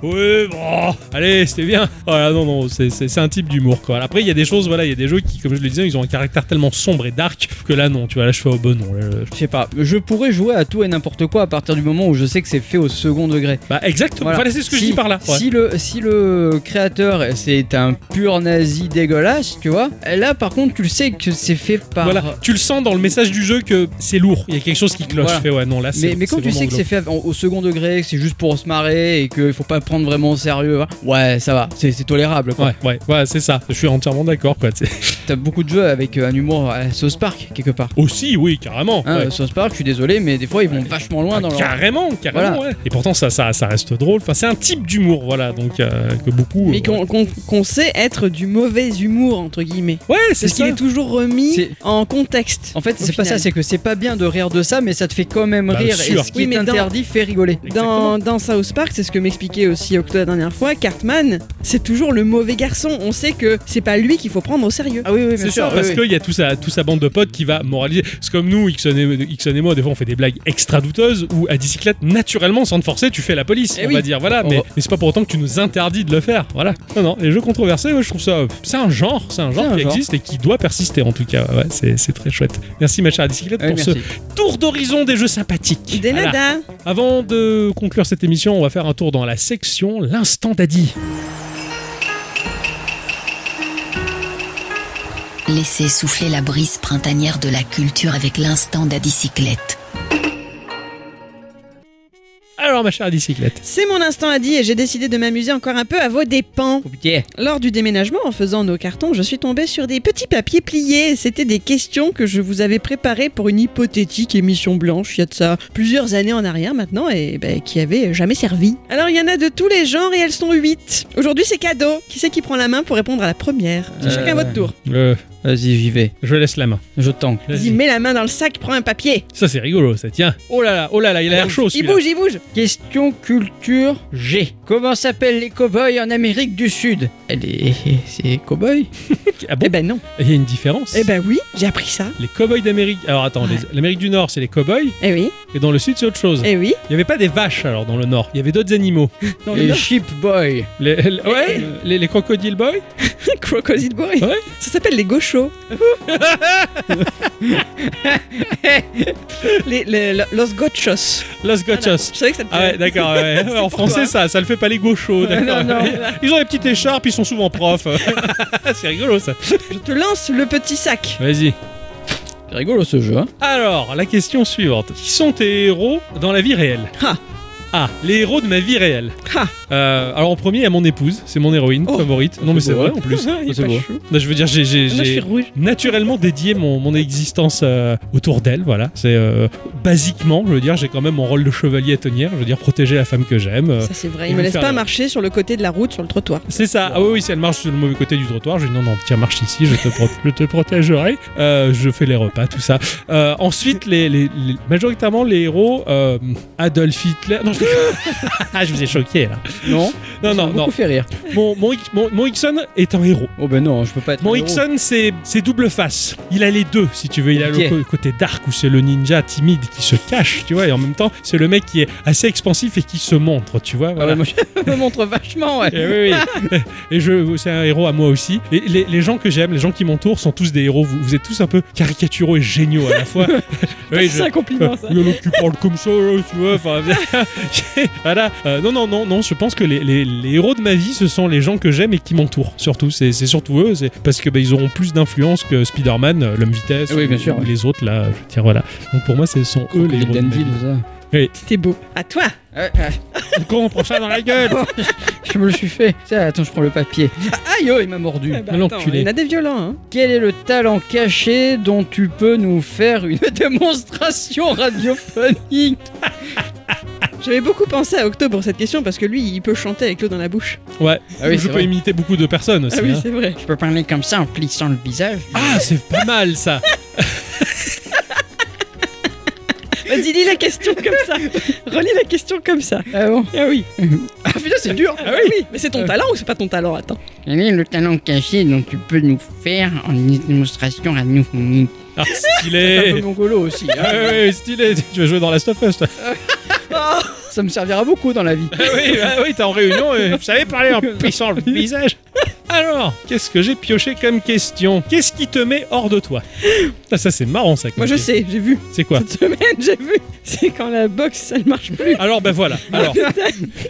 Ouais, bon, allez, c'était bien. Voilà, non, non, c'est- c'est c'est un type d'humour, quoi. Après, il y a des choses, voilà, il y a des jeux qui, comme je le disais, ils ont un caractère tellement sombre et dark que là, non, tu vois, là, je fais au bon nom. là, je-
Je sais pas, je pourrais jouer à tout et n'importe quoi à partir du moment où je sais que c'est fait au second degré.
Bah, exactement, voilà,
Voilà.
c'est ce que
si,
je dis par là. Ouais.
Si le, si le créateur c'est un pur nazi dégueulasse, tu vois, là par contre tu le sais que c'est fait par.
Voilà, tu le sens dans le message du jeu que c'est lourd. Il y a quelque chose qui cloche.
Voilà.
Je fais, ouais, non, là, Ah, c'est.
Mais, mais quand
c'est
tu
vraiment
sais que c'est
glauque.
fait en- au second degré, que c'est juste pour se marrer et qu'il faut pas prendre vraiment au sérieux, hein, ouais, ça va, c'est c'est tolérable. Quoi.
Ouais, ouais, ouais, c'est ça. Je suis entièrement d'accord, quoi. tu sais.
T'as beaucoup de jeux avec euh, un humour à la South Park quelque part.
Aussi, oui, carrément.
Hein,
ouais.
euh, South Park, je suis désolé, mais des fois ils vont vachement loin
Ah,
dans leur.
carrément, carrément,
Voilà.
ouais. Et pourtant, ça, ça, ça reste drôle. Enfin, c'est un type d'humour, voilà, donc euh, que beaucoup.
Mais
euh,
qu'on qu'on- qu'on sait être du mauvais humour, entre guillemets.
Ouais, c'est
C'est ce
ça.
qu'il est toujours remis
C'est-
en contexte.
En fait,
Au
c'est pas ça,
final.
c'est que c'est pas bien de rire de ça, mais ça te fait quand même
Bah,
rire.
sûr.
Et ce qui
Oui,
est
mais dans-
interdit fait rigoler.
Exactement.
Dans, dans South Park, c'est ce que m'expliquait aussi Octo la dernière fois, Cartman, c'est toujours le mauvais garçon. On sait que c'est pas lui qu'il faut prendre au sérieux.
Ah oui, oui,
C'est ça, parce qu'il y a tout sa, tout sa bande de potes qui va moraliser. C'est comme nous, Ixon et, Ixon et moi, des fois on fait des blagues extra douteuses ou à bicyclette, naturellement, sans te forcer, tu fais la police,
Eh
on
oui.
va dire. Voilà,
On
mais,
va-
mais c'est pas pour autant que tu nous interdis de le faire. Voilà. Non, non, les jeux controversés, moi, je trouve ça. C'est un genre, c'est un genre
C'est un
qui
genre.
existe et qui doit persister en tout cas. Ouais, c'est c'est très chouette. Merci, ma chère à bicyclette, pour ce tour d'horizon des jeux sympathiques.
Des
Voilà.
nada.
Avant de conclure cette émission, on va faire un tour dans la section L'instant d'Adi.
Laissez souffler la brise printanière de la culture avec l'instant d'Adicyclette.
Alors, ma chère bicyclette.
C'est mon instant à dire et j'ai décidé de m'amuser encore un peu à vos dépens.
Oh putain.
Lors du déménagement, en faisant nos cartons, je suis tombée sur des petits papiers pliés. C'était des questions que je vous avais préparées pour une hypothétique émission blanche, il y a de ça plusieurs années en arrière maintenant, et ben, qui avait jamais servi. Alors il y en a de tous les genres et elles sont 8. Aujourd'hui c'est cadeau. Qui c'est qui prend la main pour répondre à la première C'est
Euh.
Chacun votre tour.
Euh,
Vas-y, j'y vais.
je laisse la main.
Je tank.
Vas-y, mets la main dans le sac, prends un papier.
Ça, c'est rigolo, ça. Tiens. Oh là là, oh là là, il a l'air chaud,
Il
celui-là.
bouge, il bouge.
Question culture G. Comment s'appellent les cow-boys en Amérique du Sud Les... C'est cow-boys
Ah bon
Eh ben non.
Il y a une différence.
Eh ben oui, j'ai appris ça.
Les cow-boys d'Amérique. Alors, attends,
Ouais.
les- l'Amérique du Nord, c'est les cow-boys,
Eh oui,
et dans le Sud, c'est autre chose.
eh oui.
Il n'y avait pas des vaches, alors, dans le Nord. Il y avait d'autres animaux. Dans le
Les
Nord Eh.
sheep boys
Les- les- Ouais, les, les crocodile boys
Crocodile Boy.
Ouais.
Ça s'appelle les gauchos. les, les- los gochos.
Los Gochos.
Je savais que ça te
Ah ouais,
plaisait.
d'accord. ouais. En français, ça, ça le fait pas les gauchos. d'accord. Ils ont des petites écharpes, ils sont souvent profs. c'est rigolo, ça.
Je te lance le petit sac.
Vas-y.
C'est rigolo ce jeu, hein
Alors, la question suivante. Qui sont tes héros dans la vie réelle
Ah.
Ah, les héros de ma vie réelle.
Ah.
Euh, alors en premier, il y a mon épouse, c'est mon héroïne
Oh.
favorite. Non mais c'est
beau,
vrai
hein.
en plus.
Il est
c'est
pas
beau.
chou.
Non, je veux dire, j'ai- j'ai
Moi, je suis
j'ai
rouge.
naturellement dédié mon, mon existence euh, autour d'elle, voilà. C'est euh, basiquement, je veux dire, j'ai quand même mon rôle de chevalier à tenir, je veux dire protéger la femme que j'aime. euh,
Ça c'est vrai.
il
Il me
veut
laisse
faire
pas
le-
marcher sur le côté de la route, sur le trottoir.
C'est ça. Ah oui, oui, si elle marche sur le mauvais côté du trottoir, je dis non, non, tiens, marche ici, je te, pro- je te protégerai. Euh, je fais les repas, tout ça. Euh, ensuite, les, les- les- majoritairement, les héros, euh, Adolf Hitler. Non, je, Ah, je vous ai choqué là.
Ah, Non
Non, non, non.
Beaucoup fait rire.
Mon, mon, Hic- mon- mon Hickson est un héros.
Oh ben non, je peux pas être
Mon
un héros.
Hickson, c'est c'est double face. Il a les deux, si tu veux. Il a
Ok.
le co- côté dark où c'est le ninja timide qui se cache, tu vois, et en même temps, c'est le mec qui est assez expansif et qui se montre, tu vois.
Ah
Voilà.
ouais, moi, je me montre vachement, ouais.
Et oui, oui. Et je, c'est un héros à moi aussi. Et les, les gens que j'aime, les gens qui m'entourent, sont tous des héros. Vous, vous êtes tous un peu caricaturaux et géniaux à la fois. oui, je-
C'est un compliment ça.
il y en a qui parlent comme ça, là, tu vois. enfin, voilà. Euh, non, non, non, non. Je pense que les, les- les héros de ma vie, ce sont les gens que j'aime et qui m'entourent. Surtout, c'est c'est surtout eux. C'est parce que bah, ils auront plus d'influence que Spider-Man, euh, l'homme vitesse,
Oui, bien
ou,
sûr,
ou
ouais.
les autres là. Je- Tiens, voilà. Donc pour moi, ce sont eux les héros. De ma vie.
Dandil, ça.
C'était beau. À toi.
Ouais, ouais.
Con, on prend ça dans la gueule.
Ah Je me le suis fait. Tiens, attends, je prends le papier. Aïe, oh, il m'a mordu.
bah, l'enculé.
Ah, Il y en a des violents. Hein.
Quel est le talent caché dont tu peux nous faire une démonstration radiophonique
J'avais beaucoup pensé à Octo pour cette question parce que lui, il peut chanter avec l'eau dans la bouche.
Ouais.
Ah oui,
je
c'est
peux
vrai.
imiter beaucoup de personnes aussi.
ah oui,
hein.
c'est vrai.
Je peux parler comme ça en plissant le visage
Ah, c'est pas mal ça.
Vas-y, lis la question comme ça. Relis la question comme ça.
Ah bon
Ah oui.
Ah putain, c'est dur
Ah oui. Mais
Euh.
c'est ton talent ou c'est pas ton talent Attends.
Quel est le talent caché dont tu peux nous faire en une démonstration radiophonique
Ah,
C'est un peu
stylé.
mongolo aussi.
Ah
hein.
ouais, ouais, stylé. Tu vas jouer dans Last of Us, toi.
ça me servira beaucoup dans la vie.
Ah oui, bah oui, t'es en réunion et vous savez parler en puissant le visage. Alors, qu'est-ce que j'ai pioché comme question Qu'est-ce qui te met hors de toi ah, Ça, c'est marrant, ça. comme
Moi, je
question.
sais, j'ai vu.
C'est quoi
Cette semaine, j'ai vu. C'est quand la boxe, elle marche plus.
Alors, ben voilà. Alors,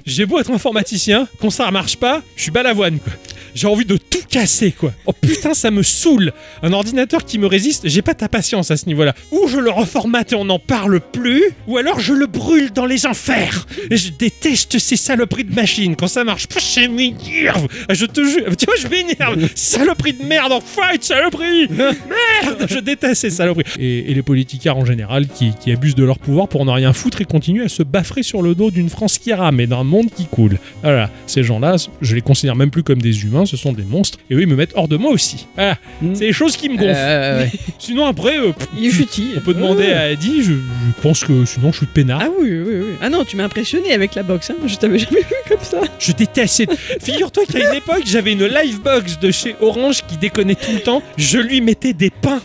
j'ai beau être informaticien, quand ça marche pas, je suis balavoine, quoi. J'ai envie de tout casser, quoi. Oh putain, ça me saoule. Un ordinateur qui me résiste, j'ai pas ta patience à ce niveau-là. Ou je le reformate et on n'en parle plus, ou alors je le brûle dans les enfers. Et je déteste ces saloperies de machines. Quand ça marche pas, ça m'énerve. Ah, Je te jure, tu vois, je m'énerve. Saloperie de merde, enfin, une saloperie. Merde, je déteste ces saloperies. Et, et les politicards en général qui, qui abusent de leur pouvoir pour ne rien foutre et continuent à se baffrer sur le dos d'une France qui rame et d'un monde qui coule. Voilà, ces gens-là, je les considère même plus comme des humains, ce sont des monstres. Et eux, ils me mettent hors de moi aussi. Voilà,
Mm.
c'est les choses qui me gonflent.
Euh, ouais. Euh.
Sinon, après, euh, pff,
Il est chutis.
on peut demander à Eddie, je, je pense que sinon, je suis peinard.
Ah oui, oui, oui. Ah non, tu m'as impressionné avec la boxe. Hein. Je t'avais jamais vu comme ça.
Je déteste. cette- Figure-toi qu'à une époque, j'avais une live box de chez Orange qui déconnait tout le temps. Je lui mettais des pains.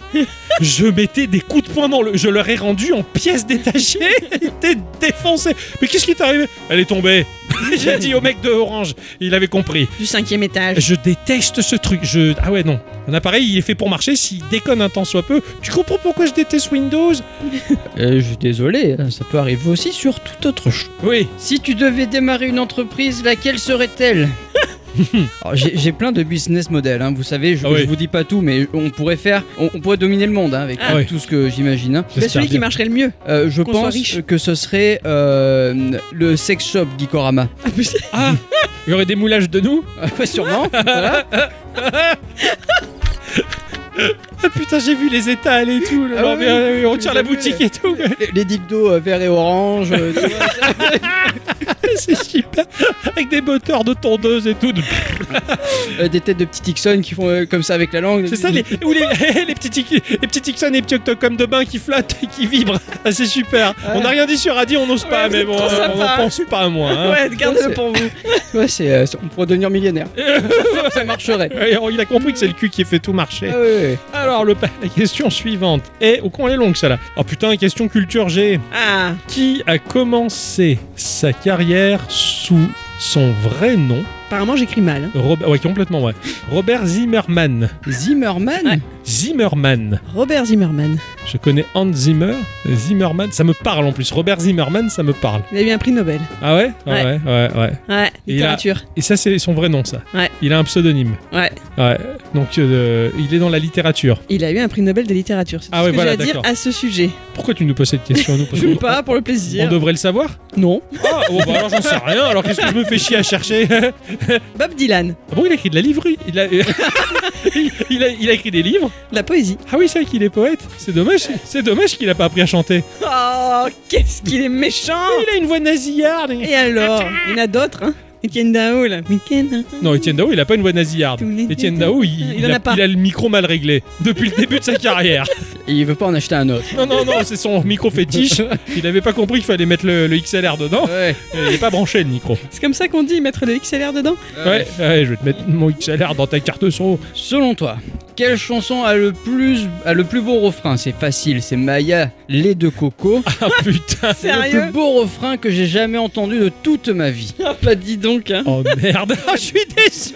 Je mettais des coups de poing dans le. Je leur ai rendu en pièces détachées. Il était défoncé. Mais qu'est-ce qui t'est arrivé Elle est tombée. J'ai dit au mec de Orange. Il avait compris.
Du cinquième étage.
Je déteste ce truc. Je... Ah ouais, non. Un appareil, il est fait pour marcher. S'il déconne un temps soit peu, tu comprends pourquoi je déteste Windows
Euh, je suis désolé, hein, ça peut arriver aussi sur toute autre chose.
Oui.
Si tu devais démarrer une entreprise, laquelle serait-elle Alors, J'ai j'ai plein de business models, hein, vous savez, je,
Ah oui.
je vous dis pas tout, mais on pourrait faire, on, on pourrait dominer le monde hein, avec
Ah
tout-
oui.
tout ce que j'imagine. hein.
Bah,
J'espère
celui qui
bien.
marcherait le mieux.
Euh, je
Qu'on soit
pense
riche.
que ce serait euh, le sex shop Gikorama.
Ah Il y aurait des moulages de nous
Pas sûrement. voilà.
Ah putain, j'ai vu les étals et tout. là.
Ah
Non,
oui,
mais, euh, on
tu
tire
les
la
as vus,
boutique et tout. mais
Les, les digues d'eau euh, vert et orange. euh, tu vois, ça-
C'est super. Avec des moteurs de tondeuse et tout.
euh, des têtes de petits Ixon qui font euh, comme ça avec la langue.
C'est ça, les, ou les, les petits tic- les petits Tixon et les petits octocoms de bain qui flottent et qui vibrent. Ah, c'est super. On n'a rien dit sur Adi, on n'ose pas,
Ouais,
mais
c'est
bon,
trop
on n'en
sympa.
pense pas à moins. hein.
Ouais, gardez-le
c'est-
pour vous.
Ouais, c'est, euh, on pourrait devenir millionnaire. ça marcherait.
Ouais, Il a compris que c'est le cul qui fait tout marcher.
Ah ouais.
Alors, le, pa- la question suivante. Et au con, elle est longue, celle-là. Oh putain, question culture G.
Ah,
Qui a commencé sa carrière sous son vrai nom
apparemment j'écris mal. hein.
Robert, ouais, complètement, ouais. Robert Zimmerman.
Zimmerman
Ouais.
Zimmerman.
Robert Zimmerman.
Je connais Hans Zimmer. Zimmerman, ça me parle en plus. Robert Zimmerman, ça me parle.
Il a eu un prix Nobel.
Ah ouais Ah
Ouais.
ouais, ouais, ouais.
Ouais,
Et il a-
littérature.
Et ça, c'est son vrai nom, ça.
Ouais.
Il a un pseudonyme.
Ouais.
Ouais. Donc, euh, il est dans la littérature.
Il a eu un prix Nobel de littérature. C'est tout
Ah
ce
ouais,
que
voilà,
j'ai à dire
d'accord.
à ce sujet.
Pourquoi tu nous poses cette question à nous Parce
Je ne
qu'on-
pas pour le
On
plaisir.
devrait le savoir
Non.
Ah, oh, bah alors j'en sais rien, alors qu'est-ce que je me fais chier à chercher Ah
Bob Dylan,
bon, il a écrit de la livrerie Il a, euh, il, il a, il a écrit des livres
la poésie.
Ah oui, c'est vrai qu'il est poète C'est dommage, c'est dommage qu'il a pas appris à chanter
Oh, qu'est-ce qu'il est méchant
Il a une voix nasillarde
Et alors Il y en a d'autres, hein Etienne Dao, là. Weekend.
Non, Etienne Dao, il a pas une voix nasillarde
Tous les
Etienne
deux.
Dao, il,
Il en a pas.
il a le micro mal réglé depuis le début de sa carrière.
Et il veut pas en acheter un autre.
Non, non, non, c'est son micro fétiche. Il avait pas compris qu'il fallait mettre le, le XLR dedans.
Ouais.
Il n'est pas branché le micro.
C'est comme ça qu'on dit, mettre le XLR dedans
Ouais, ouais, je vais te mettre mon XLR dans ta carte son.
Selon toi, quelle chanson a le plus, a le plus beau refrain C'est facile, c'est Maya, les deux cocos.
Ah putain.
C'est le
Sérieux
plus beau refrain que j'ai jamais entendu de toute ma vie.
Ah, Bah dis donc, hein.
Oh merde. Ah, je suis déçu.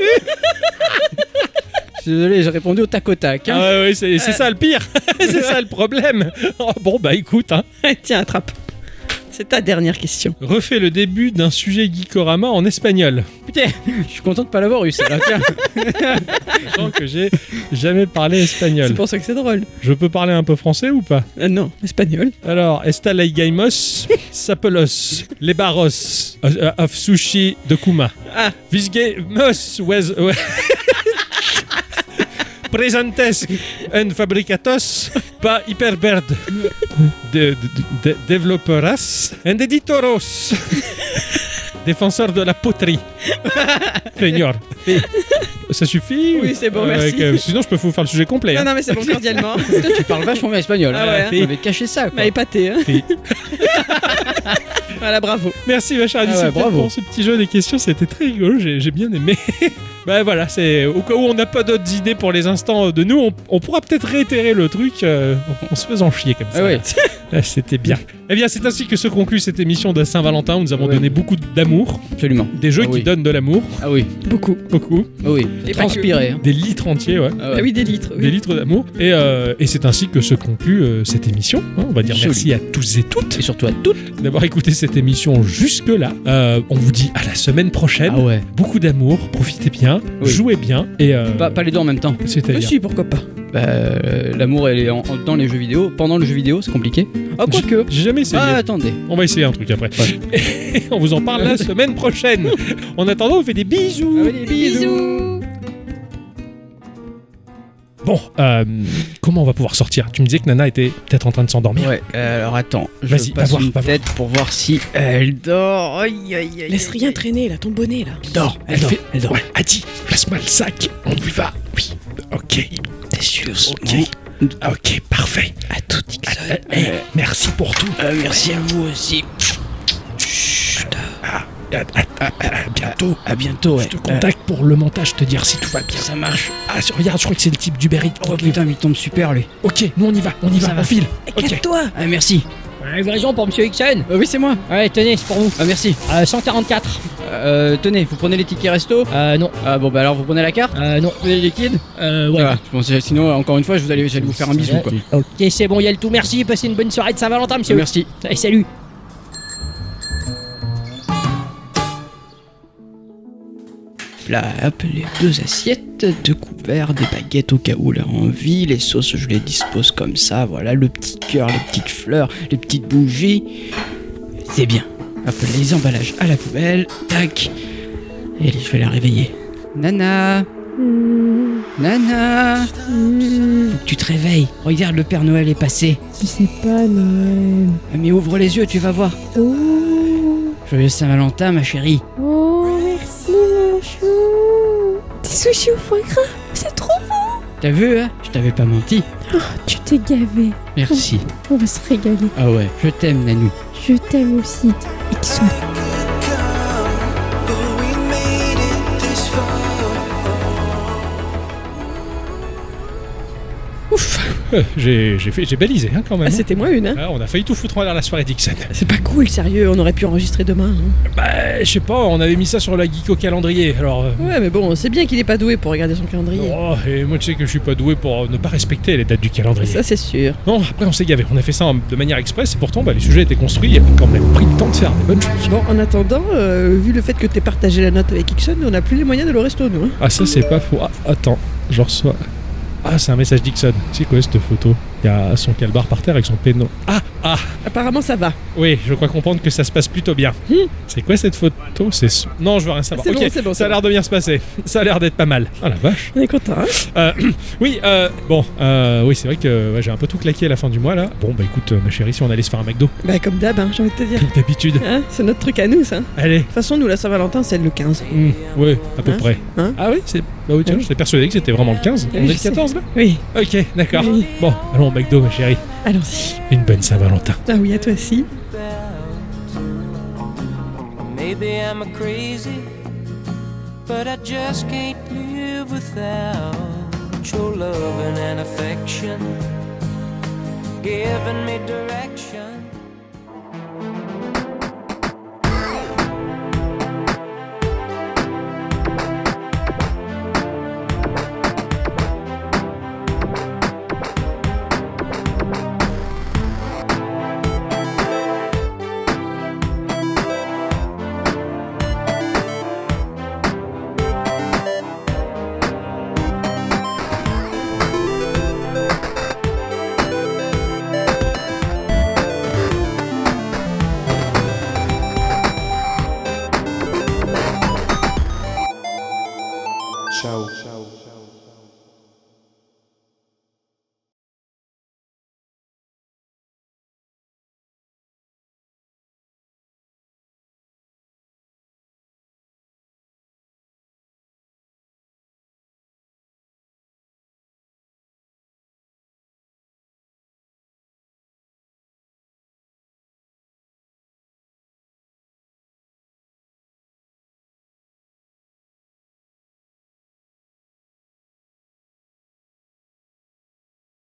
Je suis désolé, j'ai répondu au tac au tac. hein.
Ah ouais, ouais, c'est
Euh.
c'est ça le pire, c'est ça le problème. Oh, bon bah écoute, hein.
Eh, Tiens, attrape. C'est ta dernière question.
refais le début d'un sujet Geekorama en espagnol.
Putain, je suis content de pas l'avoir eu celle-là. tiens.
Sachant que j'ai jamais parlé espagnol.
C'est pour ça que c'est drôle.
Je peux parler un peu français ou pas
Ah non, espagnol.
Alors, Estalaïgaimos, Sapelos, Les Barros, euh, euh, of Sushi de Kuma,
Ah.
Visgamos, Wes. ouais. Presentes en fabricatos pa hyperbird de, de, de- developeras en editoros défenseur de la poterie Peignor. ça suffit
Oui, c'est bon,
Euh,
merci.
que- sinon je peux vous faire le sujet complet
Non,
hein.
non, mais c'est bon, cordialement.
tu parles vachement bien espagnol.
Ah ouais, hein.
J'avais caché ça. Quoi.
M'a épaté, hein.
Si.
Voilà, bravo.
Merci ma chère
Ah ouais,
Discipline
bravo.
pour ce petit jeu des questions, c'était très rigolo, j'ai j'ai bien aimé. bah voilà, c'est au cas où on n'a pas d'autres idées pour les instants de nous, on, on pourra peut-être réitérer le truc euh, en, en se faisant chier comme ça.
Ah ouais.
Ah, c'était bien. Eh bien, c'est ainsi que se conclut cette émission de Saint-Valentin où nous avons
Ouais.
donné beaucoup d'amour,
Absolument.
des jeux
Ah
qui
oui.
donnent de l'amour,
Ah oui.
Beaucoup.
beaucoup,
Ah oui.
Et pas que.
Transpirer. hein.
des litres entiers, ouais.
Ah
Ah
ouais.
oui, des litres. oui.
Des litres d'amour. Et, euh, et c'est ainsi que se conclut euh, cette émission. hein. On va dire
Absolument.
merci à tous et toutes
Et surtout à toutes.
d'avoir écouté cette émission jusque-là. Euh, on vous dit à la semaine prochaine.
Ah ouais.
beaucoup d'amour, profitez bien,
Oui.
jouez bien et euh,
Pas, pas les deux en même temps.
Mais
c'est-à-dire
si, pourquoi pas.
Bah, euh, l'amour, elle est en- en- dans les jeux vidéo. Pendant le jeu vidéo, c'est compliqué.
Oh,
Ah,
J'ai-
quoique.
J'ai jamais essayé.
Ah, attendez.
On va essayer un truc après. Et on vous en parle la semaine prochaine. En attendant, on fait des
Ah
bisous.
Allez, bisous.
Bon, euh, comment on va pouvoir sortir Tu me disais que Nana était peut-être en train de s'endormir.
Ouais, euh, alors attends,
Vas-y,
je
va
passe
voir,
une
va voir.
tête pour voir si euh, elle dort. Oh, Aïe, aïe, aïe,
Laisse
aïe,
rien
aïe.
traîner, là, ton bonnet, là.
Elle dort, elle, dort,
fait-
elle dort.
Ouais, Adi, passe-moi le sac. On y va. Oui. Ok.
T'es sûr
Ok. Ok, parfait.
Mmh. À tout Dixon.
Euh, eh, merci pour tout.
Euh, merci à vous aussi.
Ah, À, à- à- à bientôt.
À bientôt, ouais.
euh,
Je te contacte pour le montage, te dire si tout va bien.
Euh, ça marche.
Ah, regarde, je crois que c'est le type du Berry.
Oh putain, mais il tombe super lui.
Ok, nous on y va, on y
Ça
va,
va.
on file. Ok.
Éclate-toi
Ah, merci.
Livraison pour Monsieur Hickson
Euh, oui, c'est moi.
Ouais, tenez, c'est pour vous.
Ah, merci.
Euh, 144.
Euh, tenez, vous prenez les tickets resto
Euh, non.
Ah, bon, bah alors vous prenez la carte
Euh, non.
Vous prenez les liquides
Euh, ouais.
Voilà. Je pensais- sinon, encore une fois, je vous allais, j'allais vous faire un bisou quoi.
Ok, c'est bon, y'a le tout. Merci, passez une bonne soirée de Saint-Valentin, monsieur.
Merci.
Allez, salut.
plats, hop, les deux assiettes, deux couverts, des baguettes au cas où leur envie, les sauces je les dispose comme ça, voilà, le petit cœur, les petites fleurs, les petites bougies. C'est bien. Hop, les emballages à la poubelle, tac. Et je vais la réveiller. Nana,
Mmh,
Nana,
mmh,
faut que tu te réveilles. Regarde, le Père Noël est passé.
C'est pas Noël.
Ah, Mais ouvre les yeux, tu vas voir.
Oh,
Joyeux Saint-Valentin, ma chérie.
oh, merci mon chou. Des sushis au foie gras, c'est trop bon.
T'as vu, hein Je t'avais pas menti.
Tu t'es gavé.
Merci.
On va se régaler.
Ah ouais, je t'aime, Nanou.
Je t'aime aussi. Et qu'ils sont
Euh, J'ai j'ai fait- j'ai balisé hein, quand même.
Ah, c'était moi une, hein.
Ah, on a failli tout foutre en l'air la soirée Dixon.
C'est pas cool, sérieux, on aurait pu enregistrer demain. hein.
Bah, je sais pas, on avait mis ça sur la geek au calendrier. Alors, euh,
Ouais, mais bon, c'est bien qu'il est pas doué pour regarder son calendrier.
oh, et moi, tu sais que je suis pas doué pour euh, ne pas respecter les dates du
Oh,
calendrier.
Ça, c'est sûr.
Non, après on s'est gavé, on a fait ça en- de manière express et pourtant bah, les sujets étaient construits et quand même pris le temps de faire des bonnes choses.
Bon, en attendant, euh, vu le fait que t'aies partagé la note avec Ixon, on n'a plus les moyens de le resto, nous. hein.
Ah ça c'est pas faux. Ah, attends, je reçois. Ah c'est un message Dixon. C'est quoi cette photo Il y a son calbar par terre avec son péno. Ah ah
Apparemment, ça va.
Oui, je crois comprendre que ça se passe plutôt bien.
Hmm.
C'est quoi cette photo C'est son- Non, je veux rien savoir.
C'est
ok,
bon, c'est bon, c'est
ça a l'air de bien se passer. Ça a l'air d'être pas mal. Ah la vache.
On est content, hein.
Euh, oui, euh, bon, euh, oui, c'est vrai que ouais, j'ai un peu tout claqué à la fin du mois là. Bon bah écoute, euh, ma chérie, si on allait se faire un McDo,
Bah, comme d'hab, hein, j'ai envie de te dire.
comme d'habitude.
Hein, c'est notre truc à nous, ça. De
Allez.
toute façon, nous, la Saint-Valentin, c'est le 15.
Hmm, ouais, à peu
Hein
près.
Hein
ah oui, c'est. Bah oui, tiens,
Oui.
j'étais persuadé que c'était vraiment le 15.
Oui,
On est
je
le
sais.
14 là
Oui,
Ok, d'accord.
Oui.
Bon, allons au McDo, ma chérie.
allons-y.
Une bonne Saint-Valentin.
Ah oui, à toi aussi.
Maybe I'm a crazy, but I just can't live without your loving and affection, giving me direction.